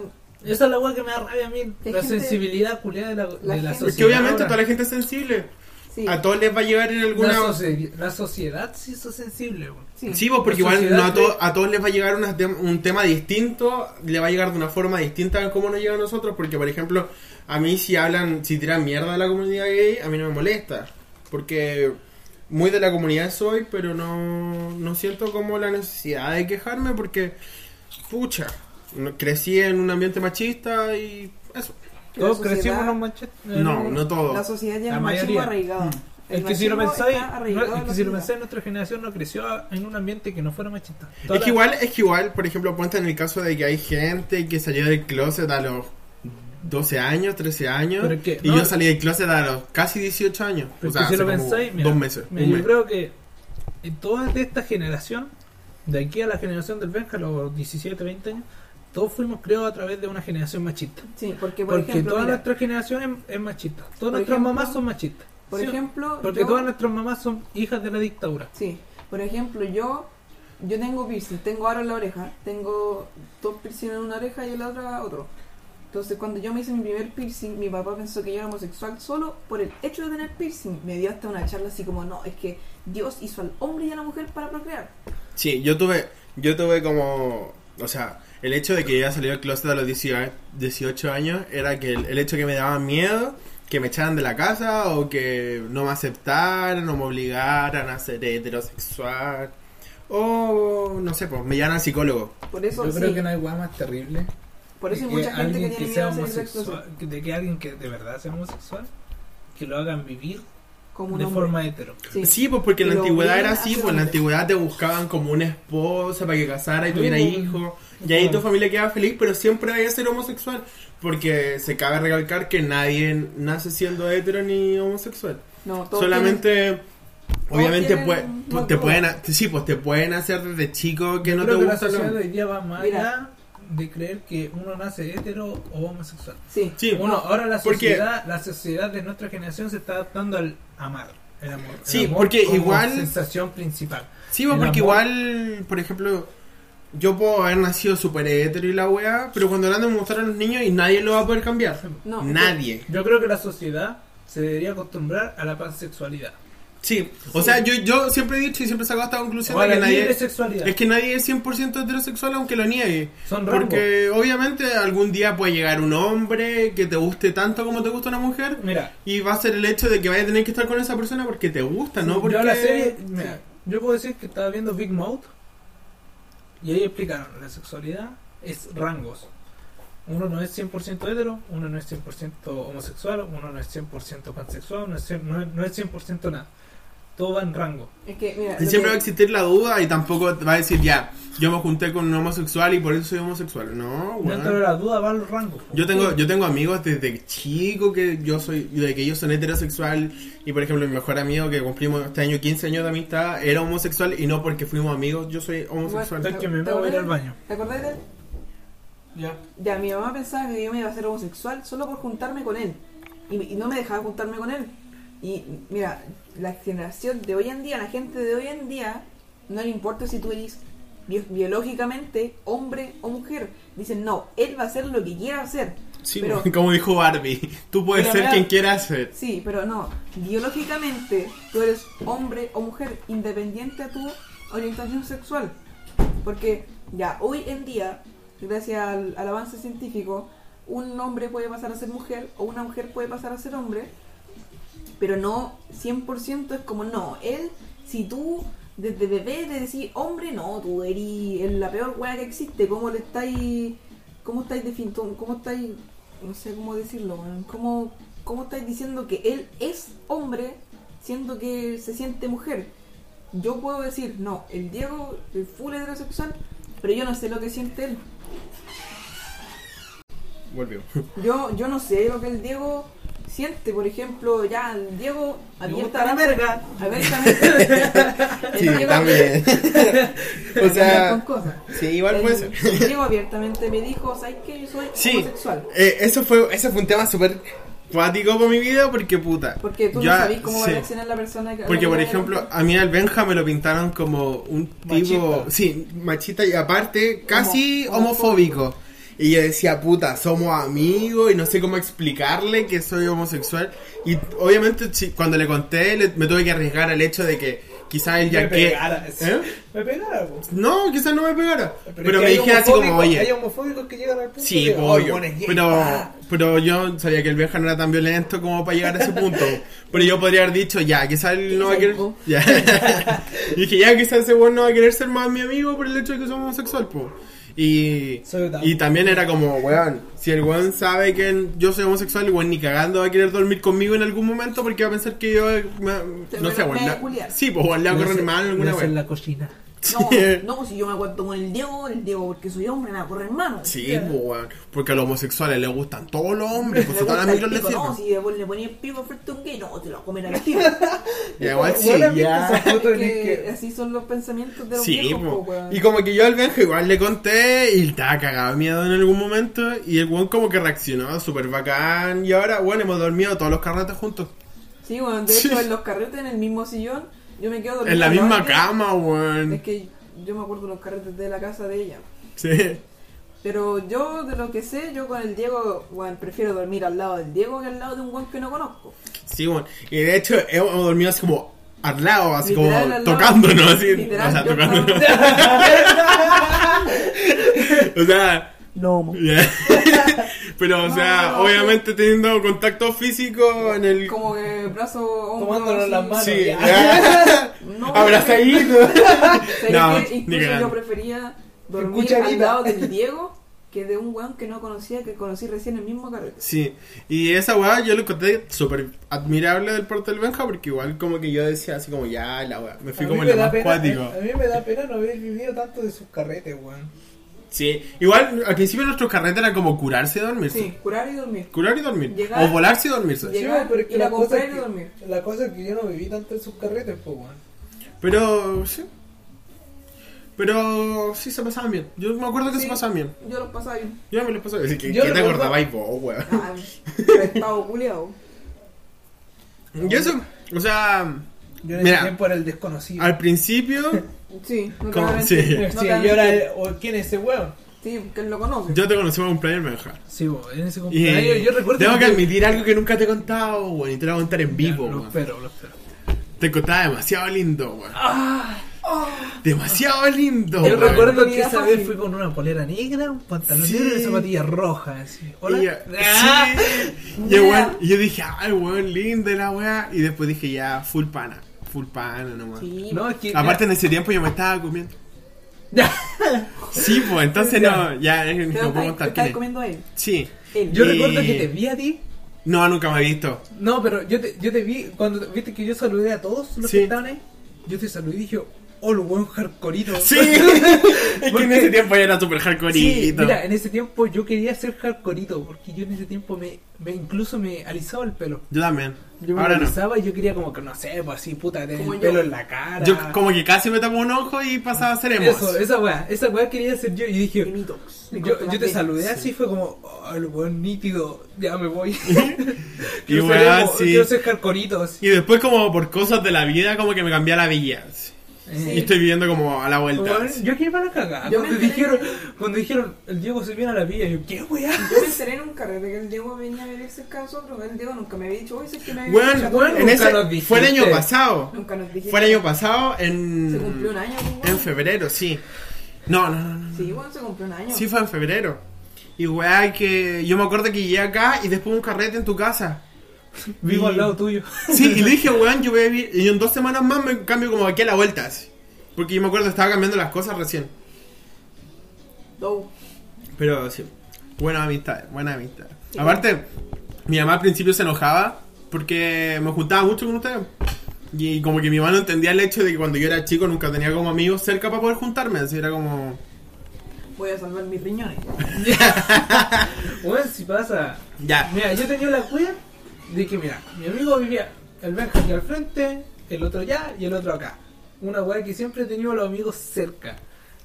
Esa es la weá que me da rabia a mí. Hay la gente- sensibilidad culiada de la, de la la gente- sociedad. Porque obviamente ahora. toda la gente es sensible. sí, A todos les va a llegar en la, alguna... socie- la sociedad sí es sensible, weón. sí. Sí, vos, porque la igual no a, sociedad to- a todos les va a llegar una tem- un tema distinto, le va a llegar de una forma distinta a cómo nos llega a nosotros, porque por ejemplo, a mí si hablan, si tiran mierda de la comunidad gay, a mí no me molesta, porque muy de la comunidad soy, pero no, no siento como la necesidad de quejarme, porque, pucha, no- crecí en un ambiente machista y eso. que la Todos sociedad- crecimos en un machete. No, no todo. La sociedad La ya es machismo mayoría. arraigado. Mm. El Es que si lo machismo pensáis, está no- arraigado en la es que si lo sociedad. pensáis, nuestra generación no creció a- en un ambiente que no fuera machista. Toda Es la- que igual, es que igual, por ejemplo, ponte en el caso de que hay gente que salió del closet a los 12 años, 13 años, Pero es que- y no. yo salí del closet a los casi 18 años. o Pero es sea, que si hace lo como pensáis, mira, dos meses. mira, un yo mes. creo que en toda de esta generación, de aquí a la generación del Benja, los 17, 20 años, todos fuimos creados a través de una generación machista. Sí, porque por Porque ejemplo, toda mira, nuestra generación es, es machista. Todas Por nuestras ejemplo- mamás son machistas. por ¿sí o no? ejemplo, Porque yo, todas nuestras mamás son hijas de la dictadura. sí, por ejemplo, yo yo tengo piercing, tengo aro en la oreja, tengo dos piercing en una oreja y en la otra otro. Entonces, cuando yo me hice mi primer piercing, mi papá pensó que yo era homosexual solo por el hecho de tener piercing. Me dio hasta una charla así como, no, es que Dios hizo al hombre y a la mujer para procrear. Sí, yo tuve, yo tuve como, o sea, el hecho de que yo haya salido del closet a los 18 18 años era que el, el hecho que me daba miedo que me echaran de la casa o que no me aceptaran o me obligaran a ser heterosexual o no sé, pues me llaman psicólogo. Por eso, Yo creo sí, que no hay weá más terrible. por eso hay que mucha gente que alguien tiene que miedo sea a ser sexual Homosexual- de que alguien que de verdad sea homosexual, que lo hagan vivir como un de hombre. forma hetero. Sí. Sí, pues porque en la Pero antigüedad bien era así, pues en la hacia antigüedad te buscaban como una esposa para que casara y tuviera Mm. hijos. Y ahí tu Claro. familia quedaba feliz, pero siempre había ser homosexual. Porque se cabe recalcar que nadie nace siendo hetero ni homosexual. No, todos Solamente, obviamente, tienen pues, un te motivo. pueden, ha- sí, pues te pueden hacer desde chico que no te creo que la gusta. sociedad lo- hoy día va más Mira. allá de creer que uno nace hetero o homosexual. Sí, Sí, Uno, ahora la porque- sociedad, la sociedad de nuestra generación se está adaptando al amar. El amor. El Sí, amor porque como igual- sensación principal. Sí, pues, El porque amor. igual, por ejemplo, yo puedo haber nacido super hetero y la wea, pero cuando grande me gustaron los niños y nadie lo va a poder cambiar. no. nadie. Yo creo que la sociedad se debería acostumbrar a la pansexualidad. Sí, o sea, yo, yo siempre he dicho y siempre saco esta conclusión O a de la que libre nadie, sexualidad. es que nadie es 100% heterosexual aunque lo niegue. Son Rambo. Porque obviamente algún día puede llegar un hombre que te guste tanto como te gusta una mujer Mira, y va a ser el hecho de que vaya a tener que estar con esa persona porque te gusta, ¿no? Porque... yo la serie, mira, yo puedo decir que estaba viendo Big Mouth y ahí explicaron, la sexualidad es rangos. Uno no es 100% hetero, uno no es 100% homosexual, uno no es 100% pansexual, no es, cien- no, es- no es 100% nada. Todo va en rango. Es que, mira, Y lo siempre va que- a existir la duda y tampoco te va a decir ya, yo me junté con un homosexual y por eso soy homosexual. No, Dentro de bueno. la duda van los rangos. po. Yo tengo, yo tengo amigos desde chico que yo soy, de que yo soy heterosexual y por ejemplo mi mejor amigo que cumplimos este año 15 años de amistad era homosexual y no porque fuimos amigos, yo soy homosexual. Es que me voy a ir al baño. ¿Te acordás de él? Ya. Ya, mi mamá pensaba que yo me iba a hacer homosexual solo por juntarme con él. y, y no me dejaba juntarme con él. Y mira, la generación de hoy en día, la gente de hoy en día, no le importa si tú eres bio- biológicamente hombre o mujer. Dicen, no, él va a hacer lo que quiera hacer. Sí, Pero- (laughs) como dijo Barbie, tú puedes Pero ser mira- quien quieras eh, ser. Sí, pero no, biológicamente tú eres hombre o mujer independiente a tu orientación sexual. Porque ya hoy en día, gracias al, al avance científico, un hombre puede pasar a ser mujer o una mujer puede pasar a ser hombre, pero no 100% es como no. Él, si tú desde bebé le decís hombre, no, tú eres el- la peor wea que existe. ¿Cómo le estáis.? ¿Cómo estáis definiendo? ¿Cómo estáis.? No sé cómo decirlo, weón. ¿Cómo, ¿Cómo estáis diciendo que él es hombre siendo que se siente mujer? Yo puedo decir, no, el Diego, el full heterosexual, pero yo no sé lo que siente él. Volvió. Yo, yo no sé lo que el Diego siente, por ejemplo, ya el Diego gusta la verga. Abiertamente. (laughs) Sí, El Diego- también. (laughs) o sea, con cosas. sí, igual El- puede ser. el Diego abiertamente me dijo, ¿sabes qué? Yo soy Sí. homosexual. Eh, eso, fue, eso fue un tema súper cuático para mi vida porque puta. Porque tú ya- no sabés cómo va a sí. reaccionar la persona que... Porque, la por que- ejemplo, a mí al Benja me lo pintaron como un tipo. Machista. Sí, machista y aparte casi Homo- homofóbico. Y yo decía, puta, somos amigos y no sé cómo explicarle que soy homosexual. Y obviamente, sí, cuando le conté, le- me tuve que arriesgar al hecho de que quizás él ya Me que. pegara. ¿Eh? Me pegara, po. No, quizás no me pegara. Pero, es que me hay dije así como, homofóbicos- oye. Hay homofóbicos que llegan al punto Sí, de, po, "Oh, el yo- weón es gay, pero, Ah. pa". pero yo sabía que el Benja no era tan violento como para llegar a ese punto. pero yo podría haber dicho, ya, quizás él no va a querer. Psycho. (laughs) Ya. y dije, ya, quizás ese weón no va a querer ser más mi amigo por el hecho de que soy homosexual, po. Y, Soy otaku. y también era como, weón, si el weón sabe que yo soy homosexual, el weón ni cagando va a querer dormir conmigo en algún momento porque va a pensar que yo. eh, me- Te no sé, me weón. voy a la- culiar. Sí, pues weón, le va a No correr sé, mal en alguna no sé en weón. la cocina. (laughs) No, no, si yo me acuerdo con el Diego, el Diego porque soy hombre, me va a correr mano. Sí, pues, weón, porque a los homosexuales les gustan todos los (laughs) hombres, pues Le a todas gusta las el micros les pico, sirven. No, si le, le ponía el pico frente a un gay, no, te lo va a (laughs) comer al tío. Ya, igual sí, Igual a mí ya. esa foto en el que que- así son los pensamientos de los Sí, pues. viejos, po. po, weón. y como que yo al Benja igual le conté y estaba cagado de miedo en algún momento y el weón como que reaccionó súper bacán y ahora, bueno, hemos dormido todos los carretes juntos. Sí, bueno, de Sí. hecho en los carretes, en el mismo sillón, yo me quedo dormida. En la ¿no? misma Es que- cama, Es weón. que yo me acuerdo de los carretes de la casa de ella. Sí. Pero yo, de lo que sé, yo con el Diego, bueno, prefiero dormir al lado del Diego que al lado de un weón que no conozco. Sí, weón. Y de hecho hemos dormido así como al lado, así Literal, como al lado. tocándonos, así. Literal, o sea, yo tocándonos. (laughs) o sea, No, ya. (laughs) pero o No, sea, no, no. obviamente teniendo contacto físico en el... como que brazo, hombro, Tomándonos así. las manos. Sí, ya. (laughs) ya. No, abrazadito. ¿Sabes No, qué? ni Incluso cagando. yo prefería dormir Cucharita. al lado del Diego que de un weón que no conocía, que conocí recién en el mismo carrete. Sí, y esa weá yo lo encontré súper admirable del parte del Benja porque igual como que yo decía así como ya la weá, me fui A como mí en lo me da más pena- ¿eh? cuático. A mí me da pena no haber vivido tanto de sus carretes, weón. Sí, igual al principio nuestro carrete era como curarse y dormirse. Sí, curar y dormir. Curar y dormir. Llegar- o volarse y dormirse. Llegar, weón, pero es que ir a la cosa comprar es y que- dormir. La cosa es que yo no viví tanto en sus carretes, pues, weón. Pero sí. Pero sí se pasaban bien. Yo me acuerdo que Sí. se pasaban bien. Yo los pasaba bien. (laughs) Yo me lo pasaba bien. Así que, Yo ¿Qué te recuerdo- acordabais vos, (laughs) weón? Ah, prestado culiado. Y eso, o sea, Yo en Mira. ese tiempo era el desconocido. al principio Sí, no te ¿Cómo? voy a mentir. Sí. No te Sí, voy a yo era mentir. el- o, ¿Quién es ese weón? Sí, que él lo conoce. yo te conocí como un player Benja. Sí, bo, en ese Y, cumpleaños yo recuerdo... Tengo que admitir algo que nunca te he contado, weón, y te lo voy a contar en vivo, Lo weón. espero, lo espero. Te contaba demasiado lindo, weón. demasiado lindo, Ah, Yo Oh, weón. recuerdo que Mira, esa vez fácil. fui con una polera negra, un pantalón Sí. negro y zapatillas rojas. así. Y yo, ¿Hola? ¡Ah! sí. Y el weón- y yo dije, ay, weón, linda la weá. Y después dije, ya, full pana. Full pana nomás. Sí, No, es que... Aparte, en ese tiempo yo me estaba comiendo. Ya. (laughs) Sí, pues, entonces no, ya, eh, te no puedo lo contar estás quién es. comiendo a él. Sí. Él. Yo Y- recuerdo que te vi a ti. No, nunca me he visto. No, pero yo te, yo te vi cuando te- viste que yo saludé a todos los Sí. que estaban ahí. Yo te saludé y dije, oh, el buen hardcoreito. (laughs) (laughs) Sí, es que en Porque- ese tiempo ya era super Sí, hardcoreito. mira, en ese tiempo yo quería ser hardcoreito, porque yo en ese tiempo me, me incluso me alisaba el pelo. yo también. Yo me Ahora no. alisaba y yo quería como que, no sé, pues así, puta, tener Como el yo. pelo en la cara. Yo como que casi me tapo un ojo y pasaba a ser emo. Eso, esa weá, esa weá quería ser yo y dije, Mitox. Me yo, corto yo las te venas. saludé así y fue como, oh, el buen nítido, ya (laughs) me voy. (laughs) Y Quiero ser weá, emo, sí. Quiero ser hardcoreito, así. Y después como por cosas de la vida como que me cambié a la villa. así. Eh, Y estoy viviendo como a la vuelta. Weón, así. yo quería para la cagada. Yo Cuando me dijeron, enteré- cuando dijeron, el Diego se viene a la villa, yo, ¿qué weá? Yo me enteré en un carrete que el Diego venía a vivir cerca de nosotros. El Diego nunca me había dicho, oye, es que me había Weón, dicho, weón, en nunca ese, nos dijiste. fue el año pasado. Nunca nos dijiste. Fue el año pasado en... Se cumplió un año, weón. En febrero, sí. No, no, no, no. Sí, bueno, se cumplió un año. Sí fue en febrero. Y weá que yo me acuerdo que llegué acá y después un carrete en tu casa. (laughs) Vivo Y- al lado tuyo. (laughs) Sí, y le dije, weón, yo voy a vivir. Y en dos semanas más me cambio como aquí a la vuelta. así. Porque yo me acuerdo, estaba cambiando las cosas recién. Dou. Pero sí, buena amistad, buena amistad. Aparte, mi mamá al principio se enojaba porque me juntaba mucho con ustedes. Y como que mi mamá no entendía el hecho de que cuando yo era chico nunca tenía como amigos cerca para poder juntarme. Así era como. Voy a salvar mis riñones. (laughs) Weón, si pasa. Ya. Mira, yo tenía la cueva de que, mira, mi amigo vivía el Benjamín al frente, el otro allá y el otro acá. Una weá que siempre he tenido los amigos cerca.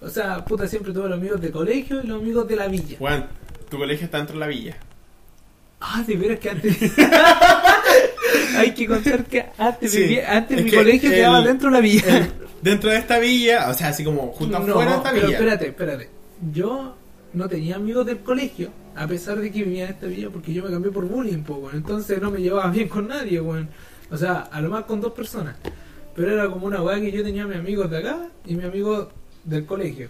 O sea, puta, siempre tuve los amigos de colegio y los amigos de la villa. Juan, tu colegio está dentro de la villa. Ah, de (laughs) veras que antes. Hay que contar que antes, Sí, vivía- antes es mi que colegio el- quedaba dentro de la villa. (laughs) Dentro de esta villa, o sea, así como junto Eh, No, afuera de esta pero villa. espérate, espérate. Yo no tenía amigos del colegio, a pesar de que vivía en esta villa, porque yo me cambié por bullying, po, weón. Entonces no me llevaba bien con nadie, weón. O sea, a lo más con dos personas. Pero era como una weá que yo tenía a mis amigos de acá y mis amigos del colegio.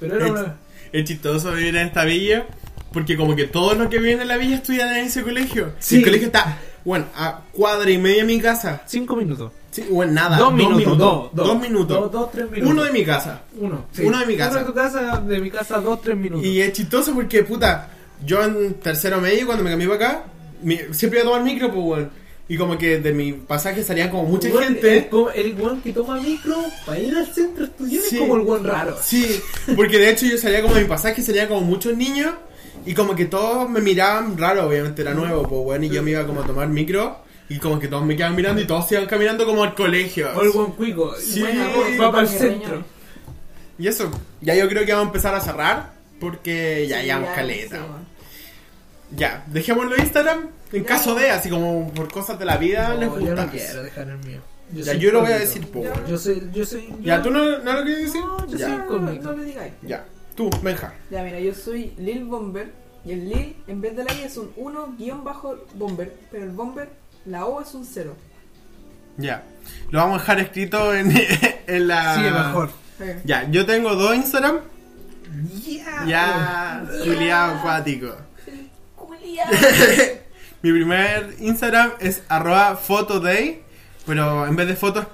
Pero era Es- una... Es chistoso vivir en esta villa porque como que todos los que viven en la villa estudian en ese colegio. Sí. El colegio está, bueno, a cuadra y media de mi casa. Cinco minutos. Sí, bueno, nada. dos, minutos, Dos, Dos, minutos. Dos, dos, tres minutos. Uno de mi casa. Uno, uno de mi casa. Uno de tu casa, de mi casa, dos, tres minutos. Y es chistoso porque, puta, yo en tercero medio, cuando me cambié para acá, mi- siempre iba a tomar micro, pues, weón. Y como que de mi pasaje salían como mucha Weón, el gente. co- El weón que toma micro para ir al centro a estudiar Sí. es como el weón raro. Sí, porque de hecho yo salía como de mi pasaje, salía como muchos niños. Y como que todos me miraban raro, obviamente era nuevo, pues, weón. Y yo me iba como a tomar micro. Y como que todos me quedaban mirando y todos se iban caminando como al colegio. O el buen cuico. Sí. Bueno, va para el centro. Y eso, ya yo creo que vamos a empezar a cerrar. Porque (laughs) ya Sí, llevamos ya, caleta. sí, weón. weón. Ya, dejémoslo en Instagram en Ya. caso de, así como por cosas de la vida les No, yo gusta. no quiero dejar el mío. ya, soy yo lo voy a cómico. decir, po. Ya. weón. Yo soy. Yo soy Ya, yo- ¿tú no, no lo quieres decir? No, yo ya. soy- No, no, no, no me digáis. ya, tú, Benja. Ya, mira, yo soy Lil Bomber. Y el Lil, en vez de la I, es un 1 guión bajo Bomber. Pero el Bomber, la O es un 0. Ya, lo vamos a dejar escrito en, (laughs) en la... Sí, mejor. Ya, yo tengo dos Instagram. Ya. Ya, Julián Acuático. Julia. (laughs) Mi primer Instagram es arroba fotoday, pero en vez de foto es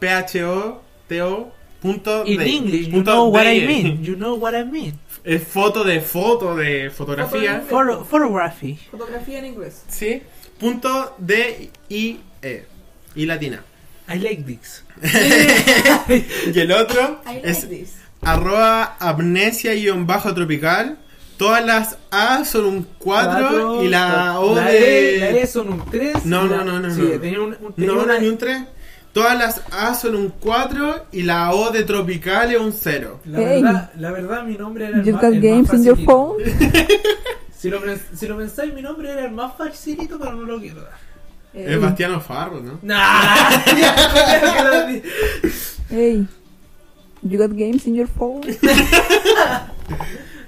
pho.to. Punto In day. English, you Punto know what day. I mean. You know what I mean. Es foto de foto, de fotografía. Foto Photo- Photography. Fotografía en inglés. Sí. Punto D I E. Y (laughs) latina. I like dicks. Y el otro I like es this. arroba amnesia-tropical. Todas las A son un 4 y la O la E, la E de. son un 3. No, no, no, no, Sí, no. tenía un. un- tenía No, no, una- ni un 3. Todas las A son un 4 y la O de tropical es un 0. La Hey. verdad, la verdad, mi nombre era el You've más- got el más games in your facilito. phone. Si lo, pens- si lo pensáis, mi nombre era el más facilito, pero no lo quiero dar. Eh, Es Bastiano Farro, ¿no? Nah, Hey, you got games in your (laughs) phone?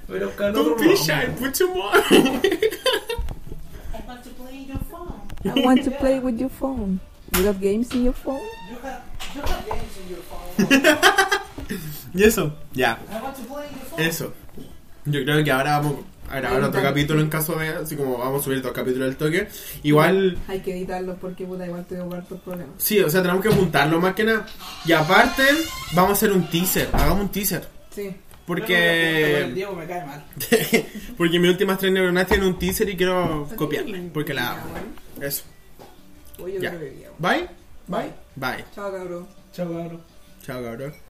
pero calor. Don't be shy, put your more. I want to play with your phone. You got games in your phone? Y eso, ya. Eso. Yo creo que ahora vamos a grabar otro capítulo en caso de, así como vamos a subir dos capítulos del toque. Igual, Hay que editarlo porque puta, igual tengo hartos problemas. sí, o sea, tenemos que juntarlo más que nada. Y aparte, vamos a hacer un teaser, hagamos un teaser. Sí. El Porque (laughs) Diego me cae mal. porque mis últimas tres neuronas tienen un teaser y quiero copiarla, porque la amo. Eso. Oye, yo Ya. creo que ya, weón. Bye. Bye. Bye. Chao, cabrón. Chao, cabrón. Chao, cabrón.